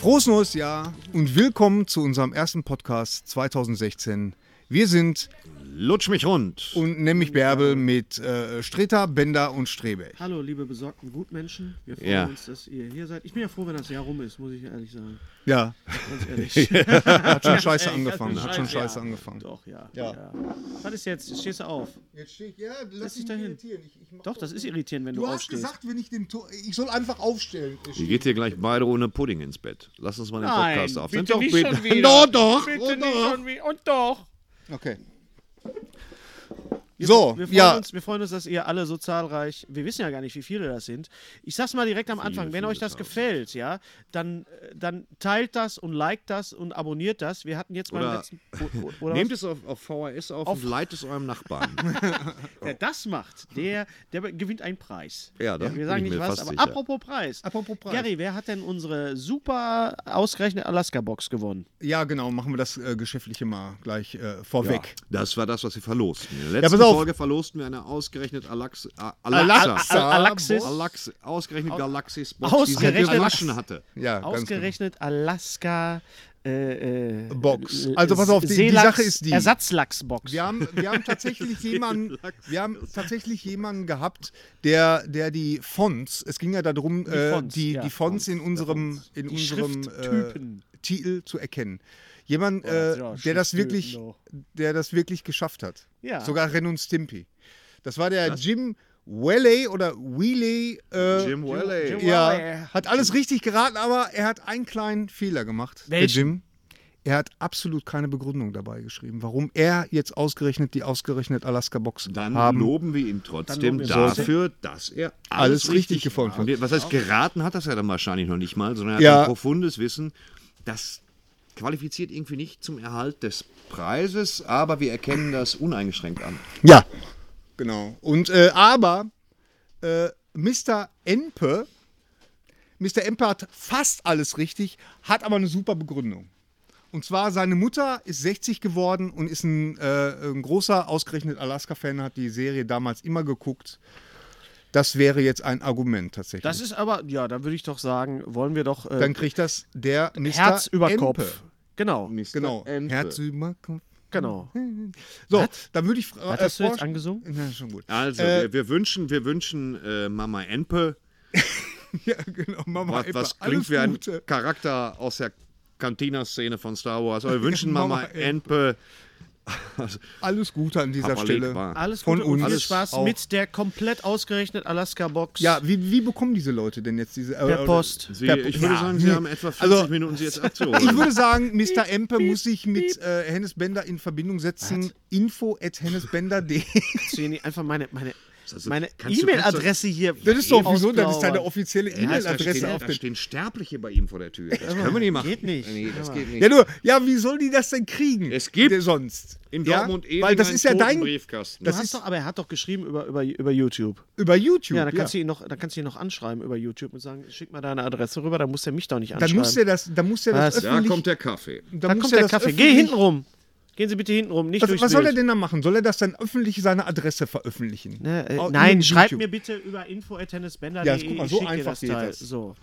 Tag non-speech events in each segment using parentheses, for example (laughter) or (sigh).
Frohes neues Jahr und willkommen zu unserem ersten Podcast 2016. Wir sind Lutsch mich rund. und nämlich Bärbel mit äh, Streter, Bender und Strebe. Hallo, liebe besorgten Gutmenschen. Wir freuen Ja. uns, dass ihr hier seid. Ich bin ja froh, wenn das Jahr rum ist, muss ich ehrlich sagen. Ja, (laughs) Ganz ehrlich. hat schon scheiße Ey, angefangen. das ist Hat schon scheiße, scheiße ja. angefangen. Doch, ja. Ja. ja. Was ist jetzt? Stehst du auf? Jetzt steht, ja, Lass dich dich nicht dahin. irritieren. Doch, das ist irritierend, wenn du, Du hast aufstehst. gesagt, wenn ich den Tor, ich soll einfach aufstellen. Ihr geht hier gleich beide ohne Pudding ins Bett. Lass uns mal den Nein, Podcast aufnehmen. bitte nicht bitte. (laughs) schon wieder. Doch, doch. Bitte oh, doch, nicht doch. schon wie. Und doch. Okay. Wir, So, wir freuen ja. Uns, wir freuen uns, dass ihr alle so zahlreich, wir wissen ja gar nicht, wie viele das sind. Ich sag's mal direkt am Anfang, wenn euch das gefällt, ja, dann, äh, dann teilt das und liked das und abonniert das. Wir hatten jetzt mal Oder- im letzten... o- o- Oder (laughs) Nehmt was? es auf, auf VHS auf, Auf- und leitet es eurem Nachbarn. Wer Genau. das macht, der, der be- gewinnt einen Preis. Ja, da bin Wir sagen ich nicht mir was, fast aber sicher. apropos Preis. Apropos Preis. Gary, wer hat denn unsere super ausgerechnete Alaska-Box gewonnen? Ja, genau, machen wir das äh, Geschäftliche mal gleich äh, vorweg. Das war das, was wir verlosten. In der letzten pass auf. Folge verlosten wir eine ausgerechnet Alax, A- Al- Alaxa. Al- Alaxis. Alax, ausgerechnet Galaxis Box, die Ausgerechnet- sie gewaschen hatte. Ja, ganz genau. Ausgerechnet Alaska. Äh, äh, Box. äh, Also pass auf, die- die Seelachs- Sache ist die- Ersatzlachsbox. Wir haben, wir haben (laughs) tatsächlich jemanden, wir haben tatsächlich jemanden gehabt, der, der die Fonts, es ging ja darum, äh, Fonts, die, ja, die Fonts in unserem, in Die unserem Schrifttypen. äh, Titel zu erkennen. Jemand, Boah, das ist äh, ja der das Schrifttypen wirklich, doch. der das wirklich geschafft hat. Ja. Sogar Ren und Stimpy. Das war der Jim Whaley oder Wheeley. Äh, Jim Whaley. Jim- Whaley. ja, hat alles richtig geraten, aber er hat einen kleinen Fehler gemacht. Der Welchen? Jim. Er hat absolut keine Begründung dabei geschrieben, warum er jetzt ausgerechnet die ausgerechnet Alaska Box Dann haben. loben wir ihn Dann loben trotzdem wir ihn. dafür, dass er alles, Alles richtig richtig gefunden hat. Und Was heißt, geraten hat das ja dann wahrscheinlich noch nicht mal, sondern er Ja. hat ein profundes Wissen, das qualifiziert irgendwie nicht zum Erhalt des Preises, aber wir erkennen das uneingeschränkt an. Ja, genau. Und äh, aber äh, Mr. Empe, Mr. Empe hat fast alles richtig, hat aber eine super Begründung. Und zwar seine Mutter ist 60 geworden und ist ein, äh, ein großer ausgerechnet Alaska-Fan, hat die Serie damals immer geguckt. Das wäre jetzt ein Argument tatsächlich. Das ist aber, ja, da würde ich doch sagen, wollen wir doch äh, Dann kriegt das der Mr. Herz über Empe. Kopf. Genau, Genau. Empe. Herz über Kopf. genau. So, dann würde ich fra- Was äh, hast du jetzt vorsch- angesungen? Na, schon gut. Also, wir, wir wünschen, wir wünschen äh, Mama Empe, (laughs) Ja, genau. Mama was, Empe, was alles klingt wie ein Gute. Charakter aus der Cantina-Szene von Star (laughs) Wars. Aber wir wünschen Mama Mama Empe Alles Gute an dieser Hab erlebt, Stelle. war. Alles Von Gute und viel uns Spaß auch. mit der komplett ausgerechneten Alaska-Box. Ja, wie, wie bekommen diese Leute denn jetzt diese. äh, Per äh, Post. Sie, Per- ich würde Ja. sagen, Sie (laughs) haben etwa 40 Also- Minuten, um sie (laughs) jetzt Ich abzuholen. würde sagen, Mr. Empe muss sich mit äh, Hennes Bender in Verbindung setzen. Info at hennesbender.de. (laughs) Kannst du hier nicht einfach meine, meine, ist also- Meine kannst du- kannst du- E-Mail-Adresse hier. Das ist doch wieso, das ist deine ausplaudern. offizielle Ja, es- da E-Mail-Adresse stehen- auf Da dem. stehen Sterbliche bei ihm vor der Tür. Das können wir nicht machen. Geht nicht. Nee, das Ja. geht nicht. Ja, nur, ja, wie soll die das denn kriegen? Es gibt Der sonst. In ja? Dortmund eben Weil das einen ist ja toten dein. Briefkasten. Du Das hast ist doch, aber er hat doch geschrieben über, über, über YouTube. über YouTube. Ja, dann kannst, Du ihn noch, dann kannst du ihn noch anschreiben über YouTube und sagen, schick mal deine Adresse rüber, dann muss er mich doch nicht dann anschreiben. muss der das, dann muss der das Was? da öffentlich. kommt der Kaffee. dann da muss kommt der der das Kaffee. öffentlich- Geh hinten rum. Gehen Sie bitte hinten rum, nicht Was, durchs was soll er Bild. denn da machen? Soll er das dann öffentlich seine Adresse veröffentlichen? Ne, äh, Au- nein, in schreib Oh, YouTube. mir bitte über info.tennisbender.de. Ja, das guck mal, ich so schick dir einfach das geht Teil. das. So.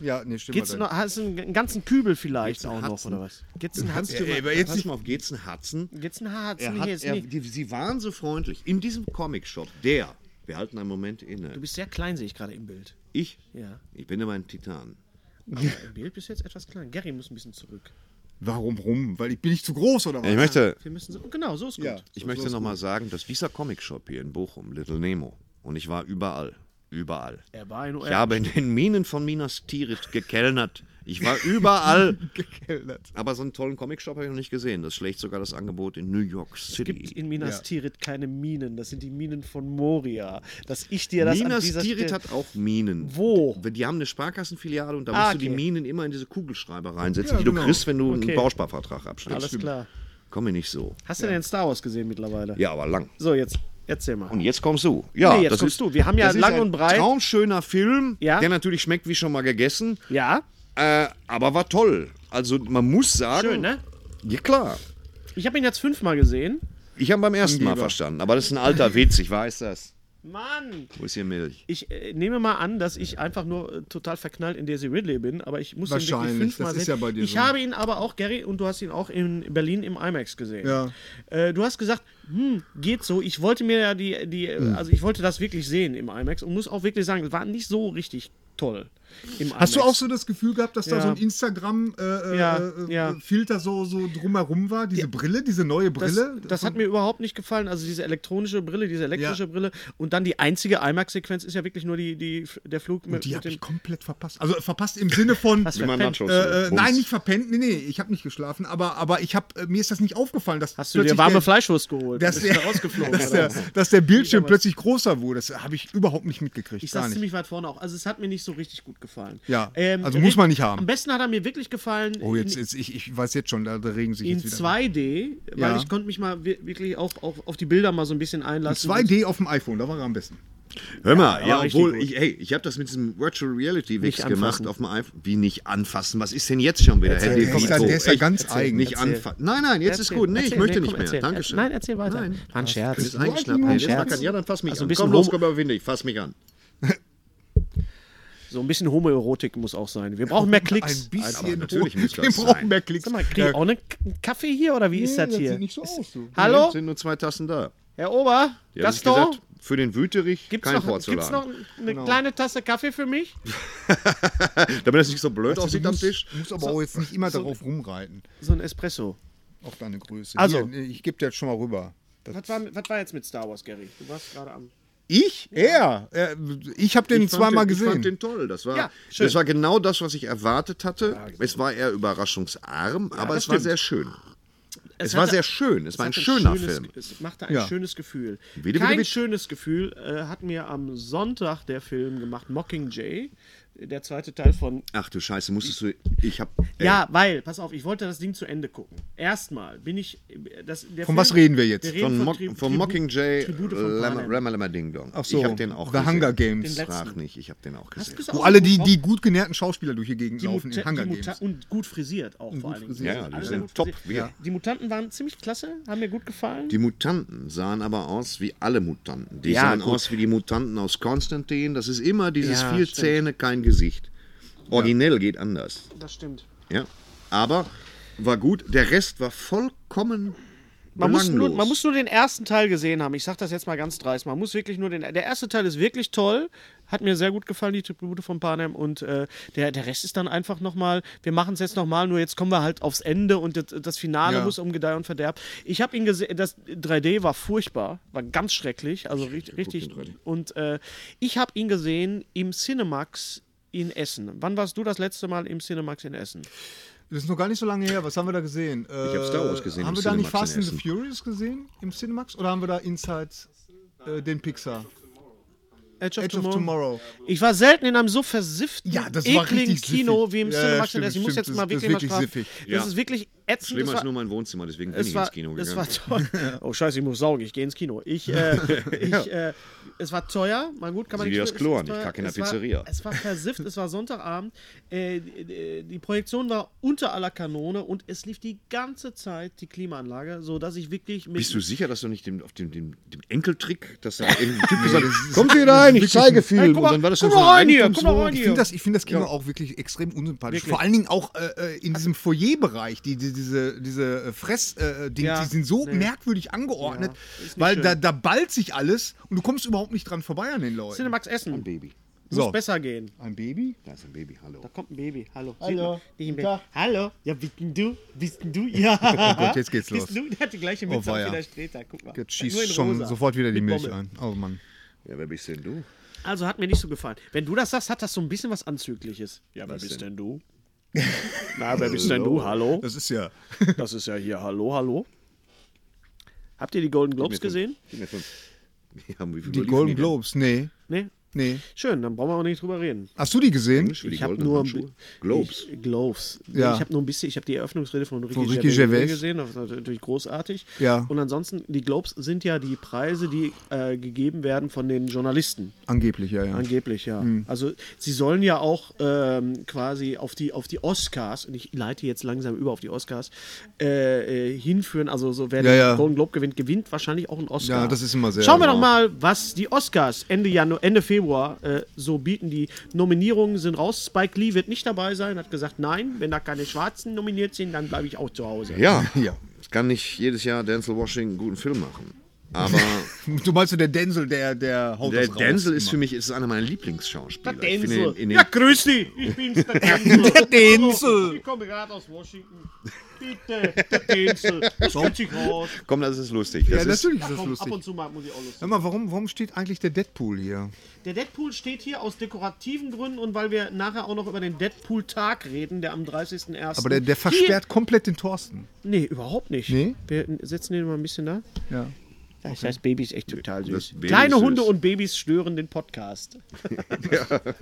Ja, nee, stimmt. Geht's aber- noch, hast du einen, einen ganzen Kübel vielleicht Geht's auch einen noch, Hatzen? oder was? Geht's einen Kannst Hatzen? du ey, aber mal, jetzt pass nicht- mal auf, geht's ein Hatzen? Geht's einen Er Hatzen? hat, Hier ist er, nicht. die, sie waren so freundlich. In diesem Comic-Shop, der, wir halten einen Moment inne. Du bist sehr klein, sehe ich gerade im Bild. Ich, Ja. ich bin immer ein Titan. Aber im Bild bist du jetzt etwas klein. Gary muss ein bisschen zurück. Warum rum? Weil ich bin nicht zu groß oder was? Ich möchte, Wir müssen so, genau, so ist gut. Ja. ich möchte nochmal sagen, dass dieser Comic-Shop hier in Bochum, Little Nemo, und ich war überall, überall. Er war in Ich habe in den Minen von Minas Tirith gekellnert. Ich war (laughs) überall. Gekellert. Aber so einen tollen Comicshop habe ich noch nicht gesehen. Das schlägt sogar das Angebot in New York gibt City. in Minas Ja. Tirith keine Minen. Das sind die Minen von Moria. Dass ich dir das an Minas dieser Tirith Stelle- hat auch Minen. Wo? Die, die haben eine Sparkassenfiliale und da Ah, musst du die okay. Minen immer in diese Kugelschreiber reinsetzen, Ja, die du genau. kriegst, wenn du Okay. einen Bausparvertrag abschließt. Alles klar. Komm mir nicht so. Hast du denn Star Wars gesehen mittlerweile? Ja, aber lang. So, jetzt erzähl mal. Und jetzt kommst du. Ja, Nee, jetzt das kommst ist, du. Wir haben ja das ist lang ein und breit- Traumschöner Film, Ja. der natürlich schmeckt wie schon mal gegessen, ja? äh, aber war toll. Also man muss sagen. Schön, ne? Ja klar. Ich habe ihn jetzt fünfmal gesehen. Ich habe beim ersten Mal verstanden, aber das ist ein alter Witz, ich weiß das. Mann! Wo ist hier Milch? Ich äh, nehme mal an, dass ich einfach nur äh, total verknallt in Daisy Ridley bin, aber ich muss ihn wirklich Wahrscheinlich, fünfmal das sehen. ist ja bei dir ich so. habe ihn aber auch, Gary, und du hast ihn auch in Berlin im IMAX gesehen. Ja. Äh, du hast gesagt, hm, geht so. Ich wollte mir ja die, die äh, Hm. also ich wollte das wirklich sehen im IMAX und muss auch wirklich sagen, es war nicht so richtig toll im IMAX. Hast du auch so das Gefühl gehabt, dass da Ja. so ein Instagram-Filter äh, Ja, äh, ja. Filter so, so drumherum war? Diese Brille, diese neue das, Brille? das hat mir überhaupt nicht gefallen. Also diese elektronische Brille, diese elektrische Ja. Brille und dann die einzige IMAX-Sequenz ist ja wirklich nur die, die, der Flug mit, die mit habe dem. ich komplett verpasst. Also verpasst im Sinne (laughs) von. Hast Wie man verpennt. Nachos Äh, äh, Bums. nein, nicht verpennt. Nee, nee, ich habe nicht geschlafen, aber, aber ich hab, äh, mir ist das nicht aufgefallen. Dass Hast du dir plötzlich warme der- Fleischwurst geholt? dass Bist der, da rausgeflogen? dass, oder der, was? dass der Bildschirm damals. plötzlich größer wurde. Das habe ich überhaupt nicht mitgekriegt. Ich gar saß nicht. ziemlich weit vorne auch. Also es hat mir nicht so richtig gut gefallen. Ja, also muss man nicht Ähm, haben. äh, Am besten hat er mir wirklich gefallen Oh, jetzt, jetzt ich, ich weiß jetzt schon, da da regen sich in, in jetzt wieder. 2D, weil Ja. ich konnte mich mal wir- wirklich auch, auch auf die Bilder mal so ein bisschen einlassen. 2D auf dem iPhone, da war er am besten. Hör mal, ja, aber richtig obwohl, gut. ich, hey, ich habe das mit diesem Virtual Reality Wix Nicht anfassen. gemacht auf dem iPhone. Wie nicht anfassen? Was ist denn jetzt schon wieder? Herr der, De ist Vito? ja, der ist ja Echt? ganz eigen. Nicht Erzähl. anfassen. Nein, nein, jetzt ist Erzähl, gut. Nee, erzähl, ich möchte nee, nicht komm, mehr. erzähl. Dankeschön. Nein, erzähl weiter. Nein. War ein Das ist Scherz. eingeschnappt. Ein Jetzt mal Scherz. kann- Ja, dann fass mich Also ein an. bisschen Komm los, Homo- komm überwinde ich. Fass mich an. So ein bisschen Homoerotik muss auch sein. Wir brauchen mehr Klicks. Ein bisschen. Aber (laughs) natürlich muss Wir das brauchen sein. mehr Klicks. Sag mal, krieg ich auch einen K- einen Kaffee hier oder wie ist das hier? sieht nicht so aus. Du. Hallo? sind nur zwei Tassen da. Herr Ober? Die haben sich Gaston? gesagt, für den Wüterich Gibt's kein noch, gibt's noch Porzellan. eine kleine Tasse Kaffee für mich? Damit das nicht so blöd Du aussieht am Tisch. musst, musst aber auch jetzt nicht immer darauf rumreiten, So ein Espresso. auf deine Größe. Also- Hier, ich gebe dir jetzt schon mal rüber. Das- Was war, was war jetzt mit Star Wars, Gary? Du warst gerade am. ich? Er. Er. Ich habe den Ich fand zweimal den, Ich gesehen. fand den toll. Das war, Ja, schön. das war genau das, was ich erwartet hatte. es war eher überraschungsarm, aber es das war stimmt. sehr schön. Es, hatte- war sehr schön. Es war ein hatte schöner schönes- Film. Es machte ein Ja. schönes Gefühl. bitte, Kein bitte. schönes Gefühl äh, hat mir am Sonntag der Film gemacht, Mockingjay, der zweite Teil von. Ach du Scheiße, musstest du. Ich hab. ey, Ja, weil, pass auf, ich wollte das Ding zu Ende gucken. Erstmal bin ich. Das, der Von was reden wir jetzt? reden Von, Mock, Tri- von Tribu- Mockingjay, äh, Tribute von Lam- Panem. Ramalama Ding Dong. Ach so, Ich hab den auch The gesehen. Hunger Den Games. letzten. Frag nicht, ich hab den auch Das gesehen. bist du Wo auch alle so die, drauf? die gut genährten Schauspieler durch die Gegend Die laufen Muta- in Hunger die Muta- Games. Und gut frisiert auch vor allen Dingen. Ja, ja, die Alle sind gut top. frisiert. Wir. Die Mutanten waren ziemlich klasse, haben mir gut gefallen. Die Mutanten sahen aber aus wie alle Mutanten. Die Ja, sahen gut. aus wie die Mutanten aus Konstantin. Das ist immer dieses Ja, vier stimmt. Zähne, kein Gesicht. Originell geht anders. das stimmt. Ja. Aber war gut. Der Rest war vollkommen Man muss, belanglos. nur, man muss nur den ersten Teil gesehen haben. Ich sage das jetzt mal ganz dreist. Man muss wirklich nur den. Der erste Teil ist wirklich toll. Hat mir sehr gut gefallen, die Tribute von Panem. Und äh, der, der Rest ist dann einfach nochmal. Wir machen es jetzt nochmal, nur jetzt kommen wir halt aufs Ende und das, das Finale Ja. muss um Gedeih und Verderb. Ich habe ihn gesehen. Das 3D war furchtbar. War ganz schrecklich. Also richtig. richtig und äh, ich habe ihn gesehen im Cinemax in Essen. Wann warst du das letzte Mal im Cinemax in Essen? Das ist noch gar nicht so lange her. Was haben wir da gesehen? Ich hab Star Wars gesehen Haben im wir da nicht Cinemax Fast in and the Essen. Furious gesehen im Cinemax? Oder haben wir da Inside äh, den Pixar? Edge of, Edge Tomorrow. of Tomorrow. Ich war selten in einem so versifften, Ja, das war ekligen richtig Kino siffig. wie im Ja, Cinemax. stimmt, Stimmt, ich muss stimmt. jetzt mal Das ist wirklich mal wirklich strafen. siffig. Ja. Das ist wirklich ätzend. Schlimmer Das ist war, nur mein Wohnzimmer, deswegen bin es ich war, ins Kino es war gegangen. teuer. Oh scheiße, ich muss saugen, ich gehe ins Kino. Ich, äh, ich, äh, es war teuer, mal gut, kann man Sieh nicht dir das es Klo ist an, ich teuer. kacke in der Es war- Pizzeria. Es war versifft, es war Sonntagabend. Äh, die- die Projektion war unter aller Kanone und es lief die ganze Zeit die Klimaanlage, sodass ich wirklich mit Bist du sicher, dass du nicht dem, auf dem, dem, dem Enkeltrick, dass da (laughs) irgendein Typ gesagt hat, kommt hier rein, ich zeige viel. Hey, guck mal, guck mal rein hier, guck mal rein Ich hier. finde das, ich find das Kino auch wirklich extrem unsympathisch. Wirklich. Vor allen Dingen auch äh, äh, in diesem Foyerbereich, die, die, diese, diese Fress-Dinge, äh, Ding, Ja, die sind so nee. merkwürdig angeordnet, Ja, ist nicht weil schön. da, da ballt sich alles und du kommst überhaupt nicht dran vorbei an den Leuten. Cinemax Essen. Baby. Muss So. besser gehen. Ein Baby? Da ist ein Baby, hallo. Da kommt ein Baby. Hallo. Hallo. Sieht man. Nicht im Guten Tag. Bett. Hallo. Ja, bist denn du? Bist (laughs) denn du? Ja. Oh Gott, jetzt geht's los. Bist du? Der hat die gleiche Mütze Oh, auf weia. wie der Streter. Guck mal. Jetzt Nur in schießt schon rosa. sofort wieder die Mit Milch Bommel. ein. Oh Mann. Ja, wer bist denn du? Also hat mir nicht so gefallen. Wenn du das sagst, hat das so ein bisschen was Anzügliches. Ja, wer bist denn du? Na, wer bist denn du? Hallo? Das ist ja. Das ist ja hier. Hallo, hallo. Habt ihr die Golden Globes gesehen? Gib mir fünf. Wir haben wie viel Die Golden Globes, nee. Nee? Nee. Schön, dann brauchen wir auch nicht drüber reden. Hast du die gesehen? Globes. Ich habe nur ein bi- Globes. Ich, Globes. Ja. Ich habe nur ein bisschen, ich habe die Eröffnungsrede von Ricky, Ricky Gervais, Gervais. gesehen, das war natürlich großartig. Ja. Und ansonsten, die Globes sind ja die Preise, die äh, gegeben werden von den Journalisten, Angeblich, ja, Mhm. ja. angeblich, ja. Also sie sollen ja auch ähm, quasi auf die, auf die Oscars, und ich leite jetzt langsam über auf die Oscars, äh, äh, hinführen. Also so wer Ja, den ja. Golden Globe gewinnt, gewinnt wahrscheinlich auch einen Oscar. Ja, das ist immer sehr- Schauen wir doch genau. mal mal, was die Oscars Ende, Janu Ende Februar äh, so bieten. Die Nominierungen sind raus. Spike Lee wird nicht dabei sein, hat gesagt, nein, wenn da keine Schwarzen nominiert sind, dann bleibe ich auch zu Hause. Ja, (laughs) Ja. es kann nicht jedes Jahr Denzel Washington einen guten Film machen. Aber (laughs) Du meinst so der Denzel, der, der haut Oh, der das raus. Denzel ist immer. für mich ist einer meiner Lieblingsschauspieler. Der Ich finde Denzel. ihn in den ja, grüß dich. Ich bin's, der Denzel. (laughs) Der Denzel. Ich komme gerade aus Washington. Bitte, der Denzel. Das kennt sich raus. Komm, das ist lustig. Ja, Das ist, natürlich ist das Komm, ab und lustig. zu mal muss ich auch lustig. Hör mal, warum, warum steht eigentlich der Deadpool hier? Der Deadpool steht hier aus dekorativen Gründen und weil wir nachher auch noch über den Deadpool-Tag reden, der am 30.01. Aber der, der Hier- versperrt komplett den Thorsten. Nee, überhaupt nicht. Nee? Wir setzen den mal ein bisschen da. Ja. Das heißt, Baby ist echt total Das süß. Baby Kleine ist süß. Hunde und Babys stören den Podcast.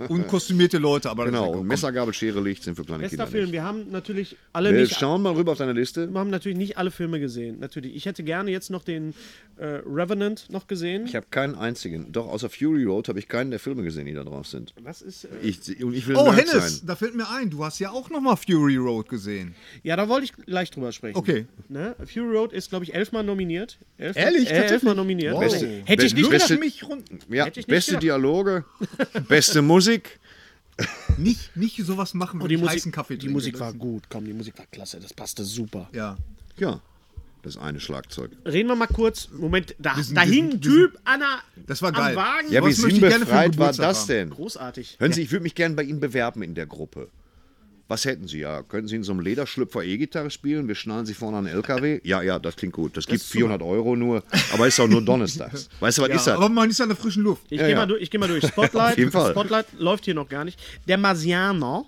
Unkostümierte Leute, aber genau. das Und Messer, Gabel, Schere, Licht sind für kleine Bester Kinder. Film. Nicht. Wir haben natürlich alle Wir nicht, schauen mal rüber auf deine Liste. wir haben natürlich nicht alle Filme gesehen. Natürlich. Ich hätte gerne jetzt noch den äh, Revenant noch gesehen. Ich habe keinen einzigen. Doch, außer Fury Road habe ich keinen der Filme gesehen, die da drauf sind. Was ist? Äh, Ich, und ich will Oh, nerd Hennes, sein. da fällt mir ein, du hast ja auch nochmal Fury Road gesehen. ja, da wollte ich gleich drüber sprechen. Okay. Ne? Fury Road ist, glaube ich, elfmal nominiert. Elf, Ehrlich? Äh, Tatsächlich? elfmal nominiert. Wow. Beste- Beste- Hätte ich nicht Beste- gedacht. Lass mich runter. Ja, Hätte ich nicht beste gedacht. Dialoge, beste Musik. Nicht, nicht sowas machen, wenn Oh, die ich Musik, heißen Kaffee die trinke. Musik Das- war gut. Komm, die Musik war klasse. Das passte super. Ja. Ja, das eine Schlagzeug. Reden wir mal kurz. Moment, da, sind- da wir hing ein sind- Typ an der, Das war am geil. Wagen. Ja, wie Was möchte ich gerne für einen sinnbefreit war Geburtstag das haben? denn? Großartig. Hören Sie, ich würde mich gerne bei Ihnen bewerben in der Gruppe. Was hätten Sie ja? Könnten Sie in so einem Lederschlüpfer E-Gitarre spielen? Wir schnallen Sie vorne an einen LKW? Ja, ja, das klingt gut. Das gibt 400 Euro nur, aber ist auch nur donnerstags. Weißt du, was Ja, ist das? aber man ist an der frischen Luft. Ich Ja, gehe ja. mal durch. Ich geh mal (laughs) durch. Spotlight. Auf jeden Fall. Spotlight läuft hier noch gar nicht. Der Marsianer.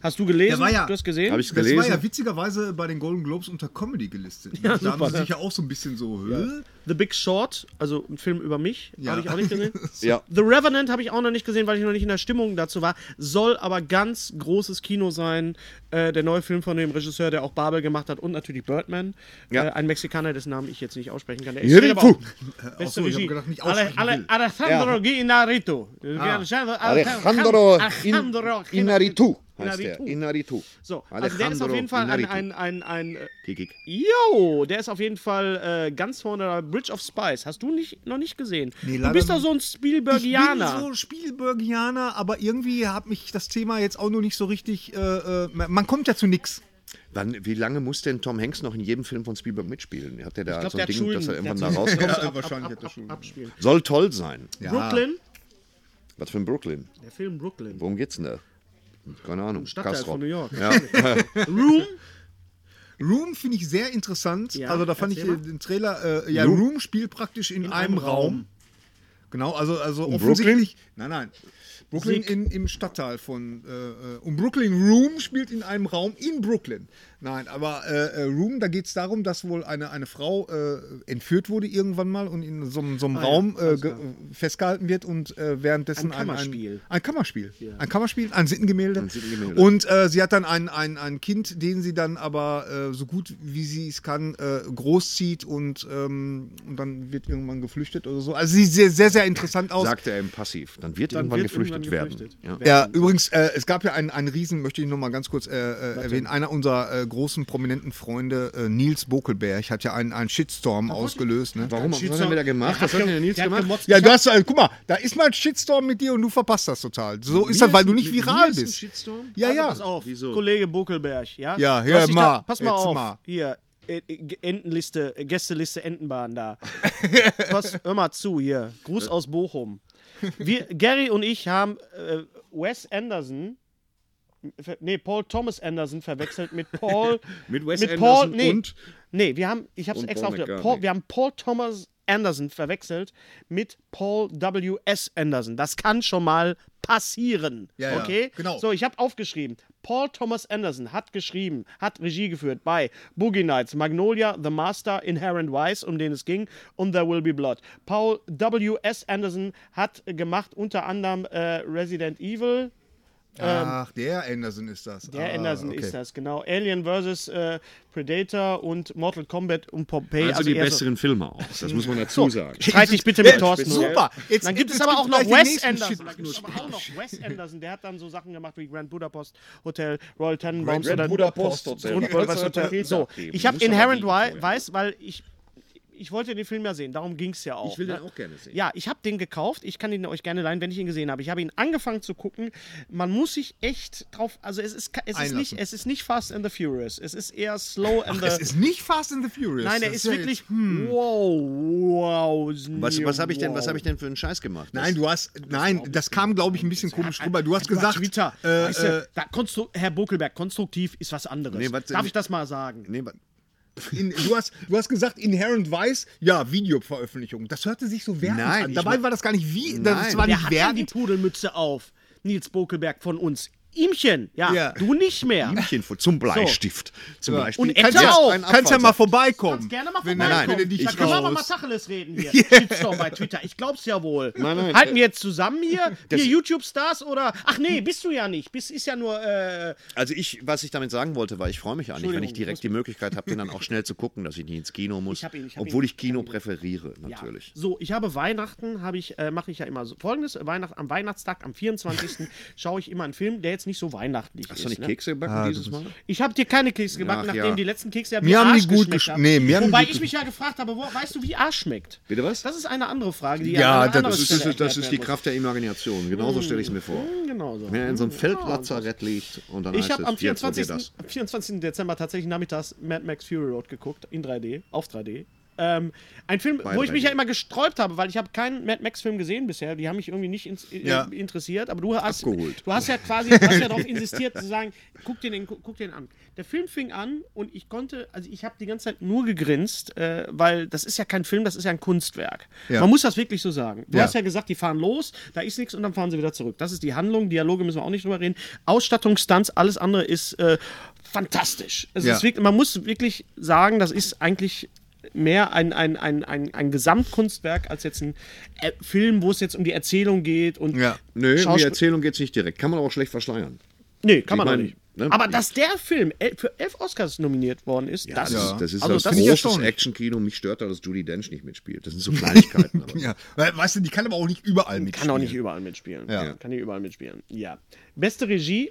Hast du gelesen? Mhm. Der war ja- Du hast gesehen? Habe ich Das war gelesen? ja witzigerweise bei den Golden Globes unter Comedy gelistet. da haben sie sich ja auch so ein bisschen so. hä? The Big Short, also ein Film über mich, habe ich auch nicht (laughs) gesehen. Ja. The Revenant habe ich auch noch nicht gesehen, weil ich noch nicht in der Stimmung dazu war. Soll aber ganz großes Kino sein. Äh, der neue Film von dem Regisseur, der auch Babel gemacht hat und natürlich Birdman. Ja. Äh, ein Mexikaner, dessen Namen ich jetzt nicht aussprechen kann. Der Hier extrem- den Fu. Beste Ach so, ich hab Regie. gedacht, nicht Ale, aussprechen Ale, will. Ah. Alejandro Guinarito. Alejandro In- Inaritu heißt der. Inarritu. Inaritu. So, also der ist auf jeden Fall ein, ein, ein, ein, äh, Kikik. Jo, der ist auf jeden Fall äh, ganz vorne da. Bridge of Spies. Hast du nicht, noch nicht gesehen? du leider bist doch nicht. so ein Spielbergianer. Ich bin so Spielbergianer, aber irgendwie hat mich das Thema jetzt auch nur nicht so richtig. Äh, äh, man man kommt ja zu nix. Wann, wie lange muss denn Tom Hanks noch in jedem Film von Spielberg mitspielen? Hat der da ich glaube, so der ein hat Ding, Schulden. dass er irgendwann da der (laughs) rauskommt? hat so- wahrscheinlich ab, hat er ab, Schulden. ab, abspielen. Soll toll sein. Brooklyn? Was für ein Brooklyn? Der Film Brooklyn. Worum geht's denn da? Keine Ahnung. Stadtteil Castrop. von New York. Ja. (laughs) Room? Room finde ich sehr interessant. Ja, also da fand ich erzähl äh, mal. den Trailer. Äh, ja, Room? Room spielt praktisch in, einem einem Raum. Raum. Genau, also, also Brooklyn? offensichtlich. Nein, nein. Brooklyn Sieg. um in, im Stadtteil von. Äh, äh, und Brooklyn Room spielt in einem Raum in Brooklyn. Nein, aber äh, äh, Room, da geht es darum, dass wohl eine, eine Frau äh, entführt wurde irgendwann mal und in so, einem- so einem Ah ja, Raum äh, alles ge- klar. festgehalten wird und äh, währenddessen Ein Kammerspiel. Ein, ein Kammerspiel. Ein Kammerspiel, ein Sittengemälde. Ein Sittengemälde. Und äh, sie hat dann ein, ein, ein Kind, den sie dann aber äh, so gut wie sie es kann äh, großzieht und, ähm, und dann wird irgendwann geflüchtet oder so. Also sieht sehr, sehr, sehr interessant aus. Sagte er im Passiv. Dann wird Dann irgendwann wird geflüchtet irgendwann werden. geflüchtet. Ja. Ja, übrigens, äh, es gab ja einen, einen Riesen, möchte ich nochmal ganz kurz äh, äh, erwähnen. Einer unserer äh, großen prominenten Freunde, äh, Nils Bokelberg, hat ja einen, einen Shitstorm ausgelöst. Ne? Warum was hat er Shitstorm. wieder gemacht? Was hat denn der Nils gemacht? Ja, du hast, äh, guck mal, da ist mal ein Shitstorm mit dir und du verpasst das total. So ist das, weil du nicht viral bist. Ja, ja. Pass auf, Wieso? Kollege Bokelberg, ja? Ja, Du hör hast dich mal, Da, pass mal jetzt auf. mal. Hier, äh, äh, Entenliste, äh, Gästeliste Entenbahn da. (laughs) pass, hör mal zu hier. Gruß aus Bochum. Wir, Gary und ich haben äh, Wes Anderson, ver- nee, Paul Thomas Anderson verwechselt mit (laughs) Paul. Mit Wes mit Anderson Paul, nee, und- Nee, wir haben, ich hab's Und extra Paul aufgehört. McCartney. Paul, wir haben Paul Thomas Anderson verwechselt mit Paul W.S. Anderson. Das kann schon mal passieren. Ja, ja, okay? genau. So, ich habe aufgeschrieben. Paul Thomas Anderson hat geschrieben, hat Regie geführt bei Boogie Nights, Magnolia, The Master, Inherent Vice, um den es ging, und There Will Be Blood. Paul W.S. Anderson hat äh, gemacht unter anderem äh, Resident Evil, Ach, der Anderson ist das. Ähm, der Ah, Anderson okay. ist das, genau. Alien vs. Äh, Predator und Mortal Kombat und Pompeii. Also die eher so- besseren Filme auch. Das muss man dazu sagen. Streit dich bitte mit Ja, Thorsten. Äh, Super. Jetzt- dann gibt es jetzt aber auch gibt's noch gleich den Wes nächsten Anderson. Shit- Dann gibt's aber auch noch Wes Anderson. Der hat dann so Sachen gemacht wie Grand Budapest Hotel, Royal Tenenbaums Grand oder Budapest Hotel. und Da kannst du Budapest natürlich Hotel. Pizza So, abgeben. ich Du habe musst aber Inherent liegen Wi- vorher. Weiß, weil ich ich wollte den Film ja sehen. Darum ging es ja auch. Ich will ne? den auch gerne sehen. Ja, ich habe den gekauft. Ich kann ihn euch gerne leihen, wenn ich ihn gesehen habe. Ich habe ihn angefangen zu gucken. Man muss sich echt drauf. Also es ist ka- es ist Einlassen. nicht es ist nicht Fast and the Furious. Es ist eher Slow and Es the ist nicht Fast and the Furious. Nein, er Das ist ja wirklich. hm. Wow, wow. Was, was habe ich, denn- wow. was hab ich denn für einen Scheiß gemacht? Nein, du hast, nein, das kam, glaube ich, ein bisschen komisch rüber. Du hast gesagt, Twitter, äh, weißt äh, du, da konstru Herr Bokelberg, konstruktiv ist was anderes. Nee, was denn- Darf ich das mal sagen? Nee, wa- in, du, hast, du hast gesagt, Inherent Vice, ja, Videoveröffentlichung. Das hörte sich so wertend Nein, an. ich Dabei mein- war das gar nicht wie, das Nein. war Der nicht hat ja die wertend. Pudelmütze auf, Nils Bokelberg von uns. Ihmchen, ja, Ja. du nicht mehr. Ihmchen vor- zum Bleistift. Zum Bleistift. Und Kannst Edgar ja- auch. einen kannst ja Abfall mal sagen. vorbeikommen. Kannst gerne mal wenn- vorbeikommen. nein, wenn er dich da können wir mal, mal raus- Tacheles reden hier. Shitstorm bei Twitter. Ich glaub's ja wohl. Halten wir jetzt zusammen hier? Hier YouTube-Stars oder. Ach nee, bist du ja nicht. Bist ist ja nur. Äh, Also ich, was ich damit sagen wollte, war, ich freue mich eigentlich, wenn ich direkt die Möglichkeit habe, den dann auch schnell zu gucken, dass ich nicht ins Kino muss. Ich hab ihn, ich hab ihn, obwohl ich Kino präferiere, natürlich. Ja. So, ich habe Weihnachten, habe ich, äh, mache ich ja immer so folgendes: Weihnacht, Am Weihnachtstag, am (laughs) 24. schaue ich immer einen Film, der jetzt nicht so weihnachtlich Hast ist. du nicht ne? Kekse gebacken Ah, dieses Mal? Ich habe dir keine Kekse gebacken, Ach, ja. nachdem die letzten Kekse ja wie Mir haben die Arsch gut geschmeckt gesch- haben. nee, mir haben die Wobei gut ich mich ja gefragt habe, wo, weißt du, wie Arsch schmeckt? Bitte was? Das ist eine andere Frage, die an Ja, einer das anderen Das ist, Stelle das ist, das erklärt ist die werden Kraft der Imagination. Genauso stelle ich es mir vor. muss. Hm, Genau so. Wenn er in so einem Feldlazarett liegt und dann Ich heißt habe es, am jetzt probier 24. am 24. Dezember tatsächlich nachmittags Mad Max Fury Road geguckt, in 3D, auf 3D. Ähm, ein Film, Bei wo ich mich 3D. ja immer gesträubt habe, weil ich habe keinen Mad Max-Film gesehen bisher. Die haben mich irgendwie nicht ins, äh, Ja. interessiert, aber du hast, Abgeholt. du hast ja quasi hast ja darauf insistiert zu sagen, guck den, guck, guck den an. Der Film fing an und ich konnte, also ich habe die ganze Zeit nur gegrinst, äh, weil das ist ja kein Film, das ist ja ein Kunstwerk. Ja. Man muss das wirklich so sagen. Du Ja. hast ja gesagt, die fahren los, da ist nichts und dann fahren sie wieder zurück. Das ist die Handlung, Dialoge müssen wir auch nicht drüber reden. Ausstattung, Stunts, alles andere ist äh, fantastisch. Also Ja. es ist wirklich, man muss wirklich sagen, das ist eigentlich mehr ein, ein, ein, ein, ein Gesamtkunstwerk als jetzt ein äh, Film, wo es jetzt um die Erzählung geht und Ja. Nö, um die Schauspiel- Erzählung geht es nicht direkt. Kann man aber auch schlecht verschleiern. Nee, kann Ich man mein, auch nicht. ne? Aber dass der Film el- für elf Oscars nominiert worden ist, das, Das Ja. ist, das ist also also das ein ist großes erstaunlich. Action-Kino. Mich stört da, dass Judy Dench nicht mitspielt. Das sind so (laughs) Kleinigkeiten. aber (laughs) Ja, weil, weißt du, die kann aber auch nicht überall mitspielen. kann auch nicht überall mitspielen. Ja. Kann nicht überall mitspielen. Ja. Beste Regie,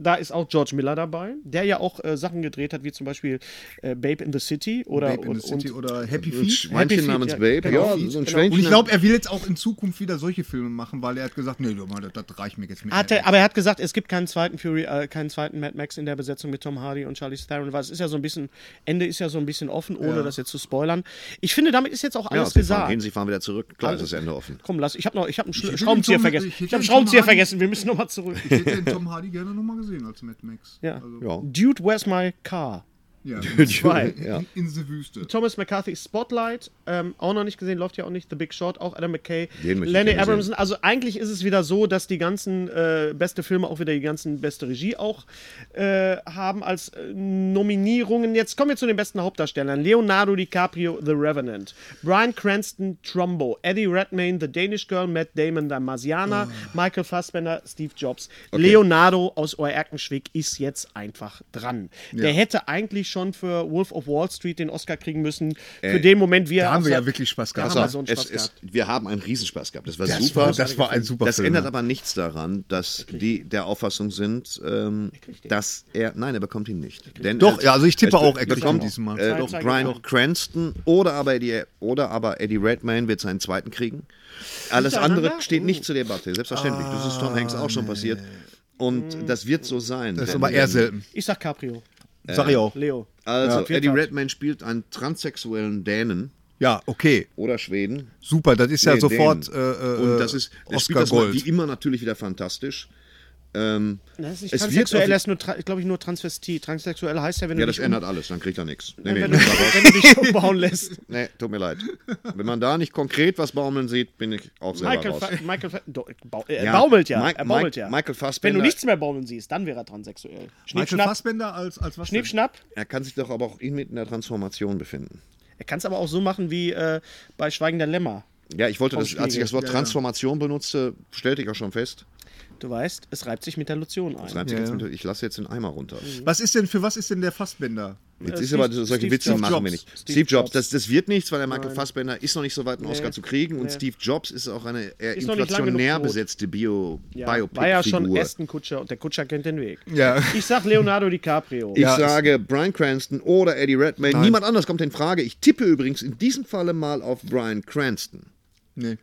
da ist auch George Miller dabei, der ja auch äh, Sachen gedreht hat, wie zum Beispiel äh, Babe in the City oder, Babe in und, the City und, oder Happy Ein Feet. Happy Schweinchen Feet, namens ja, Babe. genau. ja, so ein Genau. Schweinchen. Und ich glaube, namens- er will jetzt auch in Zukunft wieder solche Filme machen, weil er hat gesagt, nee, du, Mann, das, das reicht mir jetzt mit. Hat er, aber er hat gesagt, es gibt keinen zweiten Fury, äh, keinen zweiten Mad Max in der Besetzung mit Tom Hardy und Charlie Theron, weil es ist ja so ein bisschen, Ende ist ja so ein bisschen offen, ohne das jetzt zu spoilern. Ich finde, damit ist jetzt auch ja, alles sie fahren gesagt. hin, sie fahren wieder zurück. Klar ist das Ende offen. Komm, lass, ich habe noch, ich habe einen Schla- hätte Schraubenzieher den Tom- vergessen. ich hätte Ich habe einen den Schraubenzieher Tom Hardy- vergessen, wir müssen (laughs) nochmal zurück. Ich hätte den Tom Hardy gerne nochmal gesehen als Mad Max. Ja. Also, Ja. Dude, where's my car? Ja. (laughs) Zwei. Ja. In the Wüste. Thomas McCarthy Spotlight, ähm, auch noch nicht gesehen, läuft ja auch nicht. The Big Short, auch Adam McKay, Den möchte Lenny ich gerne sehen. Abramson. Also eigentlich ist es wieder so, dass die ganzen äh, beste Filme auch wieder die ganzen beste Regie auch äh, haben als äh, Nominierungen. Jetzt kommen wir zu den besten Hauptdarstellern. Leonardo DiCaprio, The Revenant. Brian Cranston, Trumbo. Eddie Redmayne, The Danish Girl. Matt Damon, The Ah. Marziana. Michael Fassbender, Steve Jobs. Leonardo aus Oerkenschwick ist jetzt einfach dran. Der hätte eigentlich schon für Wolf of Wall Street den Oscar kriegen müssen. Für den Moment, wie er Äh, Da haben wir auf ja sein- wirklich Spaß Da gehabt. Also haben wir Pass so auf, einen Spaß es, es, gehabt. wir haben einen Riesenspaß gehabt. Das war Das super. war- das war ein super Das Film. ändert aber nichts daran, dass die der Auffassung sind, ähm, dass er. Nein, er bekommt ihn nicht. Denn Doch, er- ja, also ich tippe es auch, er kriegt ihn bekommt diesmal. Äh, Zwei, doch, zwei Brian gibt's Cranston oder aber, Eddie, oder aber Eddie Redmayne wird seinen zweiten kriegen. Alles Hintereinander? Oh. andere steht nicht zur Debatte. Selbstverständlich. das ist Tom Hanks auch schon passiert. Und das wird so sein. Ah, Das ist Wenn- aber eher selten. Ich sag Caprio. Sag ich auch. Leo. Also, Ja. Eddie Redmayne spielt einen transsexuellen Dänen Ja, okay. oder Schweden. Super, das ist ja Nee, sofort den. äh, äh, und das ist das spielt Oscar das mal, Gold. wie immer natürlich wieder fantastisch. Ähm, Das Ne, ist nicht Es wird transsexuell, offi- er ist nur, glaube ich, nur Transvestit. Transsexuell heißt ja, wenn du ja, das dich, um, ändert alles, dann kriegt er nichts. Nee, nee, wenn, du, nee, wenn du dich umbauen (laughs) lässt. nee, tut mir leid. Wenn man da nicht konkret was baumeln sieht, bin ich auch selber Michael, raus. Fa Michael Fa Do- bau er Ja, baumelt ja. Mike- er baumelt Mike- ja. Michael wenn Fassbender- du nichts mehr baumeln siehst, dann wäre er transsexuell. Schnipp, Michael schnapp, Fassbender als, als was? schnipp, schnapp. Er kann sich doch aber auch inmitten in der Transformation befinden. Er kann es aber auch so machen wie äh, bei Schweigender Lämmer. Ja, ich wollte das, Vom als ich Spiegel, das Wort ja, ja. Transformation benutzte, stellte ich auch schon fest. Du weißt, es reibt sich mit der Lotion ein. Das reimt sich Ja, jetzt ja. mit, ich lasse jetzt den Eimer runter. Was ist denn, für was ist denn der Fassbender? Jetzt Äh, ist Steve- aber solche Steve Witze Jobs. machen wir nicht. Steve Steve, Jobs, Jobs. das, das wird nichts, weil der Michael Fassbender ist noch nicht so weit, einen Oscar zu kriegen. Und Steve Jobs ist auch eine eher Ist noch nicht lange genug inflationär tot. besetzte Bio, Ja, Biopic-Figur. war ja schon Aston Kutscher und der Kutscher kennt den Weg. Ja. Ich sag Leonardo DiCaprio. Ich Ja, sage Brian Cranston oder Eddie Redmayne. Niemand anders kommt in Frage. Ich tippe übrigens in diesem Falle mal auf Brian Cranston. Nee.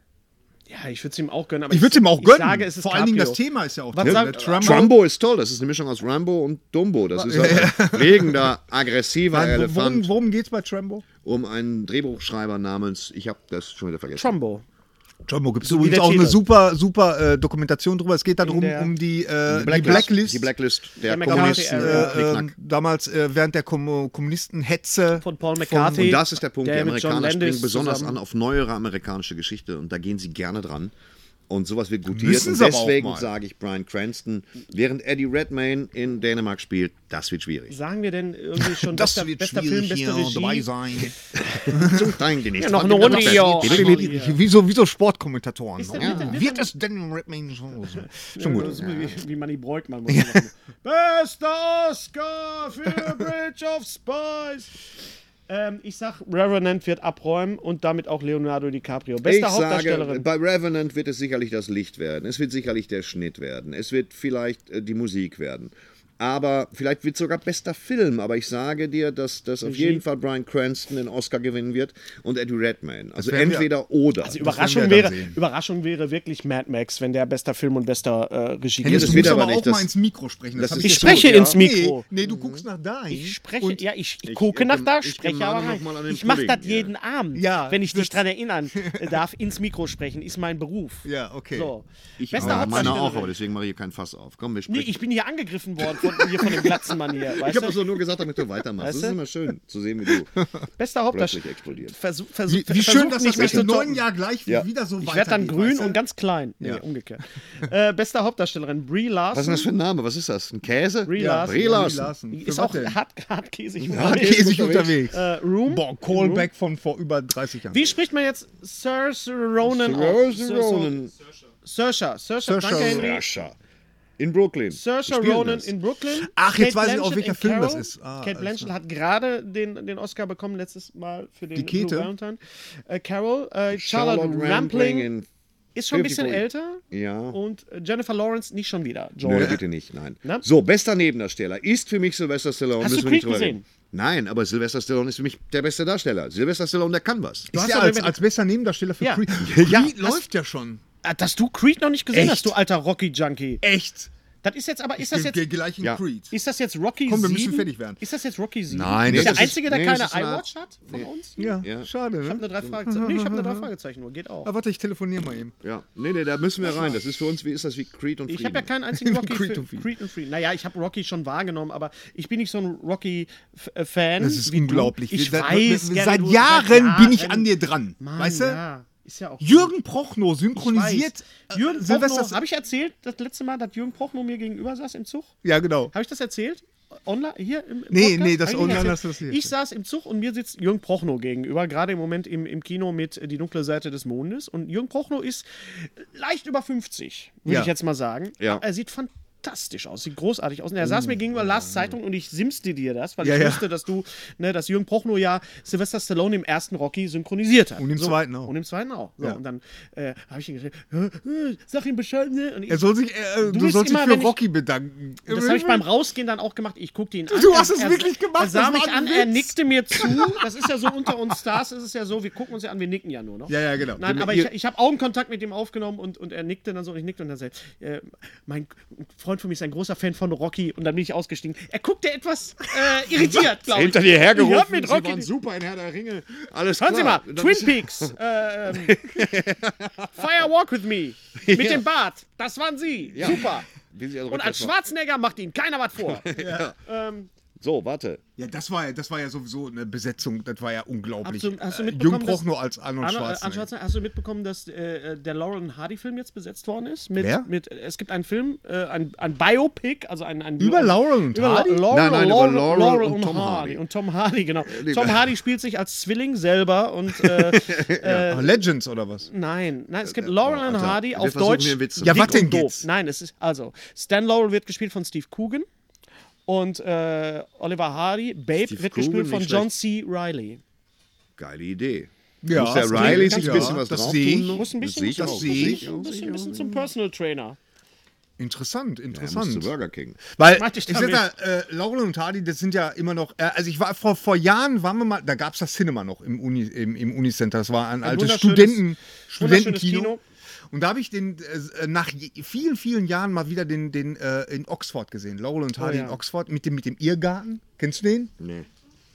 ja, ich würde es ihm auch gönnen. Aber Ich würde ihm auch gönnen. Ich sage, es ist Vor allen Dingen das Caprio. Thema ist ja auch Was toll. sagt- Trumbo- Trumbo ist toll. Das ist eine Mischung aus Rambo und Dumbo. Das ist ein legender, aggressiver Nein, worum, Elefant worum geht's bei Trumbo? um einen Drehbuchschreiber namens, ich habe das schon wieder vergessen. Trumbo. Trumbo gibt es wie übrigens der auch eine Tiere. super, super äh, Dokumentation drüber. Es geht darum, der- um die, äh, die Blacklist. Blacklist. Die Blacklist der, Der Kommunisten. McCarthy-Ära. äh, äh, Knickknack. ähm, damals äh, während der Kom Kommunistenhetze Von Paul McCarthy. Und das ist der Punkt. der die mit John Amerikaner springen Landis besonders zusammen- an auf neuere amerikanische Geschichte und da gehen sie gerne dran. Und sowas wird gutiert. Müssen Und sie aber auch deswegen mal. sage ich Brian Cranston, während Eddie Redmayne in Dänemark spielt, das (laughs) wird schwierig. Sagen wir denn (laughs) irgendwie schon bester, bester Film, beste Regie? sein. Zum Teil den nächsten noch Mal eine wieder Runde besser. hier. Wieso, wieso Sportkommentatoren? Ist der- Ja. wird der- wird Wird es denn Redmayne so? Schon Ja, gut. das ist Wie, wie Manny Breukmann. (laughs) muss man sagen. Bester Oscar für Bridge of Spies. Ähm, ich sag, Revenant wird abräumen und damit auch Leonardo DiCaprio. Beste Ich sage, Hauptdarstellerin. bei Revenant wird es sicherlich das Licht werden. Es wird sicherlich der Schnitt werden. Es wird vielleicht äh, die Musik werden. Aber vielleicht wird sogar bester Film. Aber ich sage dir, dass, dass auf jeden Fall Brian Cranston den Oscar gewinnen wird und Eddie Redmayne. Also werden wir- entweder oder. Also werden wir Überraschung dann wäre, sehen. Überraschung wäre wirklich Mad Max, wenn der bester Film und bester äh, Regie Hennes, das du wird musst aber aber nicht, auch mal das- ins Mikro sprechen. das hab ist ich nicht schon- gut, spreche ja. ins Mikro. Nee, nee du guckst nach dahin. Ich spreche, und ja, ich, ich gucke Mhm. ich- nach da, ich spreche gemahne aber rein. noch mal an den Ich mache Pudding das hier. jeden Abend, Ja, wenn ich dich das- daran erinnern (laughs) darf, ins Mikro sprechen, ist mein Beruf. Ja, okay. So. Ich Beste aber meine auch, Hauptdarstellerin. aber deswegen mache ich hier kein Fass auf. Komm, wir Nee, sprechen. ich bin hier angegriffen worden von, hier von dem Glatzenmann hier. Weißt ich habe du? das doch nur gesagt, damit du Weißt weitermachst. das ist du? immer schön zu sehen, (laughs) wie du. Bester Plötzlich Hauptdarsteller. explodiert. Versuch, versuch, Wie, wie versuch schön, dass nicht das mich nach zu dem neuen toppen. Jahr gleich Ja. wieder so Ich werde dann weitergeht, grün weißt du? und ganz klein. Nee, umgekehrt. Äh, beste Hauptdarstellerin Brie Was ist Larson. denn das für ein Name? Was ist das? Ein Käse? Brie Ja, Larson. Brie Larson. Larson. Die Für ist was auch denn? hart, hartkäsig Hartkäsig unterwegs. Äh, Room. Boah, Callback von vor über 30 Jahren. Wie spricht man jetzt Saoirse Ronan? aus? Rose So- so- Ronan. Saoirse. Saoirse. Saoirse Danke, Henry. Sascha. In Brooklyn. Saoirse Die spielen Ronan das. in Brooklyn. Ach, jetzt weiß ich auch, Blanchett welcher in Film Carol. das ist. Ah, Kate alles Blanchett hat gerade den, den Oscar bekommen letztes Mal für den Die Käthe. Blue Valentine. Äh, Carol, äh, Charlotte, Charlotte Rampling Rampling in. ist schon ein bisschen Beautiful. älter Ja. und äh, Jennifer Lawrence nicht schon wieder. Nö, Joel. bitte nicht, nein. Na? So, bester Nebendarsteller ist für mich Sylvester Stallone. Hast du müssen wir nicht Creed drüber gesehen? reden. Nein, aber Sylvester Stallone ist für mich der beste Darsteller. Sylvester Stallone, der kann was. Du hast hast ja doch als, mit- als bester Nebendarsteller für Ja. (laughs) Creed. Creed Ja. läuft ja schon. Ah, Dass Äh, du Creed noch nicht gesehen Echt? hast, du alter Rocky-Junkie. Echt? Das ist jetzt aber, ist das Den- jetzt, Den gleichen Ja. Creed. ist das jetzt Rocky Komm, wir 7? müssen fertig werden. Ist das jetzt Rocky 7? Nein, ist das der ist- Einzige, der nee, keine das ist eine- iWatch hat von uns? Ja, Ja. schade, Ich habe ne? nur drei Fragezeichen. Nee, ich habe nur drei Fragezeichen nur. Geht auch. Ah, warte, ich telefoniere mal eben. Ja. Nee, nee, da müssen wir rein. Das ist für uns, wie ist das wie Creed und Ich Frieden. habe ja keinen einzigen (laughs) Rocky Creed Creed, und Frieden. Creed und Frieden. Naja, ich habe Rocky schon wahrgenommen, aber ich bin nicht so ein Rocky-Fan. Das ist wie du. unglaublich. Ich Wir- weiß, wir- Gerrit, seit, du- Jahren bin ich an dir dran. Mann, weißt du? Ja, ist ja auch. Jürgen Prochnow Ich weiß. synchronisiert äh, Jürgen Silvester. Prochnow, habe ich erzählt, das letzte Mal, dass Jürgen Prochnow mir gegenüber saß im Zug? ja, genau. Habe ich das erzählt? Online? Hier im, im Nee, Podcast? nee, das Hab ich nicht online erzählt. hast du das nicht Ich saß im Zug und mir sitzt Jürgen Prochnow gegenüber, gerade im Moment im, im Kino mit äh, Die dunkle Seite des Mondes. Und Jürgen Prochnow ist leicht über 50, würde Ja. Mm. ich jetzt mal sagen. Ja. Er sieht fantastisch aus, sieht großartig aus. Und er saß mir gegenüber Last Zeitung und ich simste dir das, weil Ja, ich ja. wusste, dass du, ne, dass Jürgen Prochnow ja Sylvester Stallone im ersten Rocky synchronisiert hat. Und im so, zweiten auch. Und im zweiten auch. So, Ja. Und dann äh, habe ich ihn geschrieben, "Äh, äh, sag ihm Bescheid. Ne? Und ich, Er soll sich, äh, äh, du, bist sollst dich immer, für wenn ich- Rocky bedanken. das habe ich beim Rausgehen dann auch gemacht. Ich guckte ihn an. Du er- hast es er- wirklich gemacht, Er sah das war mich an, ein er Witz. nickte mir zu. Das ist ja so unter uns Stars, ist es ja so, wir gucken uns ja an, wir nicken ja nur noch. Ja, ja, genau. Nein, Ihr- aber ich, ich habe Augenkontakt mit ihm aufgenommen und, und er nickte dann so und ich nickte und dann sagte, äh, mein Freund von mir ist ein großer Fan von Rocky und dann bin ich ausgestiegen. Er guckte etwas äh, irritiert, glaube ich. Hinter dir hergerufen. Ich hab mit Sie Rocky. waren super in Herr der Ringe. Alles Hören Sie mal, klar. Dann Twin ist- Peaks. Äh, ähm, (laughs) Fire Walk with Me. Mit dem Bart. Das waren Sie. Ja. Super. Wie sie also Und als rückwärts Schwarzenegger macht Ihnen keiner was vor. machen. So, warte. Ja, das war, ja- das war ja sowieso eine Besetzung, das war ja unglaublich. Hast du- hast du Äh, mitbekommen, Jürgen Prochnow dass- als Arno- Arnold äh, Schwarzenegger. Arnold Schwarzenegger, hast du mitbekommen, dass äh, der Laurel and Hardy Film jetzt besetzt worden ist? Mit, Wer? Mit, es gibt einen Film, äh, ein, ein Biopic, also ein, ein Über Laurel und über La- Hardy? Laurel, Nein, nein, über Laurel, Laurel Laurel und und, Tom Hardy. Hardy. Und Tom Hardy, (laughs) genau. Tom Hardy spielt sich als Zwilling selber und äh, Ah, Legends oder was? Nein, nein, es gibt Laurel oh, and Alter, Hardy wir auf versuchen Deutsch. hier einen Witz zu Ja, dick was denn und doof. geht's? Nein, es ist also Stan Laurel wird gespielt von Steve Coogan und äh, Oliver Hardy, Babe Steve wird Coogan, gespielt von nicht John C. Riley. Geile Idee. Ja, Muss der das klingt Riley ganz sich ein gut. bisschen was Das drauf sehe tun? ich. noch? Muss ein bisschen, sehe ich das auch. sehe ich. Ein bisschen, ein bisschen zum Personal Trainer. Interessant, Er muss interessant. zu Burger King. Weil meinte ich ich sag damit. mal, äh, Laurel und Hardy, das sind ja immer noch. Äh, also ich war vor, vor Jahren waren wir mal, da gab es das Cinema noch im Uni, im, im Unicenter. Das war ein, altes wunderschönes- Studenten, wunderschönes Studentenkino. Kino. Und da habe ich den äh, nach je- vielen, vielen Jahren mal wieder den, den äh, in Oxford gesehen. Laurel und Hardy Oh ja. in Oxford mit dem, mit dem Irrgarten. Kennst du den? Nee.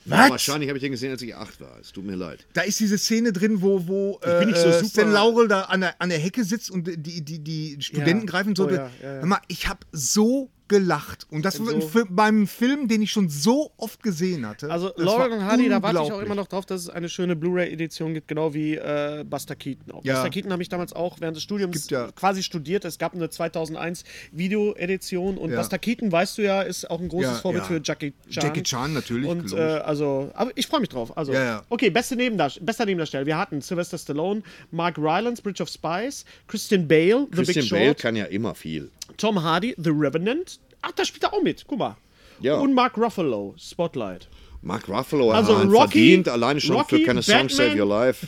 Was? Wahrscheinlich habe ich den gesehen, als ich acht war. Es tut mir leid. Da ist diese Szene drin, wo, wo äh, bin nicht so äh, super- Stan Laurel da an der, an der Hecke sitzt und die, die, die Studenten Ja. greifen so. Oh ja, ja, ja. Hör mal, ich habe so gelacht. Und das war ein Film, beim Film, den ich schon so oft gesehen hatte. Also das Laurel war und Hardy, da warte ich auch unglaublich. immer noch drauf, dass es eine schöne Blu-ray-Edition gibt, genau wie äh, Buster Keaton auch. Ja. Buster Keaton habe ich damals auch während des Studiums Gibt ja- quasi studiert. Es gab eine 2001 Video-Edition und Ja. Buster Keaton, weißt du ja, ist auch ein großes Ja, Vorbild ja. für Jackie Chan. Jackie Chan natürlich, Und äh, logisch. also, aber ich freue mich drauf. Also, Ja, ja. okay, beste Nebendarsteller, bester Nebendarsteller. Wir hatten Sylvester Stallone, Mark Rylance, Bridge of Spies, Christian Bale, The Christian Big Bale Short, kann ja immer viel. Tom Hardy, The Revenant. Ach, da spielt er auch mit. Guck mal. Ja. Und Mark Ruffalo, Spotlight. Mark Ruffalo Also hat einen Rocky, verdient, alleine schon Rocky, für keine Song Batman. Save Your Life.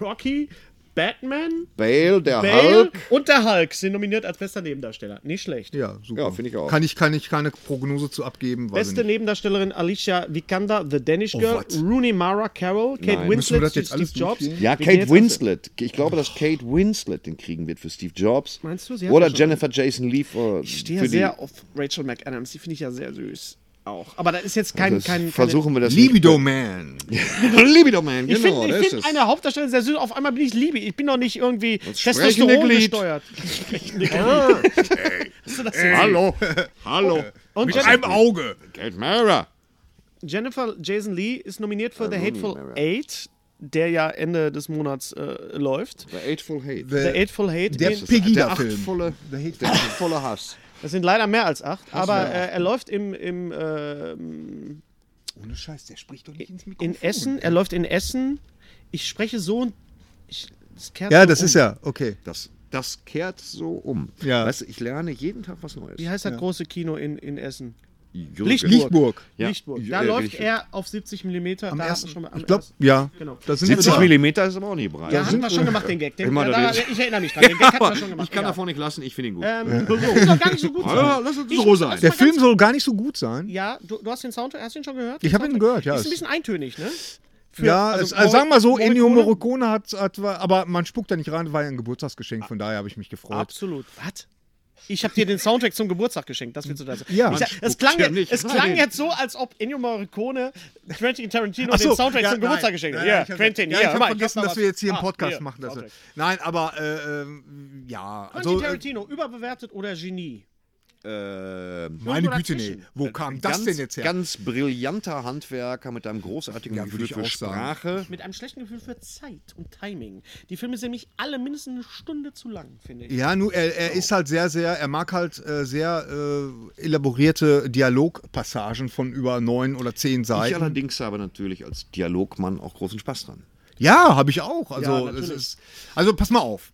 Rocky, Batman, Bale, der Bale Hulk. und der Hulk sind nominiert als bester Nebendarsteller. Nicht schlecht. Ja, super. Ja, finde ich auch. Kann ich, kann ich keine Prognose zu abgeben. also Weiß Beste ich nicht. Nebendarstellerin Alicia Vikander, The Danish Girl, was? Rooney Mara Carroll, Kate Oh, Müssen Nein. wir Winslet, das jetzt Steve alles Jobs. durchgehen? Ja, Wir gehen Kate jetzt also auf- Winslet. Ich glaube, dass Kate Winslet den kriegen wird für Steve Jobs. Meinst du, sie hat Oder ja schon- Jennifer Jason Leaf. äh, Ich stehe für ja die- sehr auf Rachel McAdams. Die finde ich ja sehr süß. Auch. Aber das ist jetzt kein. Das kein keine- versuchen wir das Libido Man. nicht. Libido Man, Ich genau. finde das find ist eine Hauptdarstellerin sehr süß. Auf einmal bin ich Liebe. Ich bin doch nicht irgendwie sprechende Testosteron Glied. gesteuert. (laughs) es. Hallo. (laughs) Hallo. Und Mit Jennifer, einem Auge. Kate Mara. Jennifer Jason Lee ist nominiert für The Rooney Hateful Mara. Eight, der ja Ende des Monats äh, läuft. The Eightful Hate. The Eightful Hate. Äh, der den- Pig- Pegida der Film. achtvolle, der achtvolle Hass. das sind leider mehr als acht, aber äh, er läuft im, im äh, Ohne Scheiß, der spricht doch nicht ins Mikrofon. in Essen. Er läuft in Essen. Ich spreche so und ich, das kehrt Ja, so das um. ist ja, okay. Das, das kehrt so um. Ja. Weißt du, ich lerne jeden Tag was Neues. Wie heißt das große Kino in, in Essen? Jürgen. Lichtburg. Lichtburg. Ja. Lichtburg. Da Ja, läuft richtig. er auf 70 mm. äh, Am da hatten ersten. wir mal- am ich glaube, ersten. ja. Genau. Da sind 70 wir da. mm ist aber auch nicht breit. Da haben wir schon gemacht, den Gag. Den, Immer da, der- ich erinnere mich dran. Den Gag hatten wir schon gemacht. ich kann Egal. davon nicht lassen, ich finde ihn gut. Ähm, ist doch gar nicht so gut. Ja, sein. lass es Ich- so sein. Der Film soll gar nicht so gut sein. Ja, du, du hast den Soundtrack, hast du ihn schon gehört? Ich hab ihn gehört, ja. Ist ein bisschen eintönig, ne? Für- Ja, also es, also sagen wir mal so, Ennio Morricone- Morricone hat, hat, aber man spuckt da nicht rein, war ja ein Geburtstagsgeschenk, von daher habe ich mich gefreut. Absolut. Was? Ich habe dir den Soundtrack zum Geburtstag geschenkt, das willst du da sagen. Ja. ich Man sag, es spuckt klang, ja jetzt- nicht es rein. klang jetzt so, als ob Ennio Morricone Quentin Tarantino Ach so, den Soundtrack ja, zum nein. Geburtstag geschenkt hat. Ja, Ja, ich hab- Quentin, hier, ja, ich hör habe mal, vergessen, noch dass was. wir jetzt hier einen Ah, Podcast hier, machen. Dass wir, Soundtrack. nein, aber äh, ähm, ja. Quentin Also, äh, Tarantino, überbewertet oder Genie? Ähm, meine irgendwo Güte, nee. dazwischen. Wo kam das ganz, denn jetzt her? ganz brillanter Handwerker mit einem großartigen Ja, würde Gefühl ich für auch sagen. Sprache. Mit einem schlechten Gefühl für Zeit und Timing. Die Filme sind nämlich alle mindestens eine Stunde zu lang, finde ich. Ja, nur er, er ist halt sehr, sehr, er mag halt äh, sehr äh, elaborierte Dialogpassagen von über neun oder zehn Ich Seiten. allerdings habe natürlich als Dialogmann auch großen Spaß dran. Ja, habe ich auch. Also, Ja, es natürlich. ist, also pass mal auf.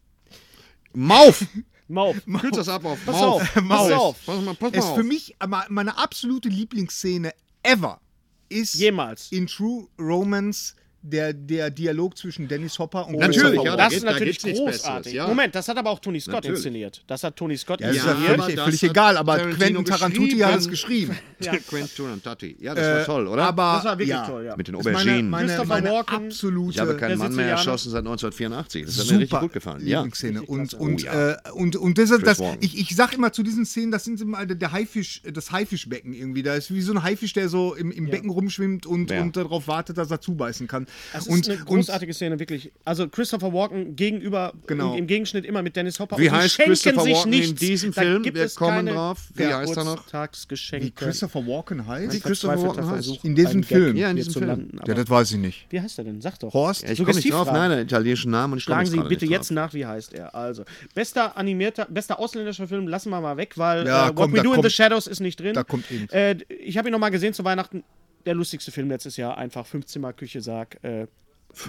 Mauf! Mauf. (laughs) Kürzt das ab auf. Pass Mauf. auf, pass auf. Pass mal, pass mal Es auf. für mich aber meine absolute Lieblingsszene ever ist Jemals. in True Romance der, der Dialog zwischen Dennis Hopper und Natürlich, Christopher ja, Walken. da das geht- ist da natürlich geht's nichts großartig. Besseres, ja. Moment, das hat aber auch Tony Scott Natürlich. inszeniert. Das hat Tony Scott Ja, das ist ja inszeniert. aber völlig, das völlig hat egal, aber Tarantino Quentin Tarantino hat es geschrieben. Ja. Quentin Tarantino. Ja, das Äh, war toll, oder? Aber, Das war wirklich ja, toll, ja. mit den ist meine- Auberginen. Meine, Christopher meine, Walken. absolute ich habe keinen der Mann mehr Sizilianer. erschossen seit 1984. Das hat mir richtig super gut gefallen. Ja. Lieblingsszene. Und, klasse. und, Oh, ja. äh, und, und das, das, Walken. ich, ich sag immer zu diesen Szenen, das sind immer der- der Haifisch, das Haifischbecken irgendwie. Da ist wie so ein Haifisch, der so im, im Becken rumschwimmt und, Ja. und darauf wartet, dass er zubeißen kann. Das und, ist eine und, großartige Szene, wirklich. Also Christopher Walken gegenüber, Genau. im- im Gegenschnitt immer mit Dennis Hopper. Wie die heißt schenken Christopher sich Walken in nichts. diesem da Film? Gibt Wir es kommen keine drauf. Wie heißt er noch? Geburtstagsgeschenke. wie Christopher Walken heißt? Wie Christopher Verzweifelter Walken heißt. Versuch, In diesem einen Gag Film. mit Ja, in mir diesem zu Film. landen, Ja, aber- das weiß ich nicht. Wie heißt er denn? Sag doch. Horst? Ja, ich komme nicht drauf. Suggestivfragen. Nein, einen italienischen Namen und ich komm Schlagen jetzt Sie gerade bitte nicht jetzt drauf. nach, wie heißt er. Also, bester animierter, bester ausländischer Film lassen wir mal weg, weil Ja, äh, What komm, We da Do in kommt- the Shadows ist nicht drin. da kommt eben. Äh, ich habe ihn nochmal gesehen zu Weihnachten. Der lustigste Film letztes Jahr, einfach 15 Küche Sarg. Äh,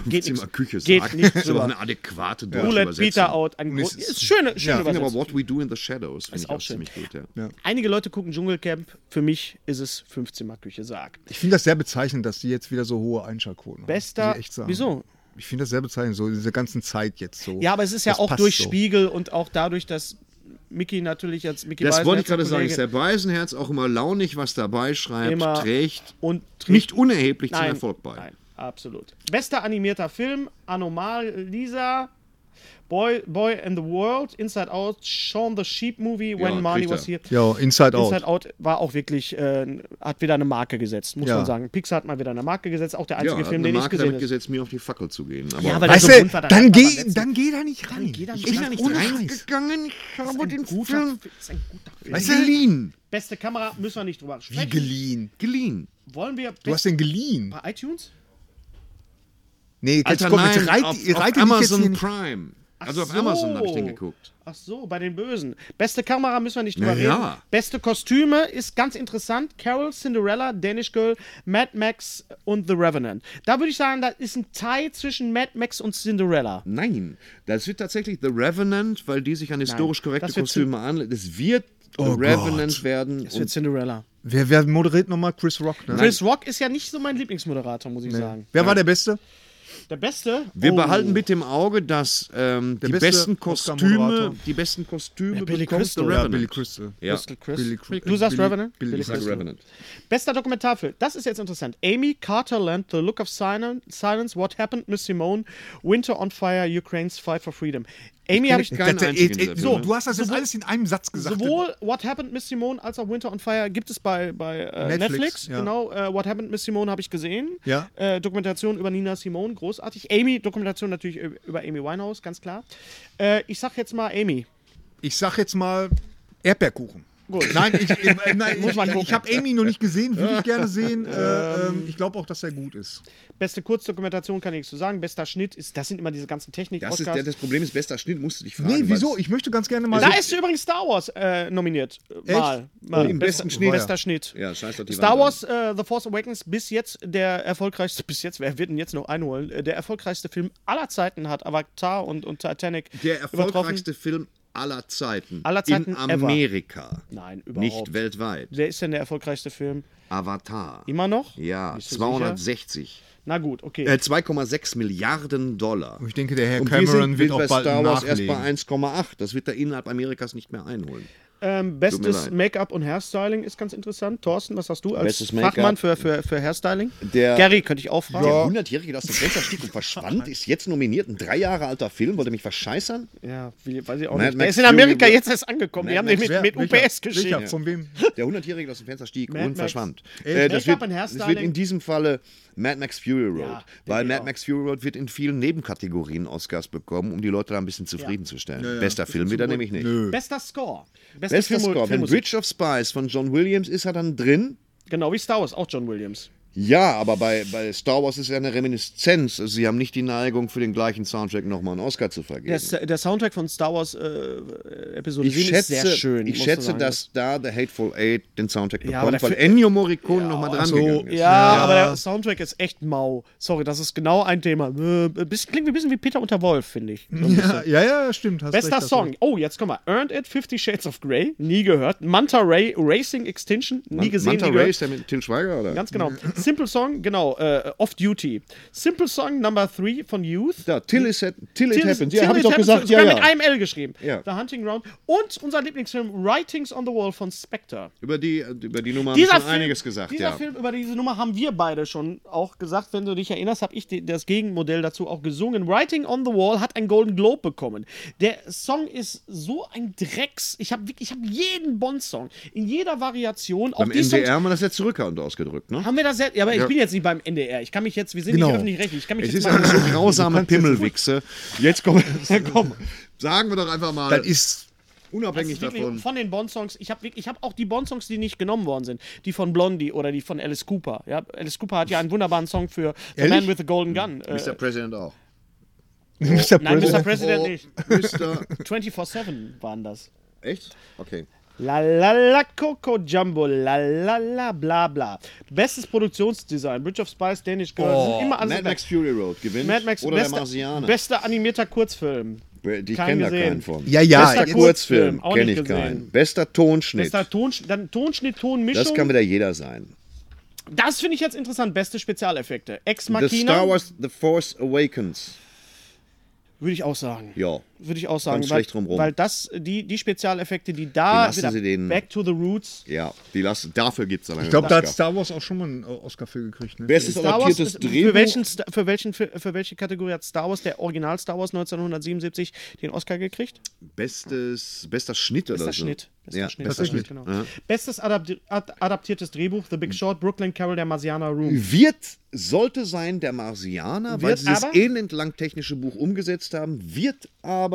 geht Zimmer nix- Küche geht sagt. (laughs) nicht ist aber drüber. eine adäquate deutsche Roulette, Übersetzung. Peter Out, ein es großes. ist- Ist schöne, schöne Ja, Ich finde aber Übersetzung. What We Do in the Shadows finde ich auch auch schön. ziemlich gut. Ja. Einige Leute gucken Dschungelcamp. Für mich ist es 15 Küche Sarg. Oh, Ich finde das sehr bezeichnend, dass die jetzt wieder so hohe Einschaltquoten haben. Bester- muss ich echt sagen. Wieso? Ich finde das sehr bezeichnend, so diese ganzen Zeit jetzt so. Ja, aber es ist ja Das auch passt durch so. Spiegel und auch dadurch, dass Mickey natürlich als Mickey Das Beisenherz, wollte ich der gerade sagen. Ist Kollege, der Beisenherz auch immer launig, was dabei schreibt, Immer. trägt und nicht unerheblich zum Nein, Erfolg bei. Nein, absolut. Bester animierter Film: Anomal, Lisa, Boy, Boy and the World, Inside Out, Shaun the Sheep Movie, When Ja, Marley kriegt er. Was Here. Ja, Inside Out. Inside Out war auch wirklich, äh, hat wieder eine Marke gesetzt, muss Ja. man sagen. Pixar hat mal wieder eine Marke gesetzt, auch der Ja, einzige hat Film, eine den ich Marke gesehen damit habe. gesetzt, mir auf die Fackel zu gehen. Aber Ja, weil Weißt so du, bunt war der dann einfach geh, beim letzten- dann geh da nicht rein. halt geh da nicht ich rein. bin nicht Ohne Scheiß. reingegangen. Ich habe den Ein guter, Film Fi- ist ein guter Film. Weißt du, geliehen. Beste Kamera, müssen wir nicht drüber Wie sprechen. geliehen? Geliehen. Wollen wir Du hast den geliehen. bei iTunes? Nee, Alter, jetzt komm, nein, jetzt reit, auf, reite auf dich Amazon jetzt hier Prime. Ach Also auf so. Amazon habe ich den geguckt. Ach so, bei den Bösen. Beste Kamera müssen wir nicht drüber Na ja. reden. Beste Kostüme ist ganz interessant. Carol, Cinderella, Danish Girl, Mad Max und The Revenant. Da würde ich sagen, da ist ein Teil zwischen Mad Max und Cinderella. Nein, das wird tatsächlich The Revenant, weil die sich an historisch korrekte das wird Kostüme anlegen. Es wird The Oh Revenant Gott. werden. Das wird Und Cinderella. wer, wer moderiert nochmal? Chris Rock, ne? Chris Rock ist ja nicht so mein Lieblingsmoderator, muss ich sagen. Wer war der Beste? Der Beste. wir Oh. behalten bitte im Auge, dass ähm, die, beste besten Kostüme, Oscar-Moderator. die besten Kostüme Ja, Billy bekommt Crystal. The Ja, Revenant. Billy Crystal. Ja. Crystal Chris. Billy Cr- du sagst Billy- Revenant? Billy Ich sag Crystal. (laughs) Revenant. Bester Dokumentarfilm. Das ist jetzt interessant. Amy, Carterland, The Look of Silen- Silence, What Happened, Miss Simone, Winter on Fire, Ukraine's Fight for Freedom. Amy habe ich Keinen Das- einzigen äh, dieser äh, Filme. so, du hast das jetzt alles in einem Satz gesagt. Sowohl What Happened Miss Simone als auch Winter on Fire gibt es bei, bei äh, Netflix, Netflix. ja. Genau, äh, What Happened Miss Simone habe ich gesehen. Ja. Äh, Dokumentation über Nina Simone, großartig. Amy, Dokumentation natürlich ü- über Amy Winehouse, ganz klar. Äh, ich sag jetzt mal Amy. Ich sag jetzt mal Erdbeerkuchen. Gut. Nein, ich, äh, äh, nein, Muss ich, man ich, gucken. habe Amy noch nicht gesehen, würde ich gerne (laughs) sehen. Äh, ähm, ich glaube auch, dass er gut ist. Beste Kurzdokumentation kann ich nichts zu sagen. Bester Schnitt ist, das sind immer diese ganzen technik Das, ist, Oscars. der- das Problem ist, bester Schnitt musst du dich fragen. Nee, weil Ah, wieso? Ich möchte ganz gerne mal. Da ist übrigens Star Wars äh, nominiert. Äh, Echt? Mal. mal. Oh, im Bester- besten Schnitt. Bester Schnitt. Ja, scheiß doch die Star Wand an. Wars äh, The Force Awakens bis jetzt der erfolgreichste, (laughs) bis jetzt, wer wird denn jetzt noch einholen? Äh, Der erfolgreichste Film aller Zeiten hat Avatar und, und Titanic. Der übertroffen. erfolgreichste Film aller Zeiten. Aller Zeiten In ever. Amerika. Nein, überhaupt. Nicht weltweit. Wer ist denn der erfolgreichste Film? Avatar. Immer noch? Ja, Bist du 260. sicher? Na gut, okay. Äh, 2,6 Milliarden Dollar. Ich denke, der Herr Und wir Oh, Cameron sind- wird wir auch bei bald Star Wars nachlegen. erst bei 1,8. Das wird er innerhalb Amerikas nicht mehr einholen. Ähm, leid. bestes Make-up und Hairstyling ist ganz interessant. Thorsten, was hast du als Bestes Make-up. Fachmann für, für, für Hairstyling? Der- Gary, könnte ich auch fragen. Der 100-Jährige, der aus dem Fenster stieg und verschwand, ist jetzt nominiert. Ein drei Jahre alter Film, wollte mich verscheißern. Ja, wie- weiß ich auch Mad nicht. Der Max ist in Amerika Fury- jetzt erst angekommen. Die Mad haben den Max- mit, mit UPS geschickt. Von wem? Der 100-Jährige, der aus dem Fenster stieg Mad und Max. verschwand. Ey, Äh, Make-up das, wird, und das Hairstyling. wird in diesem Falle Mad Max Fury Road. Ja, weil denke ich Mad Max Fury Road wird in vielen Nebenkategorien Oscars bekommen, um die Leute da ein bisschen zufriedenzustellen. Bester Film wieder nämlich nicht. Nö. Bester Score. Beste Bester Filmu- Score. Wenn Filmmusik. Bridge of Spies von John Williams ist, hat er dann drin. Genau, wie Star Wars, auch John Williams. Ja, aber bei, bei Star Wars ist ja eine Reminiszenz. Also sie haben nicht die Neigung, für den gleichen Soundtrack nochmal einen Oscar zu vergeben. Der, Sa- der Soundtrack von Star Wars äh, äh, Episode ich 7 schätze, ist sehr schön. ich musst du schätze sagen. dass da The Hateful Eight den Soundtrack Ja, aber bekommt, der weil Fi- Ennio Morricone nochmal dran so, gegangen Ja, ist. aber der Soundtrack ist echt mau. Sorry, das ist genau ein Thema. Äh, bisschen, klingt ein bisschen wie Peter und der Wolf, finde ich. So ein bisschen. (laughs) Ja, ja, ja, stimmt. Hast Bester recht, hast Song. recht. Oh, jetzt komm mal. Earned It, Fifty Shades of Grey. Nie gehört. Manta Ray, Racing Extinction. Nie gesehen, Manta nie Ray gehört. ist der mit Till Schweiger, oder? Ganz genau. Simple Song, genau. Äh, Off Duty. Simple Song Number 3 von Youth. da, Till, is, Till It Till- Happens. Till Ja, hab It ich doch Happens, gesagt. Ja, Sogar mit ja. einem L geschrieben. Ja. The Hunting Ground. Und unser Lieblingsfilm Writings on the Wall von Spectre. Über die, über die Nummer haben wir Dieser schon Film, einiges gesagt, dieser ja. Film, über diese Nummer haben wir beide schon auch gesagt. Wenn du dich erinnerst, habe ich die, das Gegenmodell dazu auch gesungen. Writing on the Wall hat einen Golden Globe bekommen. Der Song ist so ein Drecks. Ich habe ich hab jeden Bond-Song in jeder Variation. Auch Beim die Songs NDR haben wir das jetzt zurückhaltend ausgedrückt, ne? haben wir das selbst. Ja, aber ich Ja. bin jetzt nicht beim NDR. Ich kann mich jetzt, wir sind Genau. nicht öffentlich-rechtlich. Ich kann mich Es jetzt ist mal- (laughs) eine so grausame Pimmelwichse. Jetzt komm, (laughs) komm. Sagen wir doch einfach mal, Das (laughs) ist. Das unabhängig ist wirklich davon. Von den Bond-Songs, ich habe ich hab auch die Bond-Songs, die nicht genommen worden sind. Die von Blondie oder die von Alice Cooper. Ja, Alice Cooper hat ja einen wunderbaren Song für The Ehrlich? Man with the Golden Gun. Äh, Mr. President auch. Mr. nein, Mr. President. President Oh, nicht. Mr. 24-7 waren das. Echt? (laughs) Okay. La la la Coco Jumbo, la la la bla bla. Bestes Produktionsdesign, Bridge of Spice, Danish Girl, sind immer alles Oh, Mad Max Fury Road gewinnt. Also Mad Max oder der bester, Marsianer. bester animierter Kurzfilm. Die Keinen kennen da gesehen. keinen von. Ja, ja. Bester jetzt- Kur- Kurzfilm, Kurzfilm, auch kenne nicht ich gesehen. keinen. Bester Tonschnitt. Bester Tonsch- dann Tonschnitt, Tonmischung. das kann wieder jeder sein. Das finde ich jetzt interessant. Beste Spezialeffekte. Ex The Star Machina. Wars The Force Awakens. Würde ich auch sagen. Ja. Würde ich auch sagen. Ganz weil, schlecht drumrum. Weil das, die, die Spezialeffekte, die da lassen sie den- Back to the Roots. Ja, die lassen, dafür gibt es allein. Ich glaube, da hat Star Wars auch schon mal einen Oscar für gekriegt. Ne? Bestes Star Wars, adaptiertes Drehbuch. für, welchen, Sta- für, welchen, für, für welche Kategorie hat Star Wars, der Original Star Wars 1977, den Oscar gekriegt? Bestes, bester Schnitt oder Bester so. Schnitt. Bester ja, Schnitt. Bester Schnitt. Genau. Ja. Hm. Bestes adapti ad adaptiertes Drehbuch, The Big Short, Brooklyn Carol, der Marsianer Room. Wird, sollte sein, der Marsianer, weil Wird sie das aber- elend lang technische Buch umgesetzt haben, wird aber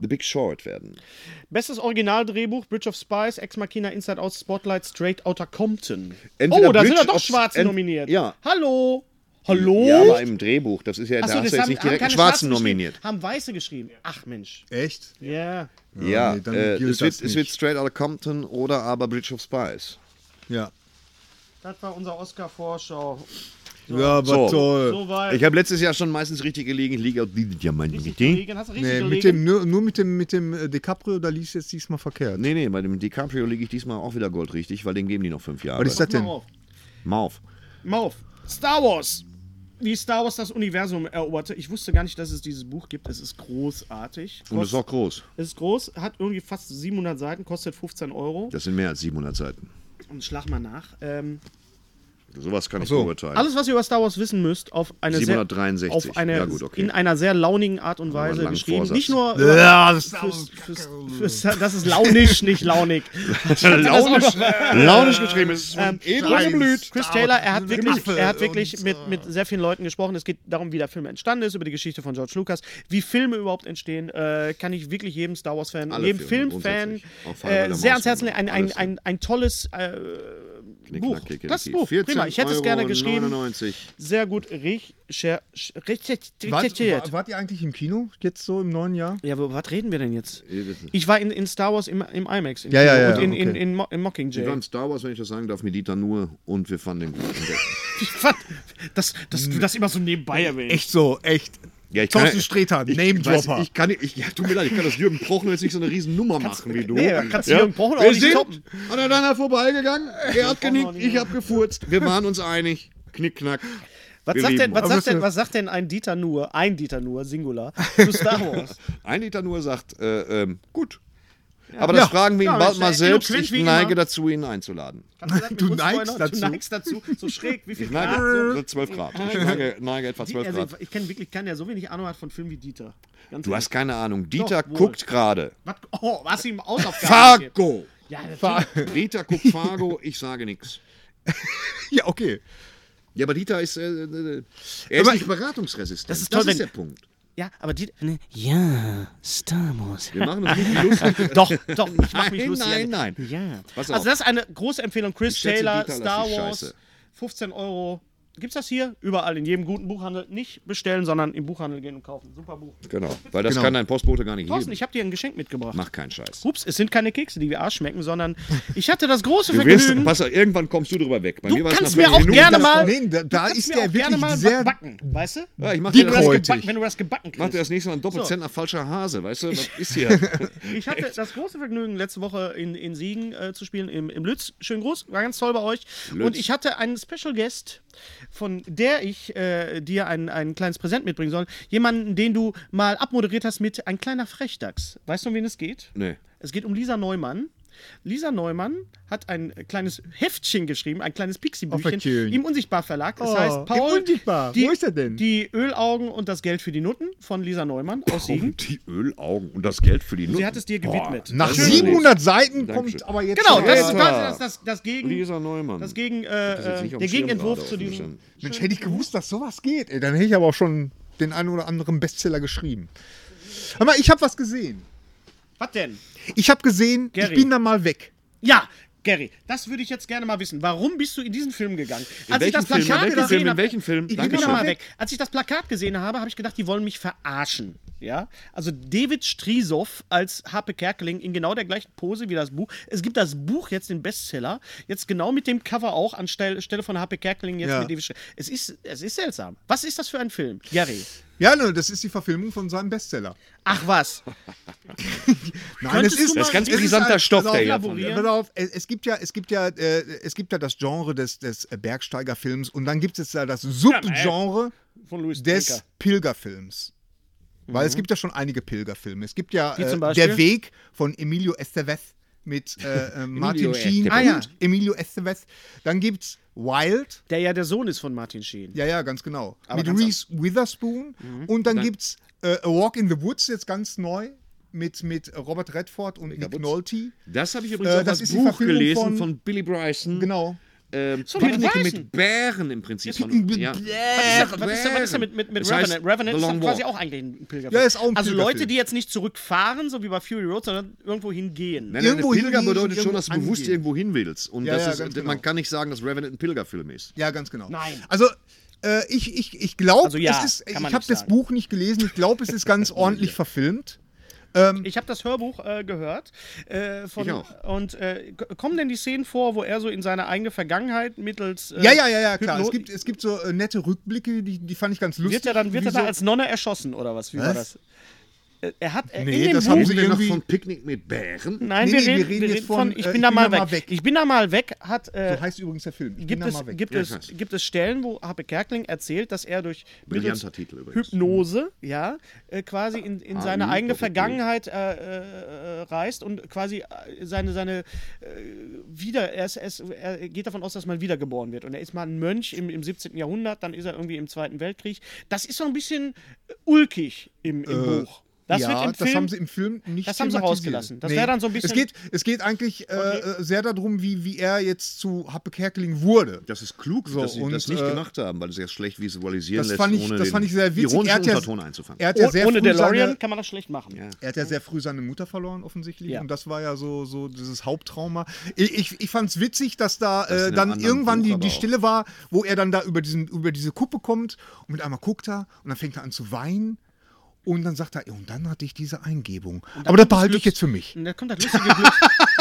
The Big Short werden. Bestes Originaldrehbuch, Bridge of Spies, Ex Machina, Inside Out, Spotlight, Straight Outta Compton. Entweder oh, da Bridge sind ja doch of- Schwarze ent- nominiert. ja. Hallo? Hallo? Ja, aber im Drehbuch, das ist ja, Ach so, da hast du jetzt nicht direkt einen keine Schwarzen geschrieben, nominiert. Haben Weiße geschrieben. Ach Mensch. Echt? Ja. Ja, nee, dann äh, gilt es, wird, das es wird nicht. Straight Outta Compton oder aber Bridge of Spies. Ja. Das war unser Oscar-Vorschau. Ja, aber So. toll. Soweit. Ich habe letztes Jahr schon meistens richtig gelegen. Ich liege auf die Diamanten. Richtig Nee, gelegen. Hast du richtig Nee, mit gelegen? dem, nur, nur mit dem, mit dem äh, DiCaprio, da liest jetzt diesmal verkehrt. nee, bei dem DiCaprio liege ich diesmal auch wieder Gold richtig, weil dem geben die noch fünf Jahre. Was ist das Mach denn? mal auf. Mauf. Mach auf. Star Wars. wie Star Wars das Universum eroberte. Ich wusste gar nicht, dass es dieses Buch gibt. Es ist großartig. Und ist auch groß. Es ist groß, hat irgendwie fast 700 Seiten, kostet 15 Euro. Das sind mehr als 700 Seiten. Und schlag mal nach. Ähm, Sowas kann ich so. beurteilen. alles, was ihr über Star Wars wissen müsst, auf eine 763. sehr, auf eine, Ja, gut, okay. in einer sehr launigen Art und Weise langen geschrieben. Vorsatz. Nicht nur über- Ja, Ah, das ist fürs, fürs, fürs, (laughs) das ist launisch, nicht (laughs) launig. launisch, launisch geschrieben. Es ist Ähm, Rosenblüt. Chris Taylor, er hat wirklich, er hat wirklich mit, mit sehr vielen Leuten gesprochen. Es geht darum, wie der Film entstanden ist, über die Geschichte von George Lucas, wie Filme überhaupt entstehen. Äh, kann ich wirklich jedem Star Wars-Fan, Alle jedem Filme Filmfan grundsätzlich. Auch Feuerwehr äh, der sehr ans Maus Herz legen. Ein, ein, alles. ein, ein tolles äh, Knick, Buch. knack, kick, kick, Das kick. Buch, prima. Ich hätte es gerne 14,99 geschrieben. Sehr gut recherchiert. Wart, Recherchiert. wa- wart ihr eigentlich im Kino jetzt so im neuen Jahr? Ja, aber was reden wir denn jetzt? Ich war in, in Star Wars im, im IMAX. In Ja, ja, Kino ja, Und in, in, okay. in, Mo in Wir Mockingjay. (laughs) waren Star Wars, wenn ich das sagen darf, mit Dieter nur und wir fanden den gut. Und der- Dass, dass du das immer so nebenbei erwähnst. Echt so, echt. Ja, ich Thorsten kann- Sträter, ich- Name-Dropper. weiß, Ich kann, ich, ja, tut mir leid, ich kann das Jürgen Prochnow jetzt nicht so eine riesen Nummer machen wie du. nee, da kannst du Jürgen Prochnow auch Wir nicht sind toppen. aneinander vorbeigegangen, er hat genickt, nicht ich habe gefurzt, wir waren uns einig, knick, knack. Was Wir sagt, denn, lieben was, euch. sagt denn, was sagt denn ein Dieter Nur, ein Dieter Nur, Singular, zu Star Wars? Ein Liter nur sagt, äh, ähm, gut. Aber das Ja. fragen wir ihn Ja, bald ist mal ja selbst. eloquent Ich wie neige immer. dazu, ihn einzuladen. Kannst das mit Du uns neigst vorhin- dazu. Du neigst dazu, so schräg, wie viel Ich Grad, neige so, so 12 Grad. Ich neige, neige etwa 12 also, Grad. ich kenne wirklich keinen, der so wenig Ahnung hat von Filmen wie Dieter. Ganz Du hast keine Ahnung. Dieter wohl. guckt gerade. was, oh, was ihm Hausaufgaben gegeben? Fargo! Ja, natürlich. Dieter guckt (laughs) Fargo, ich sage nichts. Ja, okay. Ja, aber Dieter ist, äh, äh, er ist Aber- nicht beratungsresistent. Das ist toll, das ist der wenn- Punkt. ja, aber Dieter. ne, Ja, Star Wars. Wir machen uns (laughs) nicht lustig. Doch, doch, ich mach mich Nein, lustig. nein, Janik. nein. Ja. Pass auf. Also das ist eine große Empfehlung. Chris Ich schätze Taylor, Dieter, lass Star die Wars, Scheiße. 15 Euro. Gibt's das hier? Überall, in jedem guten Buchhandel. Nicht bestellen, sondern im Buchhandel gehen und kaufen. Super Buch. Genau, weil das Genau. kann dein Postbote gar nicht Thorsten, heben. ich habe dir ein Geschenk mitgebracht. Mach keinen Scheiß. Ups, es sind keine Kekse, die wir Arsch schmecken, sondern ich hatte das große Du wirst, Vergnügen. pass auf, irgendwann kommst du drüber weg. Bei Du mir war es kannst nach mir auch 40 Minuten- gerne mal- Nee, da, da Kannst ist mir der auch gerne mal wirklich was sehr. backen, weißt du? Ja, ich mach Wenn dir du das, das Diebräutig. gebacken, wenn du das gebacken mach dir kriegst. das nächste Mal einen Doppelzentner falscher Hase. Weißt du, was ist (laughs) hier? Ich hatte das große Vergnügen, letzte Woche in, in Siegen äh, zu spielen, im, im Lütz. Schönen Gruß, war ganz toll bei euch. Und ich hatte einen Special Guest, von der ich äh, dir ein, ein kleines Präsent mitbringen soll. Jemanden, den du mal abmoderiert hast mit ein kleiner Frechdachs. Weißt du, um wen es geht? nee. Es geht um Lisa Neumann. Lisa Neumann hat ein kleines Heftchen geschrieben, ein kleines Pixie-Büchchen Verkühlen. im Unsichtbar-Verlag. Es Oh, heißt Paul, im Unsichtbar. Wo Die, ist er denn? Die Ölaugen und das Geld für die Nutten von Lisa Neumann Oh, aus Siegen. Und die Ölaugen und das Geld für die Sie Nutten. hat es dir gewidmet. Nach Das ist 700 Seiten Dankeschön. kommt aber jetzt. Genau, schon- das ist Alter. quasi das, das, das Gegen, Lisa Neumann. das gegen, Das ist äh, jetzt äh, nicht der auf dem Schirm Gegenentwurf gerade zu auf diesem. dem Schirm. Mensch, hätte ich gewusst, dass sowas geht, ey, dann hätte ich aber auch schon den einen oder anderen Bestseller geschrieben. Aber ich habe was gesehen. Was denn? Ich habe gesehen, Gary. ich bin da mal weg. Ja, Gary, das würde ich jetzt gerne mal wissen. Warum bist du in diesen Film gegangen? Als ich welchen das Film? In Plakat welchen gesehen Film? In habe- welchen Film? Ich bin Dankeschön. da mal weg. Als ich das Plakat gesehen habe, habe ich gedacht, die wollen mich verarschen. Ja? Also David Strisow als Harpe Kerkeling in genau der gleichen Pose wie das Buch. Es gibt das Buch jetzt den Bestseller, jetzt genau mit dem Cover auch anstelle Stelle von Harpe Kerkeling jetzt Ja. mit David Strisow. Es ist es ist seltsam. Was ist das für ein Film? Gary. Ja, ne, das ist die Verfilmung von seinem Bestseller. Ach was. Nein, Könntest es ist, du mal- Das ist ganz es ist brisanter ein- Stoff, pass der auf, hier von- Pass auf, es, es gibt ja, es gibt ja, äh, es gibt ja das Genre des, des äh, Bergsteigerfilms und dann gibt es ja äh, das Subgenre Von Louis des Drinker. Pilgerfilms. Weil es gibt ja schon einige Pilgerfilme. Es gibt ja Mhm. Wie zum äh, Beispiel? Der Weg von Emilio Estevez mit äh, äh, Martin Sheen Estevez. Ah, ja. und Emilio Estevez. Dann gibt's Wild, Der ja der Sohn ist von Martin Sheen. ja, ja, ganz genau. mit ganz Mhm. Reese Witherspoon. Und dann, gibt's äh, A Walk in the Woods, jetzt ganz neu, mit, mit Robert Redford und Nick Woods. Nolte. Das habe ich übrigens Äh, auch das das ist die Buch Verfilmung gelesen von, von- Billy Bryson. Genau. Ähm, So, mit Picknick Bryson. mit Bären im Prinzip. Von, ja. Was ist, da- was ist, da- was ist da mit, mit, mit Es heißt Revenant? Revenant The ist doch Long quasi Walk. auch eigentlich ein Pilgerfilm. Ja, ist auch ein also Pilgerfilm. Leute, die jetzt nicht zurückfahren, so wie bei Fury Road, sondern irgendwo hingehen. Nein, nein, Irgendwo das Pilger hingehen, bedeutet schon, dass du irgendwo bewusst angehen. irgendwo hin willst. Und Ja, das ja, ist, ganz genau. man kann nicht sagen, dass Revenant ein Pilgerfilm ist. Ja, ganz genau. Nein. Also, äh, ich, ich, ich glaube, Also ja, es ist, ich kann man habe nicht das sagen. Buch nicht gelesen. Ich glaube, (laughs) es ist ganz ordentlich verfilmt. Ich habe das Hörbuch äh, gehört. Äh, von, Ich auch. Und äh, k- kommen denn die Szenen vor, wo er so in seine eigene Vergangenheit mittels. Äh, Ja, ja, ja, ja, klar. Hypno- Es gibt, es gibt so äh, nette Rückblicke, die, die fand ich ganz lustig. wird er dann, wird Wie er dann so- als Nonne erschossen oder was? Wie war Was? das? äh, er hat äh, Nee, in dem das Buch, haben Reden sie wir noch irgendwie- von Picknick mit Bären? Nein, Nee, wir, nee, reden, wir reden jetzt äh, von, ich bin da mal weg. Ich bin da mal weg hat äh, So heißt übrigens der Film. Ich gibt bin da es mal weg. gibt Ja, ich es weiß. gibt es Stellen, wo Happe Kerkling erzählt, dass er durch Brillanter mittels Titel übrigens. Hypnose, Mhm. ja, äh, quasi in, in Ah, seine Hypnose, eigene okay. Vergangenheit äh, äh, äh, reist und quasi äh, seine seine äh, wieder er, ist, er, ist, er geht davon aus, dass man wiedergeboren wird und er ist mal ein Mönch im, im 17. Jahrhundert, dann ist er irgendwie im Zweiten Weltkrieg. Das ist so ein bisschen äh, ulkig im, im Äh, Buch. Das ja, wird im Film das haben sie im Film nicht das haben sie thematisiert. rausgelassen. Das wär dann so ein bisschen- Es geht, es geht eigentlich äh, äh, sehr darum, wie, wie er jetzt zu Happe Kerkeling wurde. Das ist klug, So, dass sie und, das nicht äh, gemacht haben, weil es ja schlecht visualisieren Das lässt, fand ich, ohne das den fand ich sehr witzig. ironischen Er hat ja, Unterton einzufangen. er hat ja Oh- sehr ohne früh DeLorean seine, kann man das schlecht machen. Ja. er hat ja sehr früh seine Mutter verloren, offensichtlich. Ja. Und das war ja so, so dieses Haupttrauma. Ich, ich, ich fand es witzig, dass da in äh, einem dann anderen irgendwann Buch die, aber die auch. Stille war, wo er dann da über, diesen, über diese Kuppe kommt und mit einmal guckt er und dann fängt er an zu weinen. Und dann sagt er, "Ja, und dann hatte ich diese Eingebung. Aber das behalte ich jetzt für mich. Und da kommt das lustige (laughs) Glück.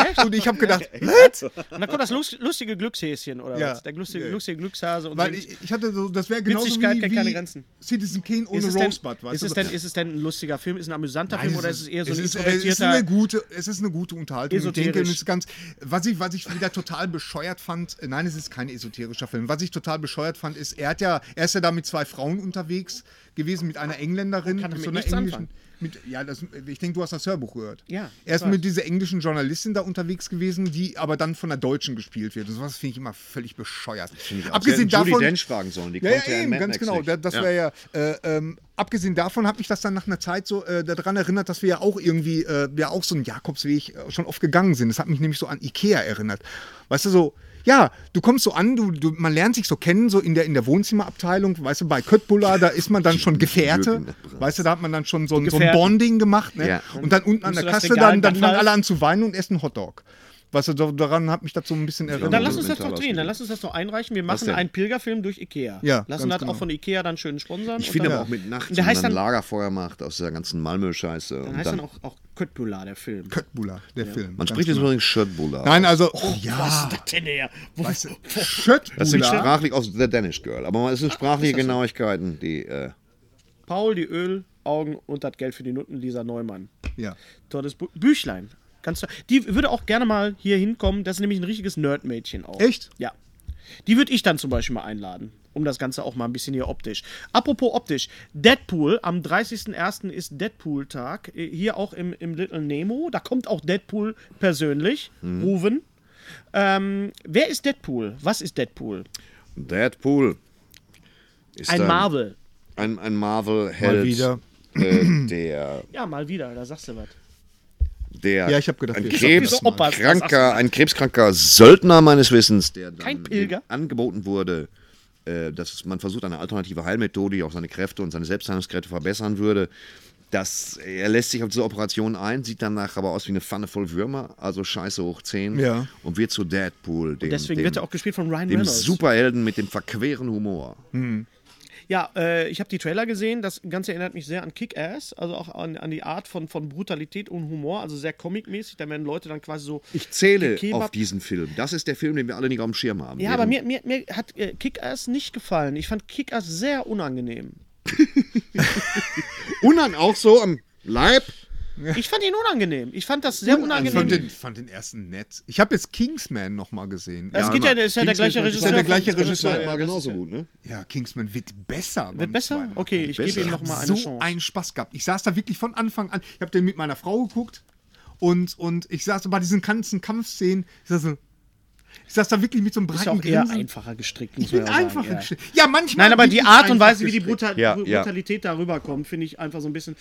Echt? Und ich (laughs) habe gedacht, Und dann kommt das lus- lustige Glückshäschen oder Ja. was? Der lustige, Nee. lustige Glückshase und Weil so. ich, ich hatte so, das wäre genauso Witzigkeit wie, kennt wie keine Grenzen. Citizen Kane ohne es denn- Rosebud, weißt ist du? es, denn, ist es denn ein lustiger Film? Ist es ein amüsanter Nein, Film oder ist es eher so ein ist, äh, es ist introvertierter? eine gute, es ist eine gute Unterhaltung. Ich denke, Esoterisch. es ist ganz, was ich, was ich wieder total bescheuert fand, äh, nein, es ist kein esoterischer Film. Was ich total bescheuert fand, ist, er hat ja, er ist ja da mit zwei Frauen unterwegs gewesen, mit einer Engländerin, Kann mit damit so einer nichts englischen. anfangen. Mit, ja, das, ich denke, du hast das Hörbuch gehört. Ja, Er ist ich weiß. mit dieser englischen Journalistin da unterwegs gewesen, die aber dann von der Deutschen gespielt wird. Und sowas finde ich immer völlig bescheuert. Also, Abgesehen Sie hätten davon. Judi Dench fragen sollen, die Ja, konnte ja er in eben, Mad ganz Max genau. nicht. Da- Das ja. wäre ja, äh, ähm, abgesehen davon hat mich das dann nach einer Zeit so äh, daran erinnert, dass wir ja auch irgendwie, äh, ja auch so einen Jakobsweg äh, schon oft gegangen sind. Das hat mich nämlich so an Ikea erinnert. Weißt du, so, ja, du kommst so an, du, du, man lernt sich so kennen, so in der, in der Wohnzimmerabteilung, weißt du, bei Köttbullar, da ist man dann schon Gefährte, weißt du, da hat man dann schon so ein, so ein Gefährten. Bonding gemacht, ne? Ja. Und dann unten an Nimmst du der das Kasse, Regal dann, dann fangen Gandalf? alle an zu weinen und essen einen Hotdog. Weißt du, so- daran hat mich das so ein bisschen erinnert. dann lass uns das Mental doch drehen, dann ausgedrückt. lass uns das doch einreichen. Wir Was machen denn? einen Pilgerfilm durch Ikea. Ja, Lassen ganz das genau. auch von Ikea dann schön sponsern. Ich und finde dann- aber auch mit Nachts, Der wenn heißt man ein dann- Lagerfeuer macht aus dieser ganzen Malmö-Scheiße. Dann und heißt dann auch, auch Köttbullar, der Film. Köttbullar, der Film. Man Ganz spricht jetzt übrigens Shirtbuller. Nein, also, oh, Was ja. ist das denn her? Wo, Weißt du, Das sind Schöttbula. sprachlich aus The Danish Girl. Aber Ah, es sind sprachliche Genauigkeiten, die. Äh, Paul, die Ölaugen und das Geld für die Nutten, Lisa Neumann. Ja. Tolles Bu Büchlein. Ganz toll. Die würde auch gerne mal hier hinkommen. Das ist nämlich ein richtiges Nerdmädchen auch. Echt? Ja. Die würde ich dann zum Beispiel mal einladen, um das Ganze auch mal ein bisschen hier optisch. Apropos optisch, Deadpool, am 30.01. ist Deadpool-Tag, äh, hier auch im, im Little Nemo. Da kommt auch Deadpool persönlich, Mhm. Ruven. Ähm, wer ist Deadpool? Was ist Deadpool? Deadpool. Ist Ein Marvel. Ein, ein Marvel-Held. Mal wieder. Äh, der, Ja, mal wieder, da sagst du was. der Ja, ich hab gedaft, ein wir schaffen das Krebs, mal. Opas, was kranker, sagst ein krebskranker Söldner meines Wissens, der dann Kein Pilger. dem angeboten wurde, äh, dass man versucht, eine alternative Heilmethode, die auch seine Kräfte und seine Selbstheilungskräfte verbessern würde. Das, er lässt sich auf diese Operation ein, sieht danach aber aus wie eine Pfanne voll Würmer, also Scheiße hoch 10 Ja. und wird zu Deadpool, dem, Deswegen dem, wird er auch gespielt von Ryan dem Reynolds. Superhelden mit dem verqueren Humor. Ja, äh, ich habe die Trailer gesehen. Das Ganze erinnert mich sehr an Kick-Ass, also auch an, an die Art von, von Brutalität und Humor, also sehr comic-mäßig. Da werden Leute dann quasi so. Ich zähle gekebab- auf diesen Film. Das ist der Film, den wir alle nicht auf dem Schirm haben. Ja, Den- aber mir, mir, mir hat äh, Kick-Ass nicht gefallen. Ich fand Kick-Ass sehr unangenehm. Und dann auch so am Leib. Ich fand ihn unangenehm. Ich fand das sehr Ich unangenehm. fand den, fand den ersten nett. Ich habe jetzt Kingsman nochmal gesehen. es Ja, geht ja, das ist ja der gleiche Kingsman ist Regisseur. ja der von- gleiche von- Regisseur, von- ja, War genauso gut, ne? ja, Kingsman wird besser. beim Wird besser? zweiten Mal. Okay, ich gebe Besser. ihm nochmal eine so Chance. einen Spaß gehabt. Ich saß da wirklich von Anfang an. Ich habe den mit meiner Frau geguckt und, und ich saß so bei diesen ganzen Kampfszenen. Ich saß, so, ich saß da wirklich mit so einem ist breiten ja auch eher Grinsen. einfacher gestrickt. Ich bin einfach ja. gestrickt. Ja, manchmal. Nein, aber bin die ich Art und einfach Weise, wie die gestrickt. Brutal Ja, Bru- ja. Brutalität darüber kommt, finde ich einfach so ein bisschen.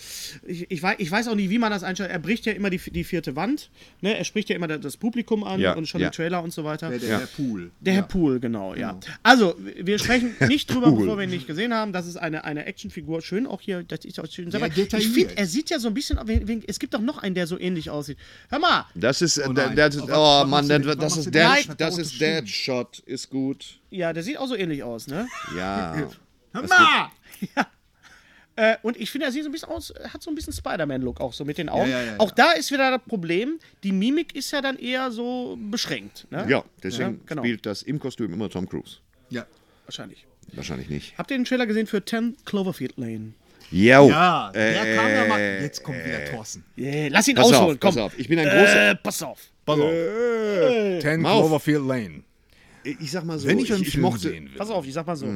Ich, ich, weiß, ich weiß auch nicht, wie man das einschätzt. Er bricht ja immer die, die vierte Wand. Ne? Er spricht ja immer da- das Publikum an Ja, und schon ja. die Trailer und so weiter. Der, der, der Pool. Der Herr Pool, genau, ja. Also, wir sprechen nicht drüber, bevor wir ihn nicht gesehen haben. Das ist eine, eine Actionfigur. Schön auch hier, das ist auch schön. Ja, Ja, ich detailliert. finde, er sieht ja so ein bisschen. wen- wen- Es gibt doch noch einen, der so ähnlich aussieht. Hör mal, Das ist, oh, nein. das ist, Aber was oh Mann, machst du das, denn? Was das machst du ist denn? Dead, Nein. das ist Dead Shot, ist gut. ja, der sieht auch so ähnlich aus, ne? Ja. Hammer! (laughs) Äh, und ich finde, er sieht so ein bisschen aus, äh, hat so ein bisschen Spider-Man-Look auch so mit den Augen. Ja, ja, ja, ja. auch da ist wieder das Problem, die Mimik ist ja dann eher so beschränkt. Ne? Ja, deswegen Ja, genau. spielt das im Kostüm immer Tom Cruise. Ja. Wahrscheinlich. Wahrscheinlich nicht. Habt ihr den Trailer gesehen für 10 Cloverfield Lane? Jau. Ah, Ja, der kam da mal. Äh, Jetzt kommt wieder Thorsten. Yeah, lass ihn Pass ausholen, auf, komm. pass auf. Ich bin ein großer- Äh, pass auf. Pass auf. Ten Mauf. Cloverfield Lane. Ich sag mal so, Wenn ich einen ich Film mochte, sehen will. Pass auf, ich sag mal so.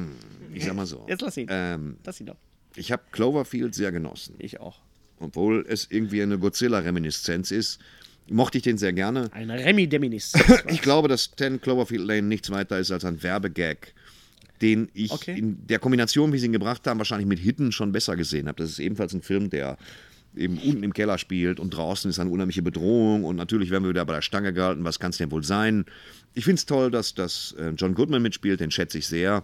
ich sag mal so, Jetzt lass ihn. ähm, Lass ihn doch. ich habe Cloverfield sehr genossen. Ich auch. Obwohl es irgendwie eine Godzilla-Reminiszenz ist, mochte ich den sehr gerne. Ein Remi Deminis. Ich glaube, dass 10 Cloverfield Lane nichts weiter ist als ein Werbegag, den ich Okay. in der Kombination, wie sie ihn gebracht haben, wahrscheinlich mit Hidden schon besser gesehen habe. Das ist ebenfalls ein Film, der eben unten im Keller spielt und draußen ist eine unheimliche Bedrohung und natürlich werden wir wieder bei der Stange gehalten. Was kann es denn wohl sein? Ich finde es toll, dass, dass äh, John Goodman mitspielt, den schätze ich sehr.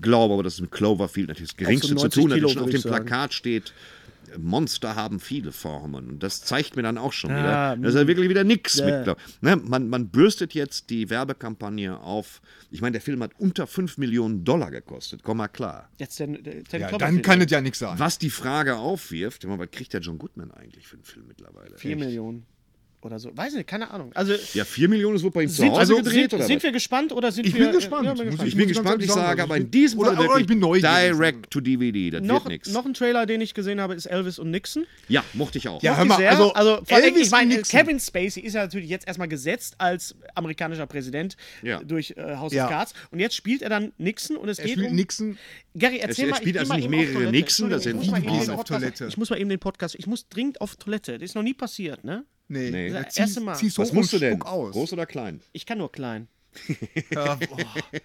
Glaube aber, dass es mit Cloverfield natürlich das Geringste zu 90 tun hat. Kilo, Schon auf würd dem ich sagen. Plakat steht, Monster haben viele Formen. Und das zeigt mir dann auch schon Ah, wieder, dass er wirklich wieder nichts Ja. mit. Glaub, ne, man, man bürstet jetzt die Werbekampagne auf. Ich meine, der Film hat unter 5 Millionen Dollar gekostet, komm mal klar. Jetzt den, den Ja, dann Cloverfield. kann es ja nichts sein. Was die Frage aufwirft, immer, was kriegt der John Goodman eigentlich für einen Film mittlerweile? 4 Echt? Millionen oder so. Weiß nicht, keine Ahnung. Also Ja, 4 Millionen ist wohl bei ihm zu sind, Hause also gedreht, sind, oder sind was? wir gespannt oder sind Ich wir bin gespannt. Ja, wir Muss gespannt. Ich bin ganz gespannt, ehrlich ich sagen, sage also aber ich in bin- diesem oder- Fall oder wirklich ich bin neugierig. direct to DVD, das Noch, wird nichts. noch ein Trailer, den ich gesehen habe, ist Elvis und Nixon. Ja, mochte ich auch. Ja, hör Mochte ich mal, sehr. also, vor allem, Elvis ich meine, Nixon. Kevin Spacey ist ja natürlich jetzt erstmal gesetzt als amerikanischer Präsident Ja. durch äh, House Ja. of Cards und jetzt spielt er dann Nixon und es Er geht spielt um Nixon. Gary, Es- erzähl er mal, spielt ich geh also mal nicht eben auf mehrere Toilette. Nixon, das Entschuldigung, sind ich muss mal eben Hippies den auf Podcast- Toilette. Ich muss mal eben den Podcast. Ich muss dringend auf Toilette. Das ist noch nie passiert, ne? Nee, nee. Nee. Das Zieh, erste Mal. zieh's hoch Was musst du und denn? spuck aus. Groß oder klein? Ich kann nur klein. Ja, Oh, boah.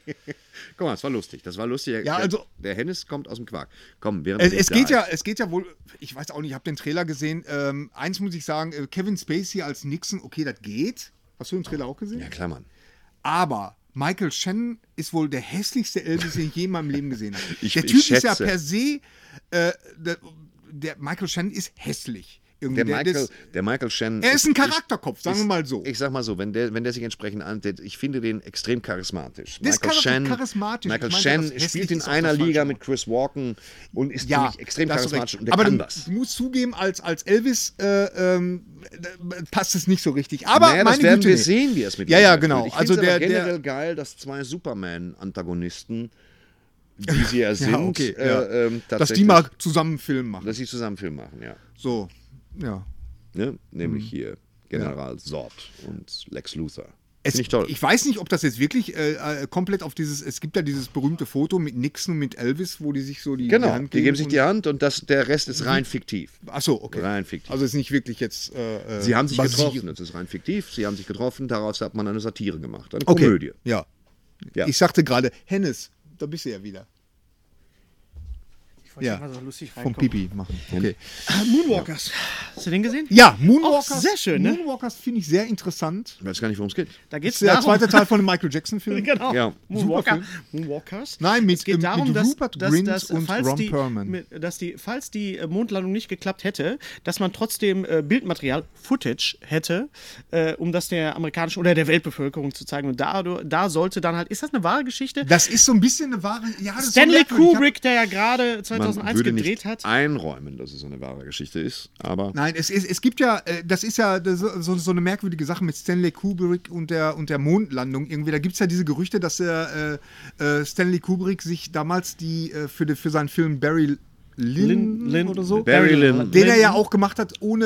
Guck mal, das war lustig. Das war lustig. Der- Ja, also- der, der Hennis kommt aus dem Quark. Komm, während Es, er es nicht geht ja, da (laughs) ist. es geht ja wohl, ich weiß auch nicht, ich habe den Trailer gesehen. Ähm, eins muss ich sagen, äh, Kevin Spacey als Nixon, okay, das geht. Hast du den Trailer auch gesehen? Ja, klar, Mann. Aber Michael Shannon ist wohl der hässlichste Elvis, den ich je in meinem Leben gesehen habe. (laughs) Ich- der ich Typ ist ja schätze. per se, äh, der, der Michael Shannon ist hässlich. Irgendwie Der, Michael, ist, der Michael Shannon. er ist ein Charakterkopf, sagen wir ist- mal so. Ich sag mal so, wenn der, wenn der sich entsprechend antritt, ich finde den extrem charismatisch. Der ist Michael char- Shannon, charismatisch. Michael Ich meinte, Shannon das hässlich spielt in ist auch einer das falsche Liga Wort. mit Chris Walken und ist für mich extrem da hast du charismatisch recht. und der aber kann du, das. du musst zugeben, als, als Elvis äh, ähm, da- passt es nicht so richtig. Aber naja, meine das werden Güte, wir nee. sehen, wie es mit Ja, ihm ja, wird. genau. Ich find's Also aber der- der- generell geil, dass zwei Superman-Antagonisten, die sie ja (laughs) sind, ja, okay, äh, ja. ähm, dass die tatsächlich- mal zusammen einen Film machen. dass sie zusammen einen Film machen, ja. So, ja. ne? nämlich Mhm. hier General Zod und Lex Luthor. Finde ich toll. Ich weiß nicht, ob das jetzt wirklich äh, äh, komplett auf dieses. Es gibt ja dieses berühmte Foto mit Nixon und mit Elvis, wo die sich so die, die genau, Hand die geben sich und- die Hand und das, der Rest ist rein fiktiv. Achso, okay. Rein fiktiv. Also ist nicht wirklich jetzt. Äh, äh, Sie haben sich basierend. getroffen, das ist rein fiktiv, sie haben sich getroffen, daraus hat man eine Satire gemacht, eine Okay. Komödie. Ja. Ja. Ich sagte gerade, Hennes, da bist du ja wieder. Ich wollte Ja. immer so lustig Vom reinkommen. Pipi machen. Okay. Ah, Moonwalkers. Hast du den gesehen? Ja, Moonwalkers. Auch sehr schön, ne? Moonwalkers finde ich sehr interessant. Ich weiß gar nicht, worum es geht. Da Das geht's ist der darum. zweite Teil von dem Michael (laughs) Jackson-Film. genau. Ja. Moonwalker. Moonwalkers. Nein, mit- es geht ähm, darum, mit dass, Rupert dass, Grint dass, und falls Ron die, Perlman. mit- dass die, falls die äh, Mondlandung nicht geklappt hätte, dass man trotzdem äh, Bildmaterial, Footage hätte, äh, um das der amerikanischen oder der Weltbevölkerung zu zeigen. Und da, da sollte dann halt, ist das eine wahre Geschichte? Das ist so ein bisschen eine wahre. Ja, das ist so Stanley merkwürdig. Ich hab- Kubrick, der ja gerade Man 2001 würde gedreht nicht hat. einräumen, dass es eine wahre Geschichte ist, aber Nein, es, ist, es gibt ja, äh, das ist ja das- so, so eine merkwürdige Sache mit Stanley Kubrick und der, und der Mondlandung irgendwie. Da gibt es ja diese Gerüchte, dass der, äh, äh, Stanley Kubrick sich damals die, äh, für, die, für seinen Film Barry Lynn, oder so, Äh, Barry Lyndon. den er ja auch gemacht hat ohne,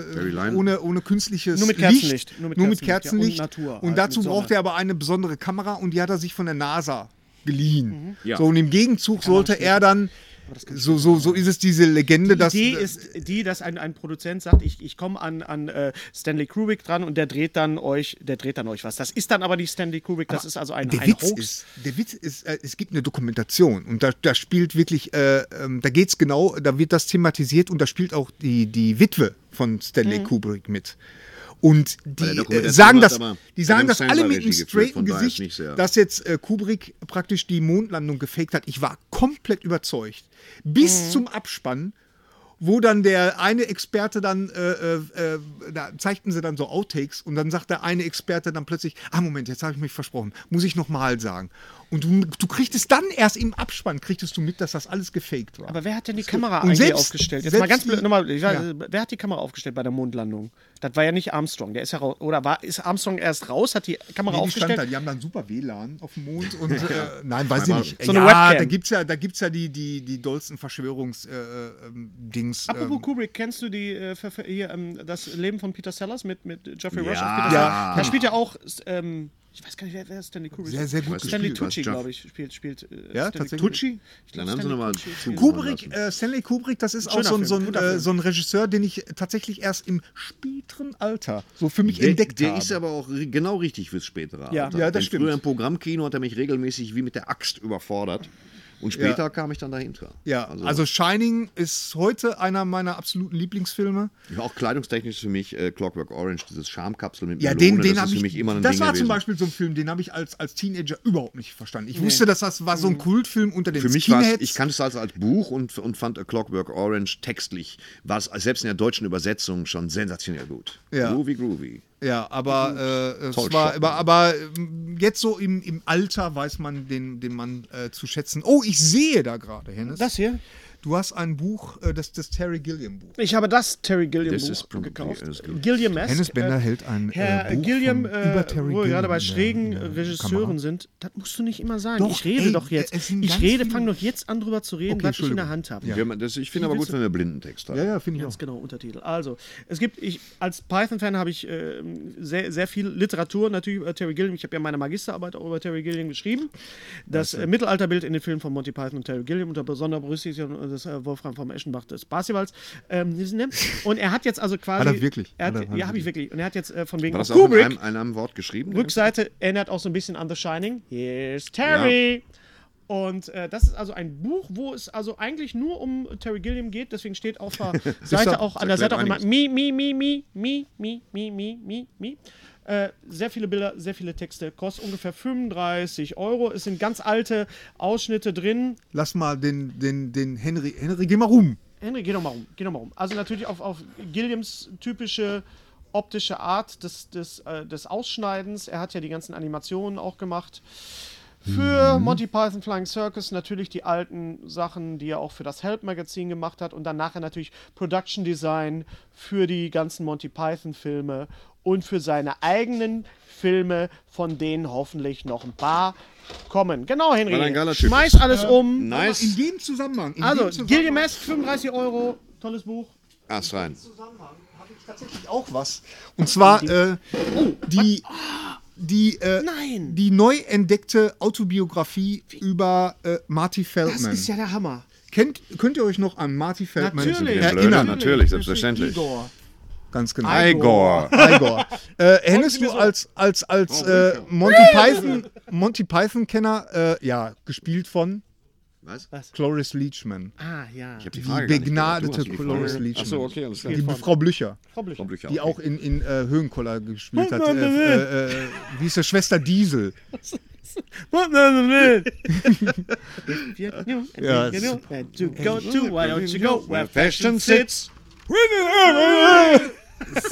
äh, Barry äh, Lyndon. ohne, ohne künstliches Nur mit Licht. Kerzenlicht. Nur mit Kerzenlicht. ja, und Natur, und also dazu mit Sonne. braucht er aber eine besondere Kamera und die hat er sich von der NASA geliehen. Mhm. Ja. So, und im Gegenzug sollte er dann, so, so, so ist es diese Legende, dass... äh, Die Idee ist die, dass ein, ein Produzent sagt, ich, ich komme an, an äh, Stanley Kubrick dran und der dreht dann euch, der dreht dann euch was. Das ist dann aber nicht Stanley Kubrick, das ist also ein, Der ein Witz, Hoax. ist, der Witz ist, äh, es gibt eine Dokumentation und da, da spielt wirklich, äh, ähm, da geht's genau, da wird das thematisiert und da spielt auch die, die Witwe von Stanley Mhm. Kubrick mit. Und Bei der die äh, Dokumentation sagen hat das, aber die sagen Adam das alle Sandler mit einem Regie geführt, straighten von daher ist nicht Gesicht, sehr- dass jetzt äh, Kubrick praktisch Mhm. die Mondlandung gefaked hat. Ich war komplett überzeugt. Bis zum Abspann wo dann der eine Experte dann, äh, äh, äh, da zeigten sie dann so Outtakes und dann sagt der eine Experte dann plötzlich, ah Moment, jetzt habe ich mich versprochen, muss ich nochmal sagen. Und du, du kriegtest dann erst im Abspann, kriegtest du mit, dass das alles gefaked war. Aber wer hat denn die Kamera Und eigentlich selbst- aufgestellt? Jetzt selbst mal ganz die- blöd, nochmal, ich weiß, Ja. wer hat die Kamera aufgestellt bei der Mondlandung? Das war ja nicht Armstrong, der ist ja raus. Oder war, ist Armstrong erst raus, hat die Kamera Nee, die, stand da, aufgestellt? die haben dann super WLAN auf dem Mond und äh, nein, weiß ich Einmal- nicht. So eine ja, Webcam. da gibt's ja, da gibt's ja die die die dollsten Verschwörungs äh, ähm, Dings. Apropos ähm, Kubrick, kennst du die, äh, Ver- Ver- hier, ähm, das Leben von Peter Sellers mit, mit Jeffrey Ja. Rush? als Peter Sellers? Ja. Da spielt ja auch, ähm, ich weiß gar nicht, wer, wer ist Stanley Kubrick? sehr sehr gut Stanley gespielt. Tucci, was, Jeff? glaube ich, spielt. spielt äh, Ja, Stanley tatsächlich. Tucci? Ich glaub, Dann haben sie Stanley nochmal Tucci. zu- Kubrick, äh, Stanley Kubrick, das ist auch Schöner so ein, so, Film, ein, guter äh, Film. so ein Regisseur, den ich tatsächlich erst im späteren Alter so für mich Der, äh, entdeckt der habe. ist aber auch ri- genau richtig fürs spätere Alter. Ja. Ja, das Denn stimmt. Früher im Programmkino hat er mich regelmäßig wie mit der Axt überfordert. Und später Ja. kam ich dann dahinter. ja, also, Shining ist heute einer meiner absoluten Lieblingsfilme. Ja, Auch kleidungstechnisch für mich äh, Clockwork Orange, dieses Schamkapsel mit Ja, Melone, den, den das ist habe für ich. mich immer ein das Ding war gewesen. zum Beispiel so ein Film, den habe ich als, als Teenager überhaupt nicht verstanden. Ich wusste, dass das war so ein Kultfilm unter den Mhm. Für mich war es, Skinheads. ich kannte es also als Buch und, und fand A Clockwork Orange textlich, war es selbst in der deutschen Übersetzung schon sensationell gut. Ja. Groovy, groovy. Ja, aber, äh, es Mhm. Toll, war, Schock. aber, aber ähm, jetzt so im, im Alter weiß man den, den Mann äh, zu schätzen. Oh, ich sehe da gerade, Hennes. Das hier? Du hast ein Buch, äh, das, das Terry Gilliam Buch. Ich habe das Terry Gilliam Das ist Buch probably- gekauft. alles gut. Gilliam Hennes Bender hält ein Herr äh, Buch Gilliam, von, äh, über Terry wo wir gerade Gilliam bei in schrägen äh, der- in der Regisseuren Kamera. sind, das musst du nicht immer sagen. Doch, ich rede ey, doch jetzt. es sind Ich ganz rede, viele- fang doch jetzt an, drüber zu reden, Okay, was ich in der Entschuldigung. Hand habe. Wenn man- Das, ich finde aber gut, wenn wir Blindentext haben. Ja, ja, finde ich auch. Ganz genau, Untertitel. Also, es gibt, ich, als Python-Fan habe ich ähm, sehr, sehr viel Literatur natürlich über Terry Gilliam. Ich habe ja meine Magisterarbeit auch über Terry Gilliam geschrieben. Das äh, Mittelalterbild in den Filmen von Monty Python und Terry Gilliam unter besonderer Berücksichtigung des äh, Wolfram von Eschenbach des Barsivals. Ähm, und er hat jetzt also quasi. Hat er wirklich? Er hat, Hat er- hat ja, er habe ich wirklich. Und er hat jetzt äh, von wegen War das auch in Kubrick. einem, in einem Wort geschrieben? Rückseite erinnert auch so ein bisschen an The Shining. Here's Terry. Und äh, das ist also ein Buch, wo es also eigentlich nur um Terry Gilliam geht. Deswegen steht auf der Seite auch an der erklärt Seite auch immer einiges. mi mi mi mi mi mi mi mi mi mi. Äh, sehr viele Bilder, sehr viele Texte. Kostet ungefähr 35 Euro. Es sind ganz alte Ausschnitte drin. Lass mal den, den, den Henry, Henry, geh mal rum. Henry, geh doch mal rum, geh doch mal rum. Also natürlich auf, auf Gilliams typische optische Art des, des, äh, des Ausschneidens. Er hat ja die ganzen Animationen auch gemacht. Für Mhm. Monty Python Flying Circus natürlich die alten Sachen, die er auch für das Help Magazin gemacht hat und dann nachher natürlich Production Design für die ganzen Monty Python Filme und für seine eigenen Filme, von denen hoffentlich noch ein paar kommen. Genau, Henry. War ein geiler Typ. Schmeiß alles um. In Nice. dem Zusammenhang. In dem Also, Zusammenhang Gilliam Mask, 35 Euro, tolles Buch. Ast rein. habe ich tatsächlich auch was. Und zwar äh, die, die, äh, Oh, Nein. die neu entdeckte Autobiografie über äh, Marty Das Feldman. ist ja der Hammer. Kennt, könnt ihr euch noch an Marty Feldman Natürlich. Blöder, erinnern? natürlich, selbstverständlich. Igor. Ganz genau. Igor. (laughs) Igor. Äh, Hennes, du als, als, als äh, Monty Python, Monty Python-Kenner, äh, ja, gespielt von Was? Cloris Leachman. Ah, ja. Ich hab die Die Frage gar nicht begnadete gehört. Du hast die Cloris Frage. Leachman. Ach so, okay, alles klar. Die Frau Blücher. Problem. Glück, ja, die okay. auch in, in äh, Höhenkoller gespielt hat. Mann, der Äh, äh, äh, wie ist der Schwester Diesel? (laughs) Ja, es ist- To go to, why don't you go where fashion Fashion sits? (laughs)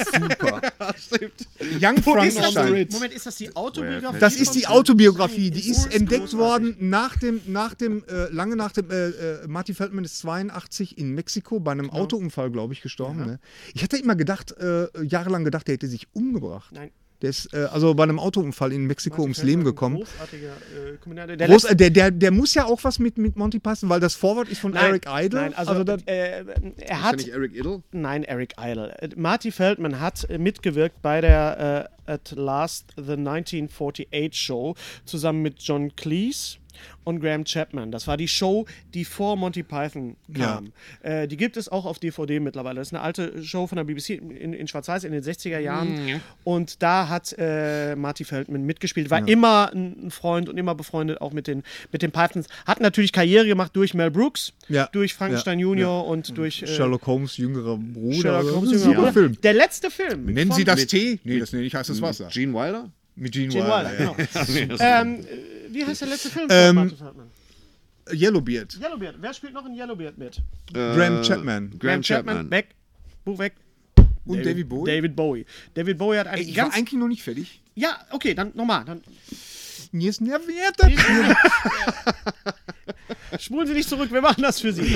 Young Ist das, Frankenstein. Moment, ist das die Autobiografie? Das ist die Autobiografie, die ist großartig. entdeckt worden nach dem, nach dem, äh, lange nach dem, äh, äh, Marty Feldman ist 82 in Mexiko bei einem Genau. Autounfall, glaube ich, gestorben. Ne? Ich hatte immer gedacht, äh, jahrelang gedacht, der hätte sich umgebracht. Nein. Der ist äh, also bei einem Autounfall in Mexiko ums Leben gekommen. Großartiger äh, Kombinator. Der Groß, äh, der, der, der muss ja auch was mit, mit Monty Python, weil das Vorwort ist von Nein, Eric Idle. Nein, also, da- äh, er Ist ja hat nicht Eric Idle? Nein, Eric Idle. Äh, Marty Feldman hat äh, mitgewirkt bei der äh, At Last the 1948 Show zusammen mit John Cleese und Graham Chapman. Das war die Show, die vor Monty Python kam. Äh, die gibt es auch auf DVD mittlerweile. Das ist eine alte Show von der BBC in, in Schwarz-Weiß in den 60er Mhm, Jahren. Und da hat äh, Marty Feldman mitgespielt, war immer ein ein Freund und immer befreundet auch mit den, mit den Pythons. Hat natürlich Karriere gemacht durch Mel Brooks, Ja. durch Frankenstein Ja. Junior und durch äh, Sherlock Holmes jüngerer Bruder. Sherlock oder so. Holmes Das ist ein jüngerer super Bruder. Film. Der letzte Film. Nennen von Sie das mit- Tee? Nee, das nenne ich heißes Wasser. Gene Wilder? Mit Gene, Gene Wilder, (laughs) Wilder. genau. Nee, das- ähm, äh, wie heißt der letzte Film von Martin Feldman? Yellowbeard. Yellowbeard. Wer spielt noch in Yellowbeard mit? Äh, Graham Chapman. Graham Chapman. Weg. Buch weg. Und David, Bowie. David Bowie. David Bowie hat Ey, einen ich war ganz. eigentlich noch nicht fertig. ja, okay, dann nochmal. Dann (laughs) Mir ist nervös. Nein, spulen Sie nicht zurück, wir machen das für (laughs) Sie.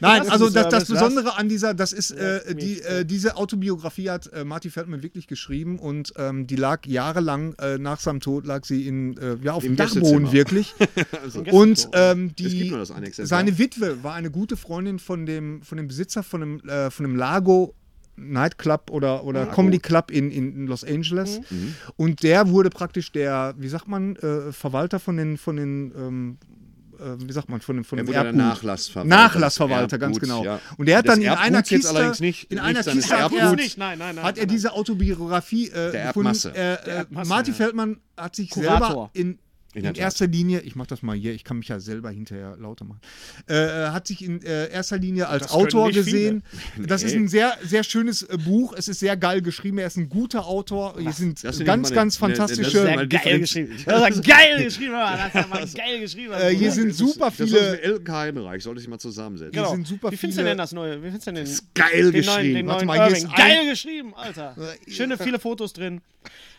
also das, das Service, Besondere an dieser, das ist, äh, mir die, äh, diese Autobiografie hat äh, Marty Feldman wirklich geschrieben und ähm, die lag jahrelang äh, nach seinem Tod, lag sie in, äh, ja, auf Im dem Dachboden Gästezimmer. (laughs) Also, wirklich. Im Gästezimmer. Und ähm, Es gibt die, nur das eine Exemplar. seine Witwe war eine gute Freundin von dem, von dem Besitzer von einem, äh, von einem Lago Nightclub oder, oder Comedy Club in, in Los Angeles. Mhm. Und der wurde praktisch der, wie sagt man, äh, Verwalter von den, von den ähm, äh, wie sagt man, von dem, von Er dem wurde der Erbgut. Nachlassverwalter. Nachlassverwalter, ganz Erbguts, genau. ja. Und der hat Des dann in einer Erbguts jetzt Kiste, allerdings nicht- in nicht einer seines Kiste hat Erbguts. er, Gut. nicht, nein, nein, nein. hat er nein. diese Autobiografie äh, Der gefunden. Erbmasse. Der Äh, äh, Erbmasse, Marty ja. Feldman hat sich Kurator. selber in, in, der Tat. erster Linie, ich mach das mal hier, ich kann mich ja selber hinterher lauter machen, äh, äh, hat sich in äh, erster Linie als Das können Autor nicht (laughs) gesehen. Das Nee. ist ein sehr, sehr schönes äh, Buch, es ist sehr geil geschrieben, er ist ein guter Autor, hier sind das sind ganz, meine- ganz ne, ne, das ist fantastische... meine- sehr mal geil differenzieren. geschrieben. Das ist geil geschrieben, Mann. Das ist ja mal geil geschrieben. Äh, hier Bruder. sind super Das ist viele... mit Elke Heidenreich, sollte ich mal zusammensetzen. Genau. Genau. sind super Wie findest du viele- denn das neue? Wie findest du denn den, Geil den neuen, den geschrieben. neuen Warte mal, hier Irving? ist ein- Äh, Geil geschrieben, Alter. Schöne viele Fotos drin.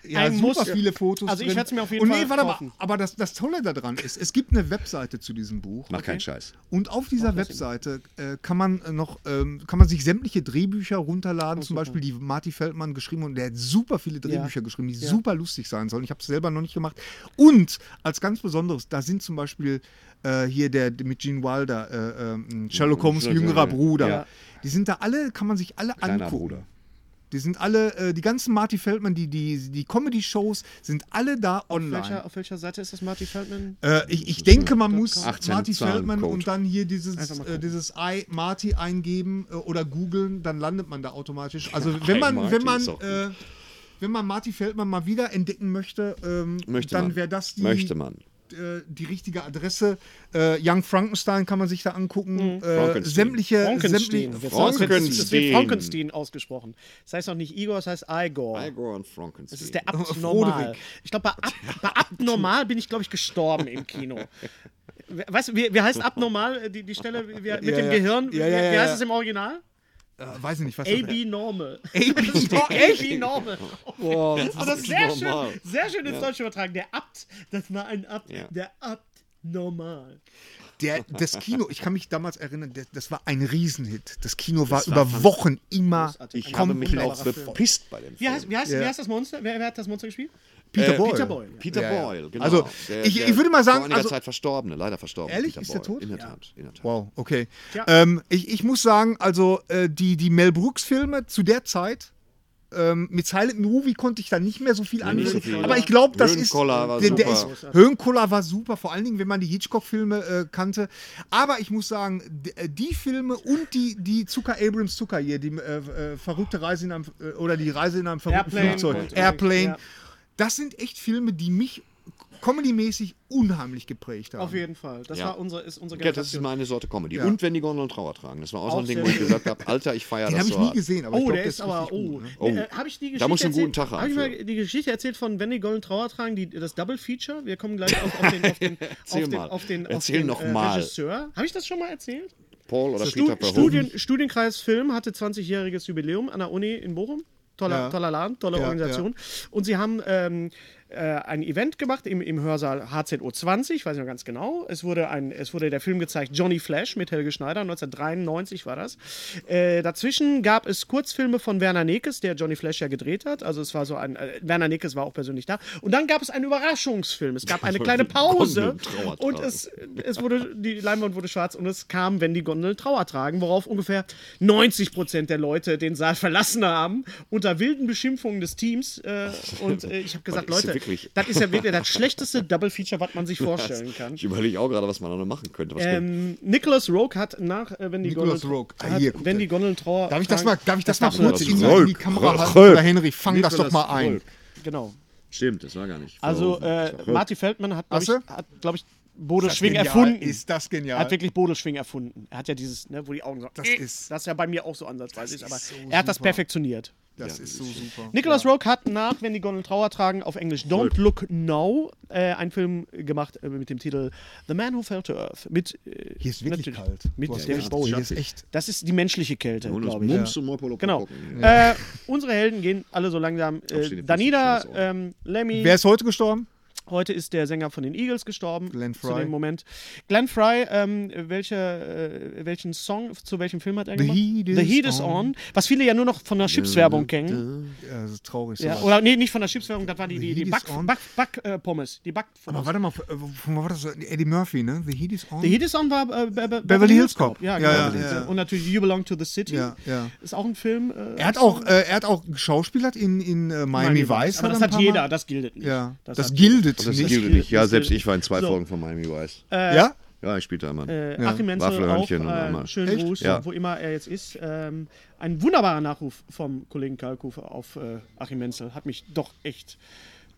Ja, Ein super Muss. viele Fotos Also ich drin. werd's mir auf jeden Und Fall warte mal, kaufen. aber das, das Tolle daran ist, es gibt eine Webseite zu diesem Buch. Mach keinen Scheiß. Und auf dieser Webseite äh, kann man äh, noch ähm, kann man sich sämtliche Drehbücher runterladen, zum Beispiel die Marty Feldmann geschrieben hat. und der hat super viele Drehbücher geschrieben, die super lustig sein sollen. Ich habe es selber noch nicht gemacht. Und als ganz Besonderes, da sind zum Beispiel äh, hier der, der mit Gene Wilder, äh, ähm, Sherlock Holmes Sherlock- jüngerer ja. Bruder. Ja. Die sind da alle, kann man sich alle Kleiner angucken. Bruder. Die sind alle, äh, die ganzen Marty Feldman, die, die, die Comedy-Shows sind alle da online. Welcher, auf welcher Seite ist das Marty Feldman? Äh, ich, ich denke, man muss 18 Marty Zahlen Feldman Code. und dann hier dieses, mal äh, dieses I Marty eingeben äh, oder googeln, dann landet man da automatisch. Also wenn man, Marty wenn man, ist auch gut. äh, wenn man Marty Feldman mal wieder entdecken möchte, ähm, Möchte dann man. wäre das die, Möchte man. äh, die richtige Adresse. Äh, Young Frankenstein kann man sich da angucken. Äh, Frankenstein. sämtliche, Mhm. Frankenstein. sämtliche Jetzt wird- Frankenstein. Es wird Frankenstein ausgesprochen. Das heißt auch nicht Igor, es heißt Igor. Igor und Das Frankenstein. (laughs) ist der Abnormal. Froderick. Ich glaube, bei, Ab, bei Abnormal bin ich, glaube ich, gestorben im Kino. We- Weißt du, wie, wie (laughs) heißt Abnormal, äh, die, die Stelle wie, wie, mit Ja, dem ja. Gehirn? Ja, ja, wie, ja, wie heißt ja. es im Original? äh, weiß ich nicht, was das AB Normal. (laughs) ist. AB Normal. Boah, das Aber das ist sehr Oh, normal. schön, sehr schön ins Deutsche übertragen. Der Abt, das war ein Abt, Ja. der Abt normal. Der, das Kino, ich kann mich damals erinnern, der, das war ein Riesenhit. Das Kino war, Das war über Wochen immer großartig. Ich habe mich komplett auch bepisst bei dem Wie Film. heißt, wie heißt, Ja. wie heißt das Monster? Wer, wer hat das Monster gespielt? Peter Boyle. Äh, Peter Boyle. Peter Ja, ja. Boyle, genau. Also, ich- ich würde mal sagen, Vor einiger also- Zeit verstorbene, leider verstorbene. Ehrlich? Peter Ist der Boyle. tot? In der Ja. Tat. In der Tat. Wow, okay. Tja. Ähm, ich, ich muss sagen, also äh, die, die Mel Brooks-Filme zu der Zeit. Ähm, mit Silent Movie konnte ich da nicht mehr so viel anfangen. so viel. aber ich glaube, das ist. Höhenkoller war der, der super. ist Höhenkoller war super, vor allen Dingen, wenn man die Hitchcock-Filme äh, kannte. Aber ich muss sagen, d- äh, die Filme und die, die Zucker Abrams Zucker hier, die äh, äh, verrückte Reise in einem äh, oder die Reise in einem verrückten Airplane. Flugzeug, Ja. Airplane, Ja. das sind echt Filme, die mich comedymäßig unheimlich geprägt haben. Auf jeden Fall. Das Ja. war unsere, ist unsere Ja, das ist Generation. meine Sorte Comedy. Ja. Und wenn die Gondeln Trauer tragen. Das war auch so ein Auch Ding, sehr wo ich schön. gesagt habe, Alter, ich feiere Den das habe ich so nie hart. gesehen, aber ich Oh, glaube, der ist aber. richtig Oh, gut, ne? oh. Oh. Äh, habe ich die Geschichte. musst du einen guten erzählt- Tag Habe ich haben mal die Geschichte erzählt von Wenn die Golden Trauer tragen, die, das Double Feature? Wir kommen gleich auf, auf den, auf den, auf (laughs) Erzähl den, mal. auf den, auf Erzähl den noch äh, mal. Regisseur. Habe ich das schon mal erzählt? Paul oder Stu- Peter Verhoeven. Studien, Studienkreis Film hatte 20-jähriges Jubiläum an der Uni in Bochum. Toller, Ja. toller Laden, tolle Ja, Organisation. Und sie haben ähm, äh, ein Event gemacht im, im Hörsaal HZO 20, weiß ich noch ganz genau. Es wurde, ein, es wurde der Film gezeigt, Johnny Flash mit Helge Schneider, 1993 war das. Äh, dazwischen gab es Kurzfilme von Werner Nekes, der Johnny Flash ja gedreht hat. Also es war so ein, äh, Werner Nekes war auch persönlich da. Und dann gab es einen Überraschungsfilm. Es gab eine kleine Pause Gondeln Trauer und tragen. es es wurde, die Leinwand wurde schwarz und es kam, wenn die Gondeln Trauer tragen, worauf ungefähr 90 Prozent der Leute den Saal verlassen haben, unter wilden Beschimpfungen des Teams. Äh, und äh, ich habe gesagt, Das ist ja Leute, wirklich- das ist ja wirklich das schlechteste Double-Feature, was man sich vorstellen kann. Ich überlege auch gerade, was man da noch machen könnte. Was könnte- Ähm, Nicholas Rogue hat nach, äh, wenn die Nicholas Gondeln, Rogue. Ah, hat, hier, guck wenn da. die Gondeln Trauer Darf ich das mal, tragen- darf ich das mal darfst du kurz das in, Roll. in die Kamera halten? Roll. Oder Henry, fang das doch Nicolas mal ein. Roll. Genau. Stimmt, das war gar nicht. Also Verhoeven. äh, Marty Feldman hat, glaube ich, Asse? hat, glaub ich, Bode Das Schwing genial. erfunden. Ist das Er genial. hat wirklich Bodelschwing erfunden. Er hat ja dieses, ne, wo die Augen so. Das ist- das ja bei mir auch so ansatzweise ist, aber ist so er hat das super. perfektioniert. Das Ja, ist so super. Nicholas Rogue hat nach, wenn die Gondeln Trauer tragen, auf Englisch Don't Look Now äh, einen Film gemacht äh, mit dem Titel The Man Who Fell to Earth. Mit, äh, Hier ist wirklich natürlich- kalt. Mit du hast David recht. Bowie. Hier ist echt. Das ist die menschliche Kälte, Wir holen uns glaube ich. Mums und Morpolo Genau. Pocken. Äh, unsere Helden gehen alle so langsam. Abstehende Äh, Füße, Danida, schönes Ohr. ähm, Lemmy, Wer ist heute gestorben? Heute ist der Sänger von den Eagles gestorben. Glenn Zu Fry. dem Moment. Glenn Fry, ähm, welche, äh, welchen Song, zu welchem Film hat er The gemacht? Heat is The Heat is On. on. Was viele ja nur noch von der Chips-Werbung kennen. Ja, das ist traurig. Ja, sowas. oder nee, nicht von der Chips-Werbung, das war die, The die, die Heat is Back, On. Back, Back, äh, Pommes. Die Back Aber warte mal, äh, von wo war das? Eddie Murphy, ne? The Heat is on. The Heat is on war äh, Be Be Beverly Hills Cop. Ja, genau. Ja, ja, ja. Und natürlich You Belong to the City. Ja, ja. Ist auch ein Film. äh, er hat auch, äh, er hat auch geschauspielert in, in äh, Miami, Vice. Aber das er ein hat paar Mal- jeder, das gilt nicht. Ja, das, Das hat- gildet Das nicht. gilt nicht. Ja, Das selbst gilt. ich war in zwei So. Folgen von Miami Vice. ja? Ja, ich spielte einmal. Äh, Achim Menzel auch, Waffelhörnchen und äh, einmal. schönen Echt? Gruß, Ja. wo immer er jetzt ist. Ähm, ein wunderbarer Nachruf vom Kollegen Kalkofe auf äh, Achim Menzel hat mich doch echt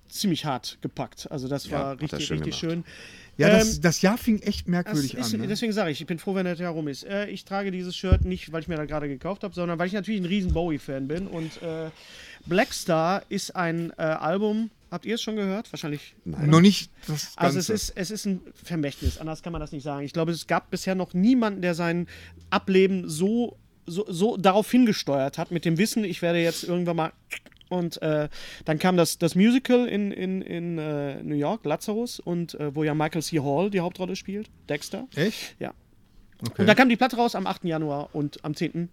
ziemlich hart gepackt. Also das Ja, war hat er richtig, schön richtig gemacht. schön. Ja, Ähm, das, das Jahr fing echt das merkwürdig ist, an. Ne? Deswegen sage ich, ich bin froh, wenn das Jahr rum ist. Äh, ich trage dieses Shirt nicht, weil ich mir das gerade gekauft habe, sondern weil ich natürlich ein riesen Bowie-Fan bin. Und äh, Blackstar ist ein äh, Album, habt ihr es schon gehört? Wahrscheinlich Noch nicht das Ganze. also es ist, es ist ein Vermächtnis, anders kann man das nicht sagen. Ich glaube, es gab bisher noch niemanden, der sein Ableben so, so, so darauf hingesteuert hat, mit dem Wissen, ich werde jetzt irgendwann mal. Und äh, dann kam das, das Musical in, in, in äh, New York, Lazarus, und äh, wo ja Michael C. Hall die Hauptrolle spielt, Dexter. echt? Ja. Okay. Und da kam die Platte raus am 8. Januar und am 10.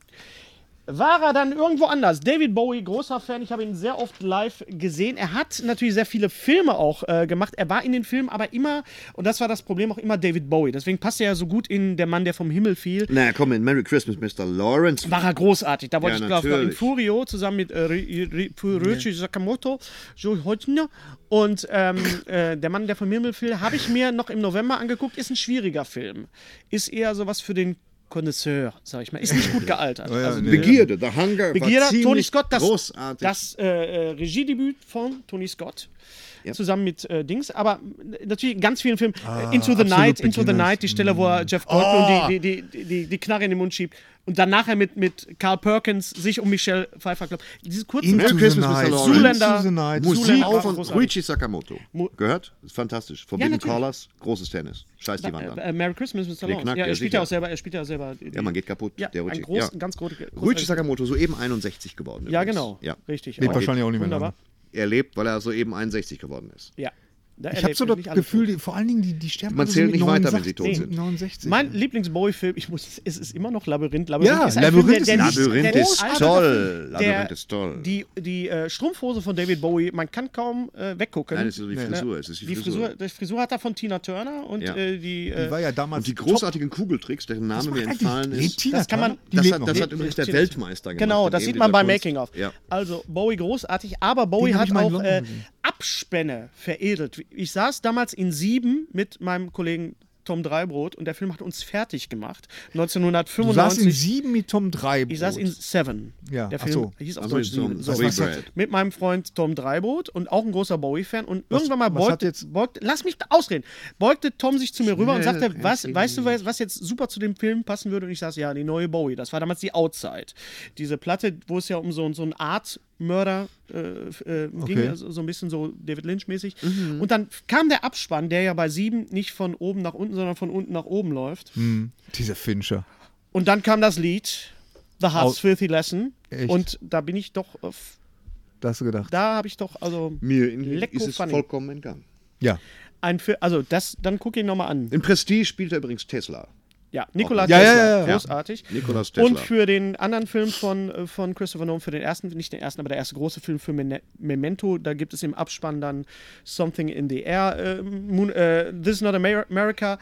War er dann irgendwo anders? David Bowie, großer Fan, ich habe ihn sehr oft live gesehen. Er hat natürlich sehr viele Filme auch äh, gemacht. Er war in den Filmen aber immer, und das war das Problem, auch immer David Bowie. Deswegen passt er ja so gut in Der Mann, der vom Himmel fiel. Na komm, in Merry Christmas, Mr. Lawrence. War er großartig. Da wollte Ja, ich glaube ich, in natürlich. Furio zusammen mit äh, Ri- Ri- Furuichi Sakamoto, Joe Holtner und ähm, äh, der Mann, der vom Himmel fiel, habe ich mir noch im November angeguckt. Ist ein schwieriger Film. Ist eher sowas für den Connoisseur, sag ich mal. Ist nicht gut gealtert. ja, also, nee. Begierde, der Hunger. Begierder, war ziemlich Tony Scott, das, großartig. das äh, äh, Regiedebüt von Tony Scott. Zusammen mit äh, Dings, aber äh, natürlich in ganz vielen Filmen. Ah, Äh, Into the absolut Night, Into the Beginners. Night, die Stelle, wo Mhm. er Jeff Goldblum die, die, die, die, die Knarre in den Mund schiebt und dann nachher mit, mit Carl Perkins sich um Michelle Pfeiffer klopft. Diese kurzen Merry Into the Christmas, Mr. Night. Lawrence. Zoolander. Into the Night. Musik Zuländer war von großartig. Ruichi Sakamoto. Mu- Gehört? Ist fantastisch. Forbidden natürlich. Callers, großes Tennis. Scheiß die Wand äh, an. äh, Merry Christmas, Mr. Lawrence. knackt ja, er er spielt sicher. ja auch selber. Er spielt ja auch selber. die- Ja, man geht kaputt. Ja, der Ruichi. ein groß, ja. ein ganz groß, Ruichi großartiger- Sakamoto, soeben 61 geworden. äh, Ja, übrigens. genau. Ja. Richtig. Lebt Aber- wahrscheinlich auch nicht mehr ne? Wunderbar. lange. Er lebt, weil er soeben 61 geworden ist. Ja. Da Ich habe erlebt so man das nicht alle Gefühl, die, vor allen Dingen die, die sterben Man alle so zählt mit nicht weiter, wenn sie 69, tot sind. mit 69. Mein Lieblings-Bowie-Film, ich muss, es ist immer noch Labyrinth. Labyrinth Ja, ist ein Film, Labyrinth der, der ist- nicht- Labyrinth der ist nicht- toll. Der, Labyrinth ist toll. Die, die äh, Strumpfhose von David Bowie, man kann kaum äh, weggucken. Nein, es ist die Frisur. Es ist die, die Frisur, die Frisur hat er von Tina Turner und Ja. äh, die, Die war äh, ja damals Und die top. großartigen Kugeltricks, deren Name mir Eigentlich entfallen lebt ist. Tina Das kann man- Turner? Die Das lebt hat, noch. das Die- hat übrigens der die- Weltmeister gemacht. genau, in das eben sieht man bei dieser Making Kunst. of. Ja. Also Bowie großartig, aber Bowie Den hab hat ich mal in auch London äh, gesehen. Abspänne veredelt. Ich saß damals in Sieben mit meinem Kollegen Tom Dreibrot und der Film hat uns fertig gemacht. Du saßt in 1995 sieben mit Tom 3. Ich saß in Seven. Ja, der ach Film so. hieß auf Also Deutsch in so einem Sieben. So, Zombie was hat- Bread. mit meinem Freund Tom Dreiboot und auch ein großer Bowie-Fan. Und irgendwann mal was hat beugte, jetzt- beugte, lass mich ausreden, beugte Tom sich zu mir rüber und sagte, was, weißt du, was was jetzt super zu dem Film passen würde? Und ich saß, ja, die neue Bowie. Das war damals die Outside. Diese Platte, wo es ja um so, so einen Art-Mörder äh, f- äh, ging, Okay. Mhm. also so ein bisschen so David Lynch-mäßig. Und dann kam der Abspann, der ja bei Sieben nicht von oben nach unten, sondern von unten nach oben läuft. Dieser Fincher. Und dann kam das Lied The Heart's Au- Filthy Lesson. Echt? Und da bin ich doch, auf- Da hast du gedacht. da habe ich doch, also Mir in, Lecko ist es funny. vollkommen entgangen. Ja. ein Film, also das, dann gucke ich nochmal an. In Prestige spielt er übrigens Tesla. Ja, Nikola Ja, Tesla, ja, ja, ja. großartig. Nikolas Tesla. Und für den anderen Film von, äh, von Christopher Nolan, für den ersten, nicht den ersten, aber der erste große Film für Mene Memento, da gibt es im Abspann dann Something in the Air, äh, Moon, äh, This is Not Amer- America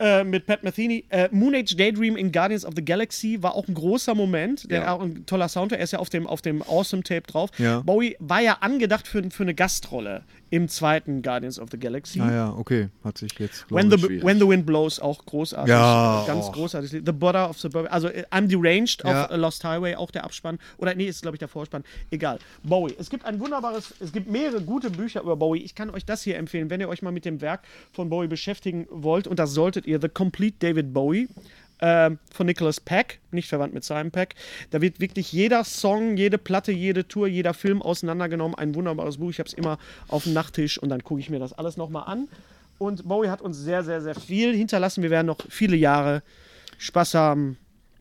äh, mit Pat Metheny. Äh, Moon Age Daydream in Guardians of the Galaxy war auch ein großer Moment, der Ja. auch ein toller Soundtrack, er ist ja auf dem, auf dem Awesome Tape drauf. Ja. Bowie war ja angedacht für, für eine Gastrolle im zweiten Guardians of the Galaxy. Ah ja, okay. Hat sich jetzt. glaub When ich- the, When the Wind Blows, auch großartig. Ja, oh. Ganz och. großartig. The Border of Suburbia. Also äh, I'm Deranged Ja. auf äh, Lost Highway, auch der Abspann. Oder nee, ist glaube ich der Vorspann. Egal. Bowie. Es gibt ein wunderbares, es gibt mehrere gute Bücher über Bowie. Ich kann euch das hier empfehlen, wenn ihr euch mal mit dem Werk von Bowie beschäftigen wollt. Und das solltet ihr. The Complete David Bowie. ähm, von Nicholas Pack, nicht verwandt mit Simon Pack. Da wird wirklich jeder Song, jede Platte, jede Tour, jeder Film auseinandergenommen. Ein wunderbares Buch. Ich habe es immer auf dem Nachttisch und dann gucke ich mir das alles nochmal an. Und Bowie hat uns sehr, sehr, sehr viel hinterlassen. Wir werden noch viele Jahre Spaß haben.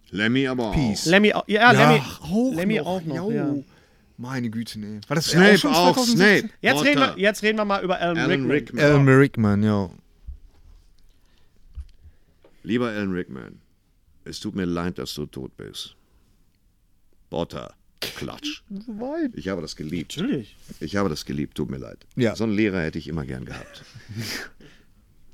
Lemmy aber Peace. auch. Lemmy, au- ja, Lemmy, hoch Lemmy auch noch. Jau. Ja. Meine Güte, nee. War das Snape schon auch, 2016? Snape. Jetzt, reden wir, Walter. jetzt reden wir mal über Alan, Alan Rickman. Ähm. Rickman. Alan Rickman, ja. Lieber Alan Rickman, es tut mir leid, dass du tot bist. Botter, Klatsch. Ich habe das geliebt. Natürlich. Ich habe das geliebt, tut mir leid. Ja. So einen Lehrer hätte ich immer gern gehabt.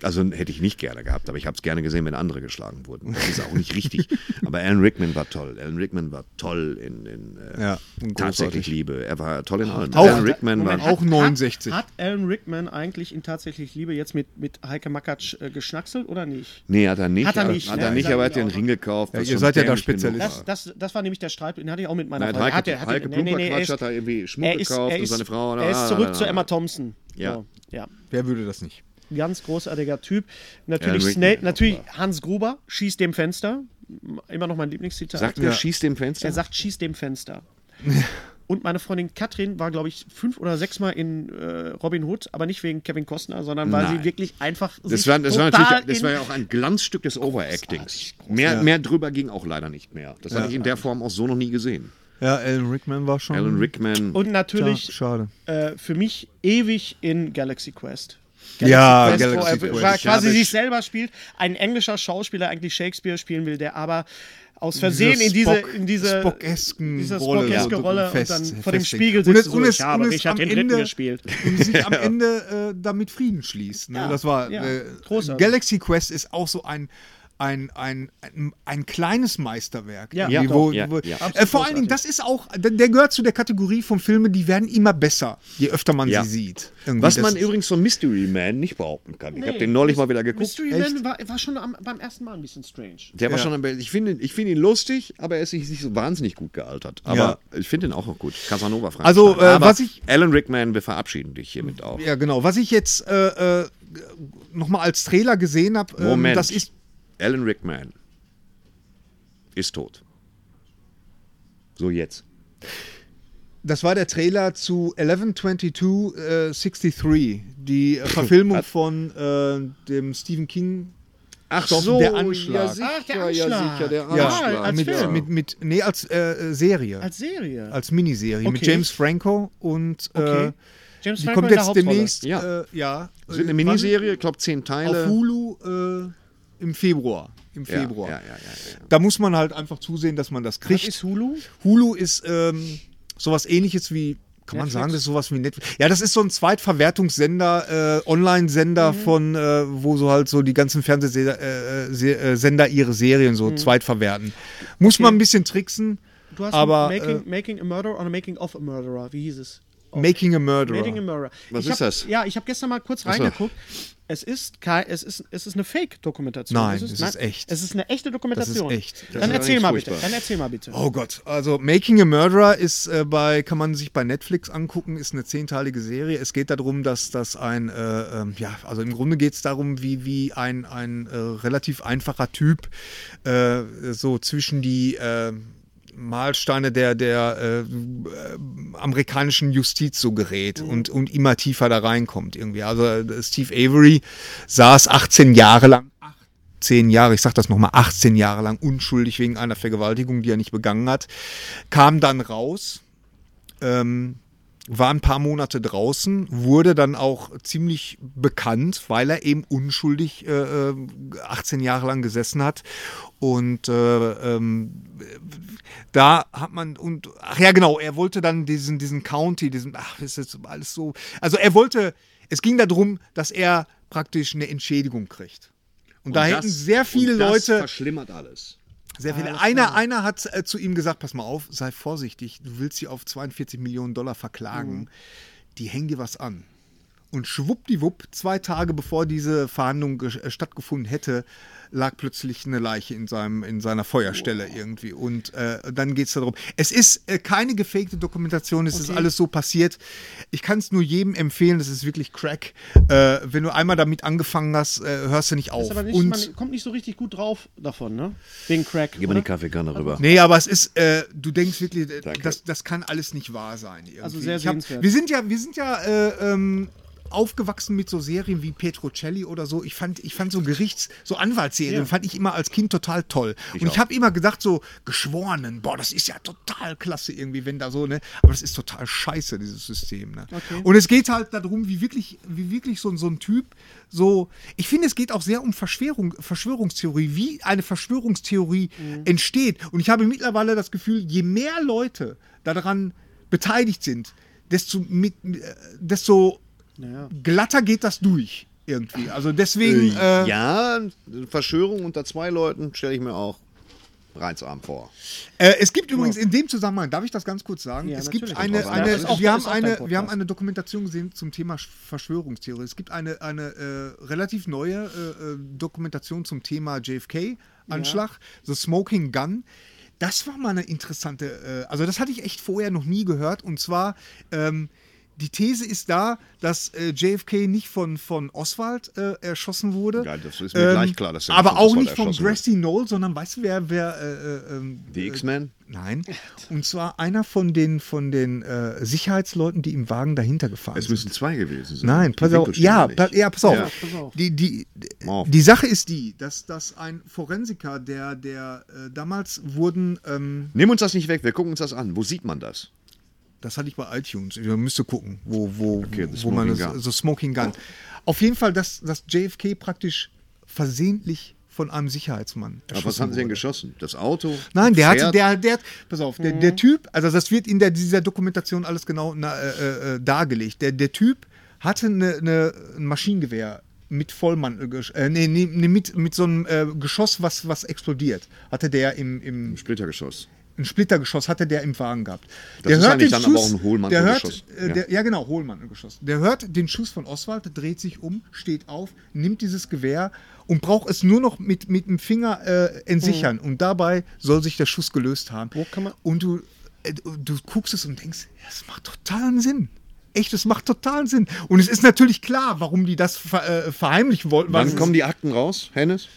Also hätte ich nicht gerne gehabt, aber ich habe es gerne gesehen, wenn andere geschlagen wurden. Das ist auch nicht (laughs) richtig. Aber Alan Rickman war toll. Alan Rickman war toll in, in äh, Ja, und tatsächlich Liebe. Er war toll in allem. Auch- Alan Rickman Moment, war Auch 69. Hat Alan Rickman eigentlich in tatsächlich Liebe jetzt mit, mit Heike Makatsch äh, geschnackselt oder nicht? Nee, hat er nicht. Hat er nicht, Hat ne? er nicht, Sagen aber er wir hat den auch noch. Ring gekauft. was ihr schon seid ja da dämlich genug Spezialist. war. Das, das, das war nämlich der Streit, den hatte ich auch mit meiner Nein, Frau. Heike, Er hat, er hat, Heike nee, nee, nee, er Plumperquatsch ist- hat da irgendwie Schmuck er ist, gekauft er und ist, seine Frau. Er ist ah, zurück ah, zu ah. Emma Thompson. Ja. So, ja. Wer würde das nicht? Ganz großartiger Typ. Alan Natürlich, Rickman, Snape, offenbar. natürlich Hans Gruber, schießt dem Fenster. Immer noch mein Lieblingszitat. Sagt er, schießt dem Fenster? Er sagt, schieß dem Fenster. Und meine Freundin Katrin war, glaube ich, fünf oder sechs Mal in äh, Robin Hood, aber nicht wegen Kevin Costner, sondern weil Nein. sie wirklich einfach. das sich war, das, war total natürlich, das in- war ja auch ein Glanzstück des Overactings. Mehr, mehr drüber ging auch leider nicht mehr. Das hatte ich in der Form auch so noch nie gesehen. Ja, Alan Rickman war schon. Alan Rickman. Mhm. Und Ja, natürlich schade. äh, für mich ewig in Galaxy Quest. Ah, ja, Quest, wo Galaxy er Quest. quasi Ich habe- sich selber spielt. Ein englischer Schauspieler eigentlich Shakespeare spielen will, der aber aus Versehen in diese, in diese Spockesken dieser Rolle, spockeske so Rolle fest- und dann vor dem festigt. Spiegel Und sitzt es- und und so, es- ich habe und es Richard am den Dritten Ende- gespielt. und sich (laughs) am Ende äh, damit Frieden schließt. Ne? Ja, das war ja, äh, großartig. Galaxy Quest ist auch so ein ein, ein, ein, ein kleines Meisterwerk. Ja, irgendwie, ja, wo, doch, ja, wo, ja. Äh, vor allen Dingen, das ist auch, der, der gehört zu der Kategorie von Filmen, die werden immer besser, je öfter man Ja. sie sieht. Irgendwie, was das man ist- übrigens von Mystery Man nicht behaupten kann. Ich habe den neulich mal wieder geguckt. Mystery Man war, war schon am, beim ersten Mal ein bisschen strange. Oh, Der war schon am Be- Ich finde ihn- ich finde ihn lustig, aber er ist nicht, nicht so wahnsinnig gut gealtert. Aber ich finde ihn auch noch gut. Casanova Frank. Also, äh, aber was ich- Alan Rickman, wir verabschieden dich hiermit auch. Ja, genau. Was ich jetzt äh, äh, nochmal als Trailer gesehen habe, ähm, Moment. das ist Alan Rickman ist tot. So jetzt. Das war der Trailer zu 1122 äh, 63, die äh, Verfilmung von äh, dem Stephen King. Ach Stoff, so, der Anschlag. Ja, sicher, Ach, der Anschlag. ja sicher, der Ja, Anschlag. Ah, als mit, Film. Mit, mit, nee, als äh, äh, Serie. Als, Als Serie. Miniserie. Mit Okay. James Franco und äh, Okay. James die Franco kommt in der jetzt Hauptrolle. demnächst. Ja. Äh, ja Das wird äh, eine Miniserie, ich glaube zehn wann? Auf Teile. Hulu äh, im Februar. Im Ja, Februar. Ja, ja, ja, ja. Da muss man halt einfach zusehen, dass man das Was kriegt. ist Hulu? Hulu ist ähm, sowas ähnliches wie, kann man Netflix? sagen, das ist sowas wie Netflix. Ja, das ist so ein Zweitverwertungssender, äh, Mhm. Online-Sender von, äh, wo so halt so die ganzen Fernsehsender äh, Se äh, Sender ihre Serien Mhm. so zweitverwerten. Muss man ein bisschen tricksen, Du hast aber Making, Making a Murderer oder Making of a Murderer. Wie hieß es? äh, Making a Murderer. Oh. Making a Murderer. Was ich ist hab, das? Ja, ich habe gestern mal kurz reingeguckt. Es ist, kein, es ist, es ist eine Fake-Dokumentation. Nein, es ist, es ist echt. Es ist eine echte Dokumentation. echt. Dann ist erzähl allerdings mal bitte. furchtbar. Dann erzähl mal bitte. Oh Gott, also Making a Murderer ist äh, bei, kann man sich bei Netflix angucken, ist eine zehnteilige Serie. Es geht darum, dass das ein, äh, ähm, ja, also im Grunde geht es darum, wie, wie ein, ein äh, relativ einfacher Typ äh, so zwischen die äh, Mahlsteine der, der äh, amerikanischen Justiz so gerät und, und immer tiefer da reinkommt irgendwie. Also äh, Steve Avery saß 18 Jahre lang, 18 Jahre, ich sag das nochmal, 18 Jahre lang unschuldig wegen einer Vergewaltigung, die er nicht begangen hat, kam dann raus, ähm, war ein paar Monate draußen, wurde dann auch ziemlich bekannt, weil er eben unschuldig äh, äh, 18 Jahre lang gesessen hat und äh, ähm, da hat man und ach ja genau, er wollte dann diesen diesen County, diesen ach ist jetzt alles so, also er wollte, es ging darum, dass er praktisch eine Entschädigung kriegt. Und, da hätten das- sehr viele und das Leute verschlimmert alles. Ah, sehr viele. Einer, einer hat äh, zu ihm gesagt: Pass mal auf, sei Mhm. vorsichtig, du willst sie auf 42 Millionen Dollar verklagen. Die hängen dir was an. Und schwuppdiwupp, zwei Tage bevor diese Verhandlung gesch- äh, stattgefunden hätte, lag plötzlich eine Leiche in, seinem, in seiner Feuerstelle irgendwie. Und äh, dann geht es darum. Es ist äh, keine gefakte Dokumentation, es ist alles so passiert. Ich kann es nur jedem empfehlen, das ist wirklich Crack. Äh, wenn du einmal damit angefangen hast, äh, hörst du nicht auf. Ist aber nicht, Und man kommt nicht so richtig gut drauf davon, ne? Wegen Crack. Gib mir die oder? Kaffeekanne rüber. Nee, aber es ist, äh, du denkst wirklich, äh, Danke. das, das kann alles nicht wahr sein. Irgendwie. Also sehr Ich hab, sehenswert. Wir sind ja, wir sind ja äh, ähm, aufgewachsen mit so Serien wie Petrocelli oder so. Ich fand, ich fand so Gerichts-, so Anwaltsserien Ja. fand ich immer als Kind total toll. Und ich auch. habe immer gedacht, so Geschworenen, boah, das ist ja total klasse irgendwie, wenn da so, ne? Aber das ist total scheiße, dieses System, ne? Und es geht halt darum, wie wirklich, wie wirklich so, ein- so ein Typ so, ich finde, es geht auch sehr um Verschwörung, Verschwörungstheorie, wie eine Verschwörungstheorie Mhm. entsteht. Und ich habe mittlerweile das Gefühl, je mehr Leute daran beteiligt sind, desto, mit, äh, desto glatter geht das durch irgendwie. Also deswegen. Äh, Ja, Verschwörung unter zwei Leuten stelle ich mir auch reizarm vor. Äh, es gibt übrigens in dem Zusammenhang, darf ich das ganz kurz sagen? Genau. Ja, es gibt natürlich. eine, Ja, eine, das ist auch- wir, das haben ist auch eine dein Podcast. wir haben eine Dokumentation gesehen zum Thema Sch- Verschwörungstheorie. Es gibt eine, eine äh, relativ neue äh, äh, Dokumentation zum Thema JFK-Anschlag, The Smoking Gun. Das war mal eine interessante, äh, also das hatte ich echt vorher noch nie gehört. Und zwar, ähm, die These ist da, dass äh, JFK nicht von, von Oswald äh, erschossen wurde. Ähm, Ja, das ist mir gleich klar, dass er nicht Aber von auch Oswald nicht von erschossen wurde. Grassy Knoll, sondern weißt du, wer, wer äh, äh, ähm, Die X-Men? Nein. Und zwar einer von den, von den äh, Sicherheitsleuten, die im Wagen dahinter gefahren Es sind. müssen zwei gewesen sein. also Nein, Die pass Winkel auf. stimmen Ja, nicht. pa ja, pass auf. Ja. Die, die, auf. die Sache ist die, dass, dass ein Forensiker, der, der äh, damals wurden, ähm, Nimm uns das nicht weg, wir gucken uns das an. Wo sieht man das? das hatte ich bei iTunes, ich müsste gucken, wo, wo, Okay, The wo man Smoking das, Gun. so Smoking Gun. Auf jeden Fall, dass, dass JFK praktisch versehentlich von einem Sicherheitsmann Aber was erschossen haben sie denn wurde. geschossen? Das Auto? Nein, der Pferd? hatte, der, der, pass auf, der, der Typ, also das wird in der, dieser Dokumentation alles genau na, äh, äh, dargelegt. Der, der Typ hatte eine, eine, ein Maschinengewehr mit Vollmann, äh, gesch- äh, nee, nee, nee, mit, mit so einem äh, Geschoss, was, was explodiert, hatte der im, im Splittergeschoss. ein Splittergeschoss hatte der im Wagen gehabt. Das der ist eigentlich den dann aber Schuss, auch ein Hohlmantel der hört, geschossen. Äh, Ja. der, ja, genau, Hohlmantelgeschoss. Der hört den Schuss von Oswald, dreht sich um, steht auf, nimmt dieses Gewehr und braucht es nur noch mit, mit dem Finger äh, entsichern. Mhm. Und dabei soll sich der Schuss gelöst haben. Wo kann man- und du, äh, du du guckst es und denkst, das macht totalen Sinn. Echt, das macht totalen Sinn. Und es ist natürlich klar, warum die das ver, äh, verheimlichen wollten. weil Wann es- kommen die Akten raus, Hennes?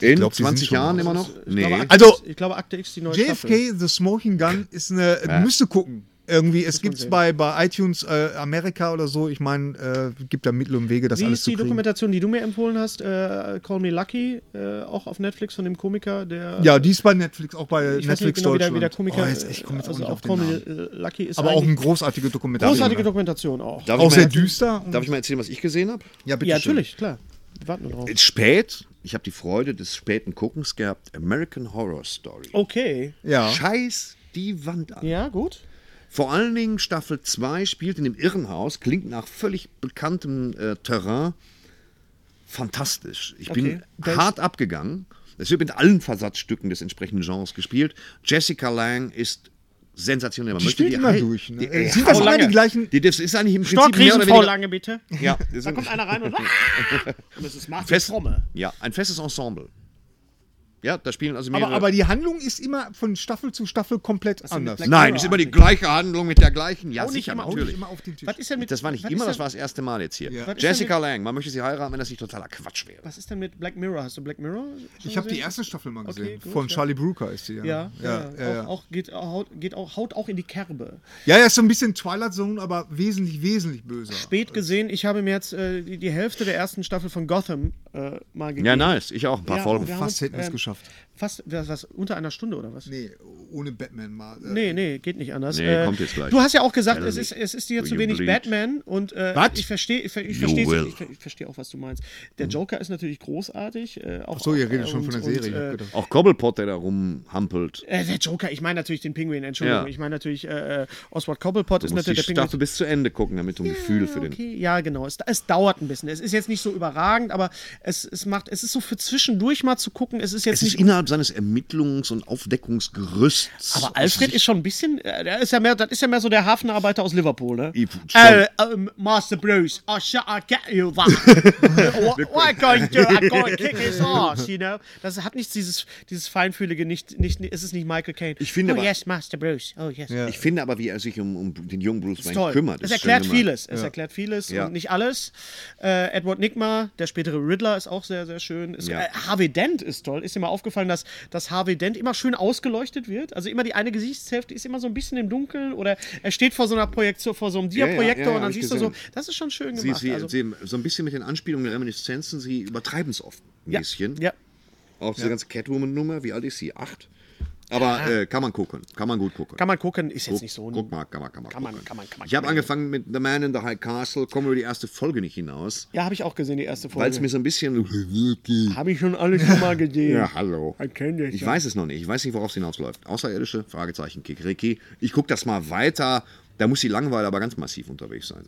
In glaub, die sind 20 schon raus. Jahren immer noch? Ich glaube, Nee. Akte Also- X- ich glaube, Akte X die neue Staffel. Mhm. JFK, The Smoking Gun ist eine, Ja. müsste gucken. Irgendwie, es gibt es bei, bei iTunes äh, Amerika oder so. Ich meine, äh, gibt da Mittel und Wege, das Wie alles ist zu die kriegen. Dokumentation, die du mir empfohlen hast? Äh, Call Me Lucky, äh, auch auf Netflix von dem Komiker, der. Ja, die ist bei Netflix, auch bei ich weiß nicht Netflix genau, wie der, Deutschland. wie der Komiker. oh, jetzt, ich komme jetzt auch also nicht auf den Call Me Namen. äh, Lucky ist Aber auch eine eigentlich großartige Dokumentation. großartige ne? Dokumentation auch. Darf ich Auch mal sehr erzählen- düster. und- Darf ich mal erzählen, was ich gesehen habe? ja, bitte ja, schön. natürlich, klar. Wir warten Äh, drauf. Spät. Ich habe die Freude des späten Guckens gehabt. American Horror Story. Okay. Oh, Ja. Scheiß die Wand an. Ja, gut. Vor allen Dingen Staffel 2 spielt in dem Irrenhaus, klingt nach völlig bekanntem äh, Terrain. Fantastisch. Ich bin Okay. Da ist- hart abgegangen. Es wird mit allen Versatzstücken des entsprechenden Genres gespielt. Jessica Lang ist sensationell. Man Die spielt immer hei- durch. Ne? Die, Äh, Sind das Frau immer die Lange. gleichen? die, das ist eigentlich im Prinzip mehr oder Storkriesenfrau weniger... Lange, bitte. Ja, das Da sind- kommt einer rein (laughs) und. Ah! Und das ist Martin Fest- Fromme. Ja, ein festes Ensemble. Ja, da spielen also mehrere... Aber, aber die Handlung ist immer von Staffel zu Staffel komplett anders. Also Black- Nein, es ist immer die gleiche Handlung mit der gleichen. Ja, Auch nicht sicher, immer- auch natürlich. Immer auf den Tisch. Was ist denn mit. Das war nicht was immer, ist das denn- war das erste Mal jetzt hier. Was ist Jessica Lang, man möchte sie heiraten, wenn das nicht totaler Quatsch wäre. Was ist denn mit Black Mirror? Hast du Black Mirror? schon Ich habe die gesehen? erste Staffel mal gesehen. gut, von ja. Charlie Brooker ist die. Ja, ja, ja, ja. Auch, auch geht, äh, haut, geht auch, haut auch in die Kerbe. Ja, ja, ist so ein bisschen Twilight Zone, aber wesentlich, wesentlich böser. Spät gesehen, ich habe mir jetzt äh, die, die Hälfte der ersten Staffel von Gotham äh, mal gegeben. Ja, nice. Ich auch. Ein paar Ja, Folgen. wir haben Fast uns, hätten wir es ähm, geschafft. Fast, was, was, unter einer Stunde oder was? Nee, ohne Batman mal. Äh, Nee, nee, geht nicht anders. Äh, Nee, kommt jetzt gleich. Du hast ja auch gesagt, Ja, es dann ist, nicht. es ist dir Do zu you wenig bleed? Batman und äh, Was? ich verstehe ich, ver- ich You verstehe will. ich, ver- ich verstehe auch, was du meinst. Der Joker ist natürlich großartig. Äh, auch, Ach so, Oh, ihr redet schon und- von der Serie. ich hab Und, äh, gedacht. Auch Cobblepot, der da rumhampelt. äh, der Joker, ich meine natürlich den Pinguin, Entschuldigung. Ja. Ich meine natürlich äh, äh, Oswald Cobblepot Du ist musst die natürlich der Pinguin. Staffel bis zu Ende gucken, damit du ein Gefühl für den. Okay, ja, genau. Es, es dauert ein bisschen. Es ist jetzt nicht so überragend, aber es, es macht, es ist so für zwischendurch mal zu gucken. Es ist jetzt Es ist nicht innerhalb innerhalb seines Ermittlungs- und Aufdeckungsgerüsts. Aber Alfred ist schon ein bisschen, äh, der ist ja mehr, das ist ja mehr so der Hafenarbeiter aus Liverpool, ne? Ich- schon. ähm, Master Bruce, I shall I get you (laughs) that. What I going to do? I'm going to kick his ass, you know? Das hat nichts dieses, dieses feinfühlige, nicht, nicht, es ist nicht Michael Caine. Ich finde oh aber- yes, Master Bruce, oh yes. Ja. Ich finde aber, wie er sich um, um den jungen Bruce Ist Wayne toll. kümmert. es ist schön erklärt gemacht. vieles. Es erklärt vieles Ja. und nicht alles. Äh, Edward Nigma, der spätere Riddler, ist auch sehr, sehr schön. Ist, Ja. äh, Harvey Dent ist toll. Ist dir mal aufgefallen, dass, dass Harvey Dent immer schön ausgeleuchtet wird? Also immer die eine Gesichtshälfte ist immer so ein bisschen im Dunkeln oder er steht vor so einer Projektion, vor so einem ja, Diaprojektor ja, ja, und hab dann ich siehst du gesehen. so, das ist schon schön Sie, gemacht. sie, also, sie, so ein bisschen mit den Anspielungen und Reminiszenzen, sie übertreiben es oft ein ja, bisschen. ja. Auch diese ganze Catwoman-Nummer, wie alt ist sie? Acht? Aber äh, kann man gucken, kann man gut gucken. Kann man gucken, ist jetzt guck, nicht so. ein- guck mal, kann man, kann man, Kann man, gucken. kann man, kann man, Ich habe kann man. angefangen mit The Man in the High Castle, komme über die erste Folge nicht hinaus, Ja, habe ich auch gesehen, die erste weil es Folge. mir so ein bisschen... Habe ich schon alle schon (laughs) mal gesehen. Ja, hallo. I can't get Ich you. weiß es noch nicht. Ich weiß nicht, worauf es hinausläuft. Außerirdische? Fragezeichen, Kikriki. Ich gucke das mal weiter. Da muss die Langeweile aber ganz massiv unterwegs sein.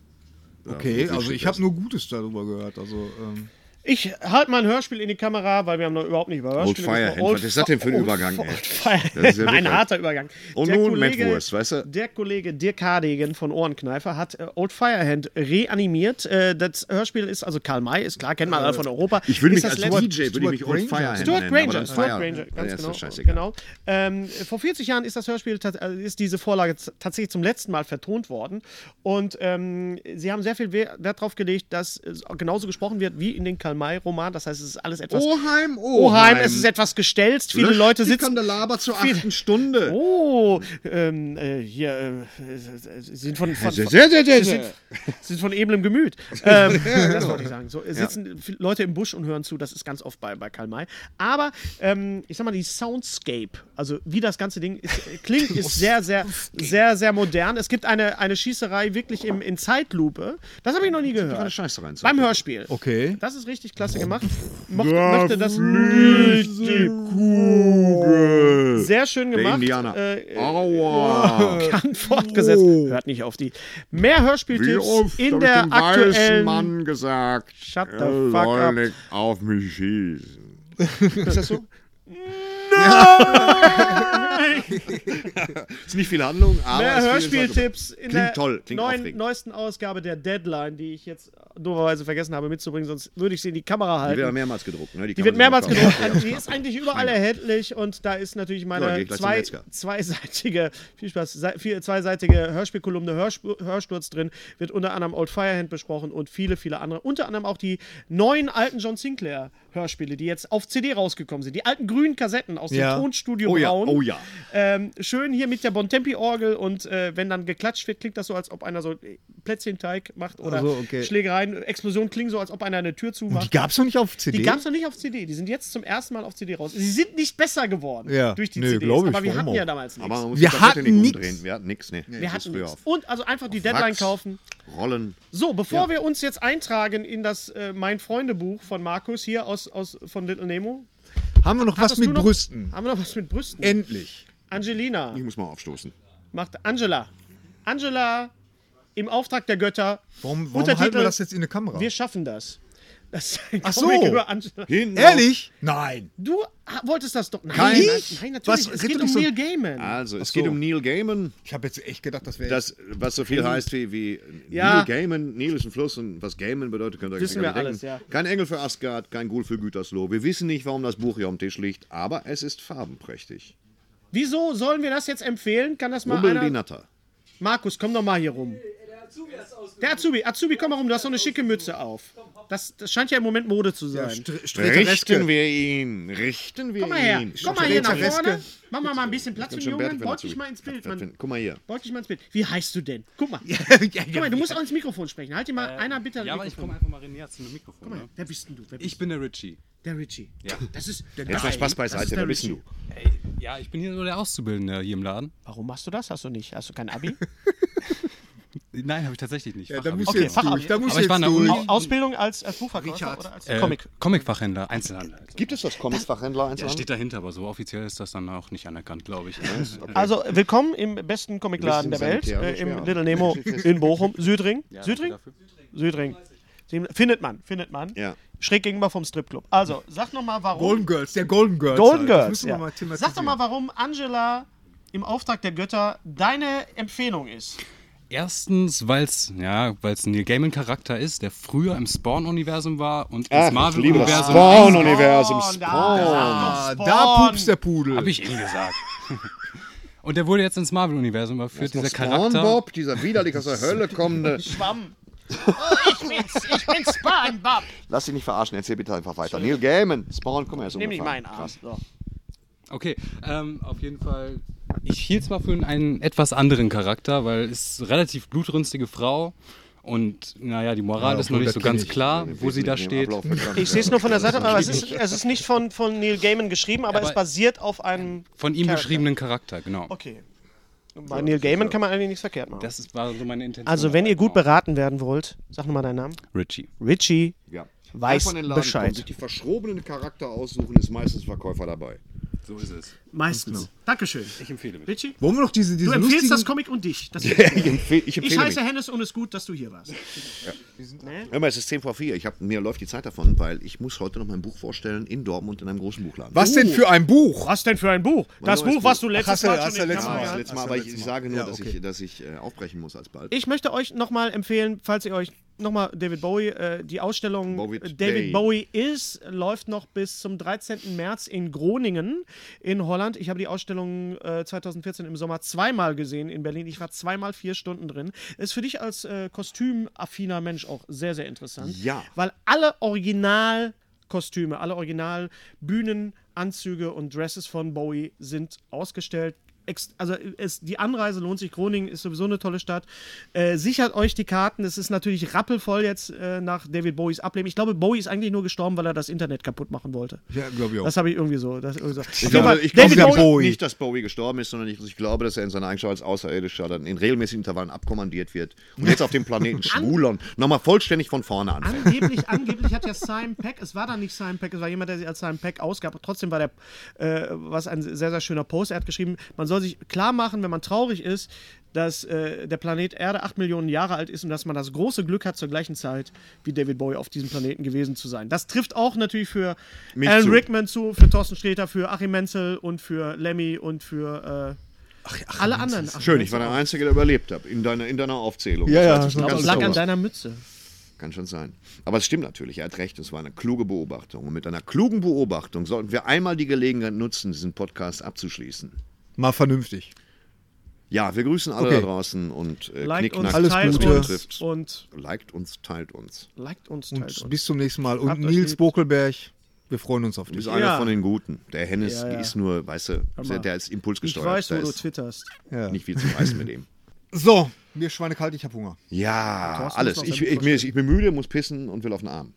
Okay, Ja, also ich habe nur Gutes darüber gehört. Also, ähm, Ich halte mal ein Hörspiel in die Kamera, weil wir haben noch überhaupt nicht über Hörspiele Firehand, gesprochen. was ist das denn für ein Old Übergang, Fi- ey? Old Firehand. Das ist ja ein wirklich- harter Übergang. Und Der nun Kollege- Mettwurst, weißt du? Der Kollege Dirk Hardegen von Ohrenkneifer hat äh, Old Firehand reanimiert. Äh, das Hörspiel ist, also Karl May ist klar, kennt man alle von Europa. Ich würde Ist mich das als letzte- DJ, würde ich mich Stuart Old Granger. Firehand Stuart nennen. aber Granger, dann Stuart Fire- Granger, ganz Ja, ist doch genau. scheißegal. genau. Ähm, vor 40 Jahren ist das Hörspiel tats- äh, ist diese Vorlage z- tatsächlich zum letzten Mal vertont worden und ähm, sie haben sehr viel We- Wert darauf gelegt, dass äh, genauso gesprochen wird wie in den Karl May Roman. Das heißt, es ist alles etwas Oheim, Oheim. Oheim, es ist etwas gestelzt. Viele Löscht Leute die sitzen Kandelaber zur Viele- achten Stunde. Oh, ähm, äh, hier äh, äh, sind von, von, Sehr, von sehr, sehr, sehr, sind, sehr. sind von eblem (laughs) Gemüt. Ähm, das wollte ich sagen. So, äh, sitzen viel- Leute im Busch und hören zu. Das ist ganz oft bei, bei Karl May. Aber ähm, ich sag mal, die Soundscape, also wie das ganze Ding ist, äh, klingt, (laughs) ist sehr, sehr, sehr, sehr modern. Es gibt eine, eine Schießerei wirklich im, in Zeitlupe. Das habe ich noch nie Keine gehört. Scheiße rein. Beim Hörspiel. (laughs) Okay. Das ist richtig klasse gemacht. Mochte, möchte das richtig Kugel. sehr schön Der gemacht. Indianer. Äh, Aua. (laughs) kann fortgesetzt. Hört nicht auf die. Mehr oh. Wie Hörspieltipps oft in hab der ich dem weißen aktuellen. Mann gesagt, Shut the er fuck soll up. nicht auf mich schießen. Ist das so? Ist nicht viel Handlung, aber Mehr es ist viel- Hörspieltipps in Klingt der toll, klingt neuen, aufregend. neuesten Ausgabe der Deadline, die ich jetzt dummerweise vergessen habe mitzubringen, sonst würde ich sie in die Kamera Die wird ja halten. mehrmals gedruckt. Ne? Die wird mehrmals gedruckt. Also die ist eigentlich überall erhältlich und da ist natürlich Ja, meine geht gleich zum zwei, Metzger. zweiseitige, viel Spaß, sei- vier, zweiseitige Hörspielkolumne Hörsp Hörsturz drin. Wird unter anderem Old Firehand besprochen und viele, viele andere. Unter anderem auch die neuen alten John Sinclair Hörspiele, die jetzt auf CD rausgekommen sind. Die alten grünen Kassetten aus Ja. dem Tonstudio Oh ja, Braun. oh ja. Ähm, schön hier mit der Bontempi-Orgel und äh, wenn dann geklatscht wird, klingt das so, als ob einer so Plätzchenteig macht oder Ach so, okay. Schlägereien. Explosionen klingen so, als ob einer eine Tür zumacht. die gab's noch nicht auf CD? Die gab es noch nicht auf CD. Die sind jetzt zum ersten Mal auf CD raus. Sie sind nicht besser geworden Ja. durch die Nee, CDs. glaub ich, aber wir warum hatten ja auch? damals Aber nichts. man muss Wir die Kassette hatten nicht nix. umdrehen. Wir hatten nichts. Nee. Wir das hatten ist früher nichts. auf Und also einfach die Deadline Wachs. kaufen. Rollen. So, bevor wir uns jetzt eintragen in das äh, Mein Freunde-Buch von Markus hier aus, aus von Little Nemo. Haben wir noch was Hattest du mit noch- Brüsten? Haben wir noch was mit Brüsten? Endlich. Angelina Ich muss mal aufstoßen. macht Angela. Angela im Auftrag der Götter. Warum, warum Untertitel- halten wir das jetzt in eine Kamera? Wir schaffen das. Das ist ein Ach so. Comic über Angela. Hinten Ehrlich? Nein. Du ha- wolltest das doch. Nein, Kein- nein, natürlich. Was? es Red geht doch um nicht so- Neil Gaiman. Also, es Ach so. geht um Neil Gaiman, Ich habe jetzt echt gedacht, das wäre. das, was so viel heißt wie, wie Ja. Neil Gaiman, Neil ist ein Fluss und was Gaiman bedeutet, könnt ihr euch Wissen sicherlich wir alles, denken. ja. Kein Engel für Asgard, kein Ghoul für Gütersloh. Wir wissen nicht, warum das Buch hier auf dem Tisch liegt, aber es ist farbenprächtig. Wieso sollen wir das jetzt empfehlen? Kann das mal Rubbel die einer... Natter. Markus, komm doch mal hier rum. Der Azubi, Azubi, komm mal rum, du hast so eine schicke Mütze auf. Das, das scheint ja im Moment Mode zu sein. Str- Stretereske. Richten wir ihn, richten wir komm mal her, ihn. komm mal hier nach Stretereske. vorne. Mach mal, mal ein bisschen Platz für Ganz den schön Jungen. bärtig, wenn Beug er dich zu- mal ins Bild, Mann. Guck mal hier. Beug dich mal ins Bild. Wie heißt du denn? Guck (laughs) mal. ja, Guck ja, mal, du musst auch ins Mikrofon sprechen. Halt dir mal einer bitte Ja, ans aber ich komme Mikrofon. einfach mal näher zu dem Mikrofon. ne? Wer bist denn du? Wer bist Ich bin der Richie. du? Der Richie. Ja. Das ist der Jetzt mal Spaß beiseite, wer bist du? Ey, ja, ich bin hier nur der Auszubildende hier im Laden. Warum machst du das? Hast du nicht? Hast du kein (laughs) Abi? Nein, habe ich tatsächlich nicht. Ja, da Fachabi. musst du Okay, jetzt Fachabi. durch. Da musst aber du ich war jetzt in der durch. Uni, Ausbildung als, als Buchverkäufer oder als äh, Comic? Comicfachhändler, Einzelhandel. Gibt es das Comics-Fachhändler Ja, einzeln? steht dahinter, aber so offiziell ist das dann auch nicht anerkannt, glaube ich. ne? Also, willkommen im besten Comicladen der Bisschen Welt, äh, sanitär, im ja. Little Nemo in Bochum, Südring. Südring? dafür. Südring. Dem- Findet man, findet man. Ja. Schräg gegenüber vom Stripclub. Also, sag noch mal, warum. Golden Girls, der Golden Girls. Golden halt. Das Girls. müssen wir Ja. mal thematisieren. Sag doch mal, warum Angela im Auftrag der Götter deine Empfehlung ist. Erstens, weil es ja, weil's ein Neil Gaiman-Charakter ist, der früher im Spawn-Universum war und Ach, ins ich liebe das Marvel-Universum. Spawn-Universum. Spawn, da- Spawn. Ah, Spawn. da pupst der Pudel. Hab ich eben gesagt. (laughs) und der wurde jetzt ins Marvel-Universum überführt, dieser Charakter. Bob, dieser widerlich aus (laughs) der Hölle kommende. Schwamm. Oh, ich bin's, ich bin Spawn, Bob. Lass dich nicht verarschen, erzähl bitte einfach weiter. Neil Gaiman, Spawn, komm her so. Nimm nicht ungefähr. meinen Arm. Krass. So. Okay, ähm, auf jeden Fall. Ich hielt es mal für einen etwas anderen Charakter, weil es relativ blutrünstige Frau und naja, die Moral Ja, ist noch nicht so obwohl, ganz das klar, wo sie da Mit dem steht. Ablauf bekannt, Ich ja. sehe es nur von der Seite, aber es ist, es ist nicht von, von Neil Gaiman geschrieben, aber, Aber- es basiert auf einem. Von ihm Charakter. beschriebenen Charakter, genau. Okay. Bei Neil Gaiman kann man eigentlich nichts verkehrt machen. Das ist- war so meine Intention. also, wenn ihr gut Genau. beraten werden wollt, sag nochmal deinen Namen. Richie. Richie. Ja. Weiß Einfach in den Laden Bescheid. kommen, sich die verschrobenen Charakter aussuchen, ist meistens Verkäufer dabei. So ist es. Meistens. Dankeschön. Ich empfehle mich. Richie, Wollen wir noch diese, du diese lustigen... empfiehlst das Comic und dich. Das Ich, empfehl, ich ich empfehle mich. heiße Hennes und es ist gut, dass du hier warst. Hör mal, es ist 10 vor 4. Ich hab, mir läuft die Zeit davon, weil ich muss heute noch mein Buch vorstellen in Dortmund in einem großen Buchladen. Was denn für ein Buch? Was denn für ein Buch? Das neues Buch, was du Hast letztes du- Mal hast schon du in die letztes Kamera Mal- gehalten das letzte Mal, Ach so, aber ich letztes sage nur, Ja, dass okay. ich, dass ich äh, aufbrechen muss alsbald. Ich möchte euch nochmal empfehlen, falls ihr euch nochmal David Bowie, äh, die Ausstellung Bowie äh, David Day. Bowie ist, läuft noch bis zum 13. März in Groningen in Holland. Ich habe die Ausstellung äh, 2014 im Sommer zweimal gesehen in Berlin. Ich war zweimal vier Stunden drin. Ist für dich als äh, kostümaffiner Mensch auch sehr, sehr interessant. Ja. Weil alle Originalkostüme, alle Originalbühnen, Anzüge und Dresses von Bowie sind ausgestellt. Ex also es, die Anreise lohnt sich. Groningen ist sowieso eine tolle Stadt. Äh, sichert euch die Karten. Es ist natürlich rappelvoll jetzt äh, nach David Bowies Ableben. Ich glaube, Bowie ist eigentlich nur gestorben, weil er das Internet kaputt machen wollte. Ja, glaube ich Das habe ich irgendwie so. Das, irgendwie so. Ich glaube, ich David glaube Bowie. nicht, dass Bowie gestorben ist, sondern ich, ich glaube, dass er in seiner Eigenschaft als Außerirdischer dann in regelmäßigen Intervallen abkommandiert wird und jetzt auf dem Planeten Schwulon nochmal vollständig von vorne anfängt. Angeblich, angeblich hat ja Simon Peck, es war dann nicht Simon Peck, es war jemand, der sich als Simon Peck ausgab. Trotzdem war der, äh, was ein sehr, sehr schöner Post. Er hat geschrieben, man soll sich klar machen, wenn man traurig ist, dass äh, der Planet Erde 8 Millionen Jahre alt ist und dass man das große Glück hat, zur gleichen Zeit wie David Bowie auf diesem Planeten gewesen zu sein. Das trifft auch natürlich für Mich Alan zu. Rickman zu, für Thorsten Sträter, für Achim Menzel und für Lemmy und für äh, alle anderen. Achim Schön, ich Menzel war der auch. Einzige, der überlebt hat in deiner, in deiner Aufzählung. Ja, ja, weiß ich das nicht Ich glaube, ganz es lag an genau. deiner Mütze. Kann schon sein. Aber es stimmt natürlich, er hat recht, es war eine kluge Beobachtung. Und mit einer klugen Beobachtung sollten wir einmal die Gelegenheit nutzen, diesen Podcast abzuschließen. Mal vernünftig. Ja, wir grüßen alle Okay. da draußen und äh, Liked uns, knickknack, Alles teilt Gute. uns und Liked uns, teilt uns. liked uns, teilt uns. Und bis zum nächsten Mal. Und Habt euch Nils lieb. Bokelberg, wir freuen uns auf Du dich. bist einer Ja. von den Guten. Der Hennes Ja, ja. ist nur, weißt du, mal. der, der ist Ich impulsgesteuert. weiß, wo da du ist twitterst. Ja. nicht viel zu reißen (laughs) mit ihm. So, mir ist schweinekalt, ich habe Hunger. Ja, Thorsten alles. muss noch Ich, seinen ich, mir ist- ich bin müde, muss pissen und will auf (laughs) den Arm.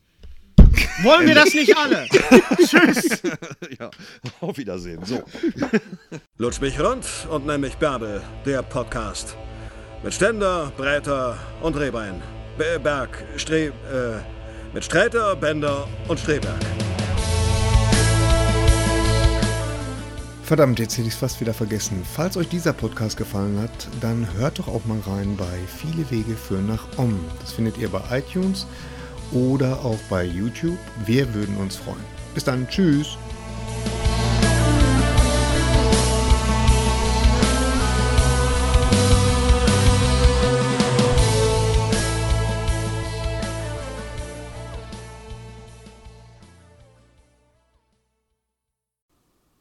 Wollen wir das nicht alle? ja, auf Wiedersehen. (laughs) So. Lutsch mich rund und nenn mich Bärbel, der Podcast. Mit Ständer, Breiter und Rehbein. Be- Berg, Stre... Äh, mit Sträter, Bender und Streberg. Verdammt, jetzt hätte ich es fast wieder vergessen. Falls euch dieser Podcast gefallen hat, dann hört doch auch mal rein bei Viele Wege führen nach Om. Das findet ihr bei iTunes oder auch bei YouTube. Wir würden uns freuen. Bis dann, tschüss.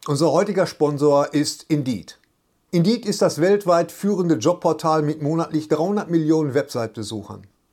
Unser heutiger Sponsor ist Indeed. Indeed ist das weltweit führende Jobportal mit monatlich 300 Millionen Website-Besuchern.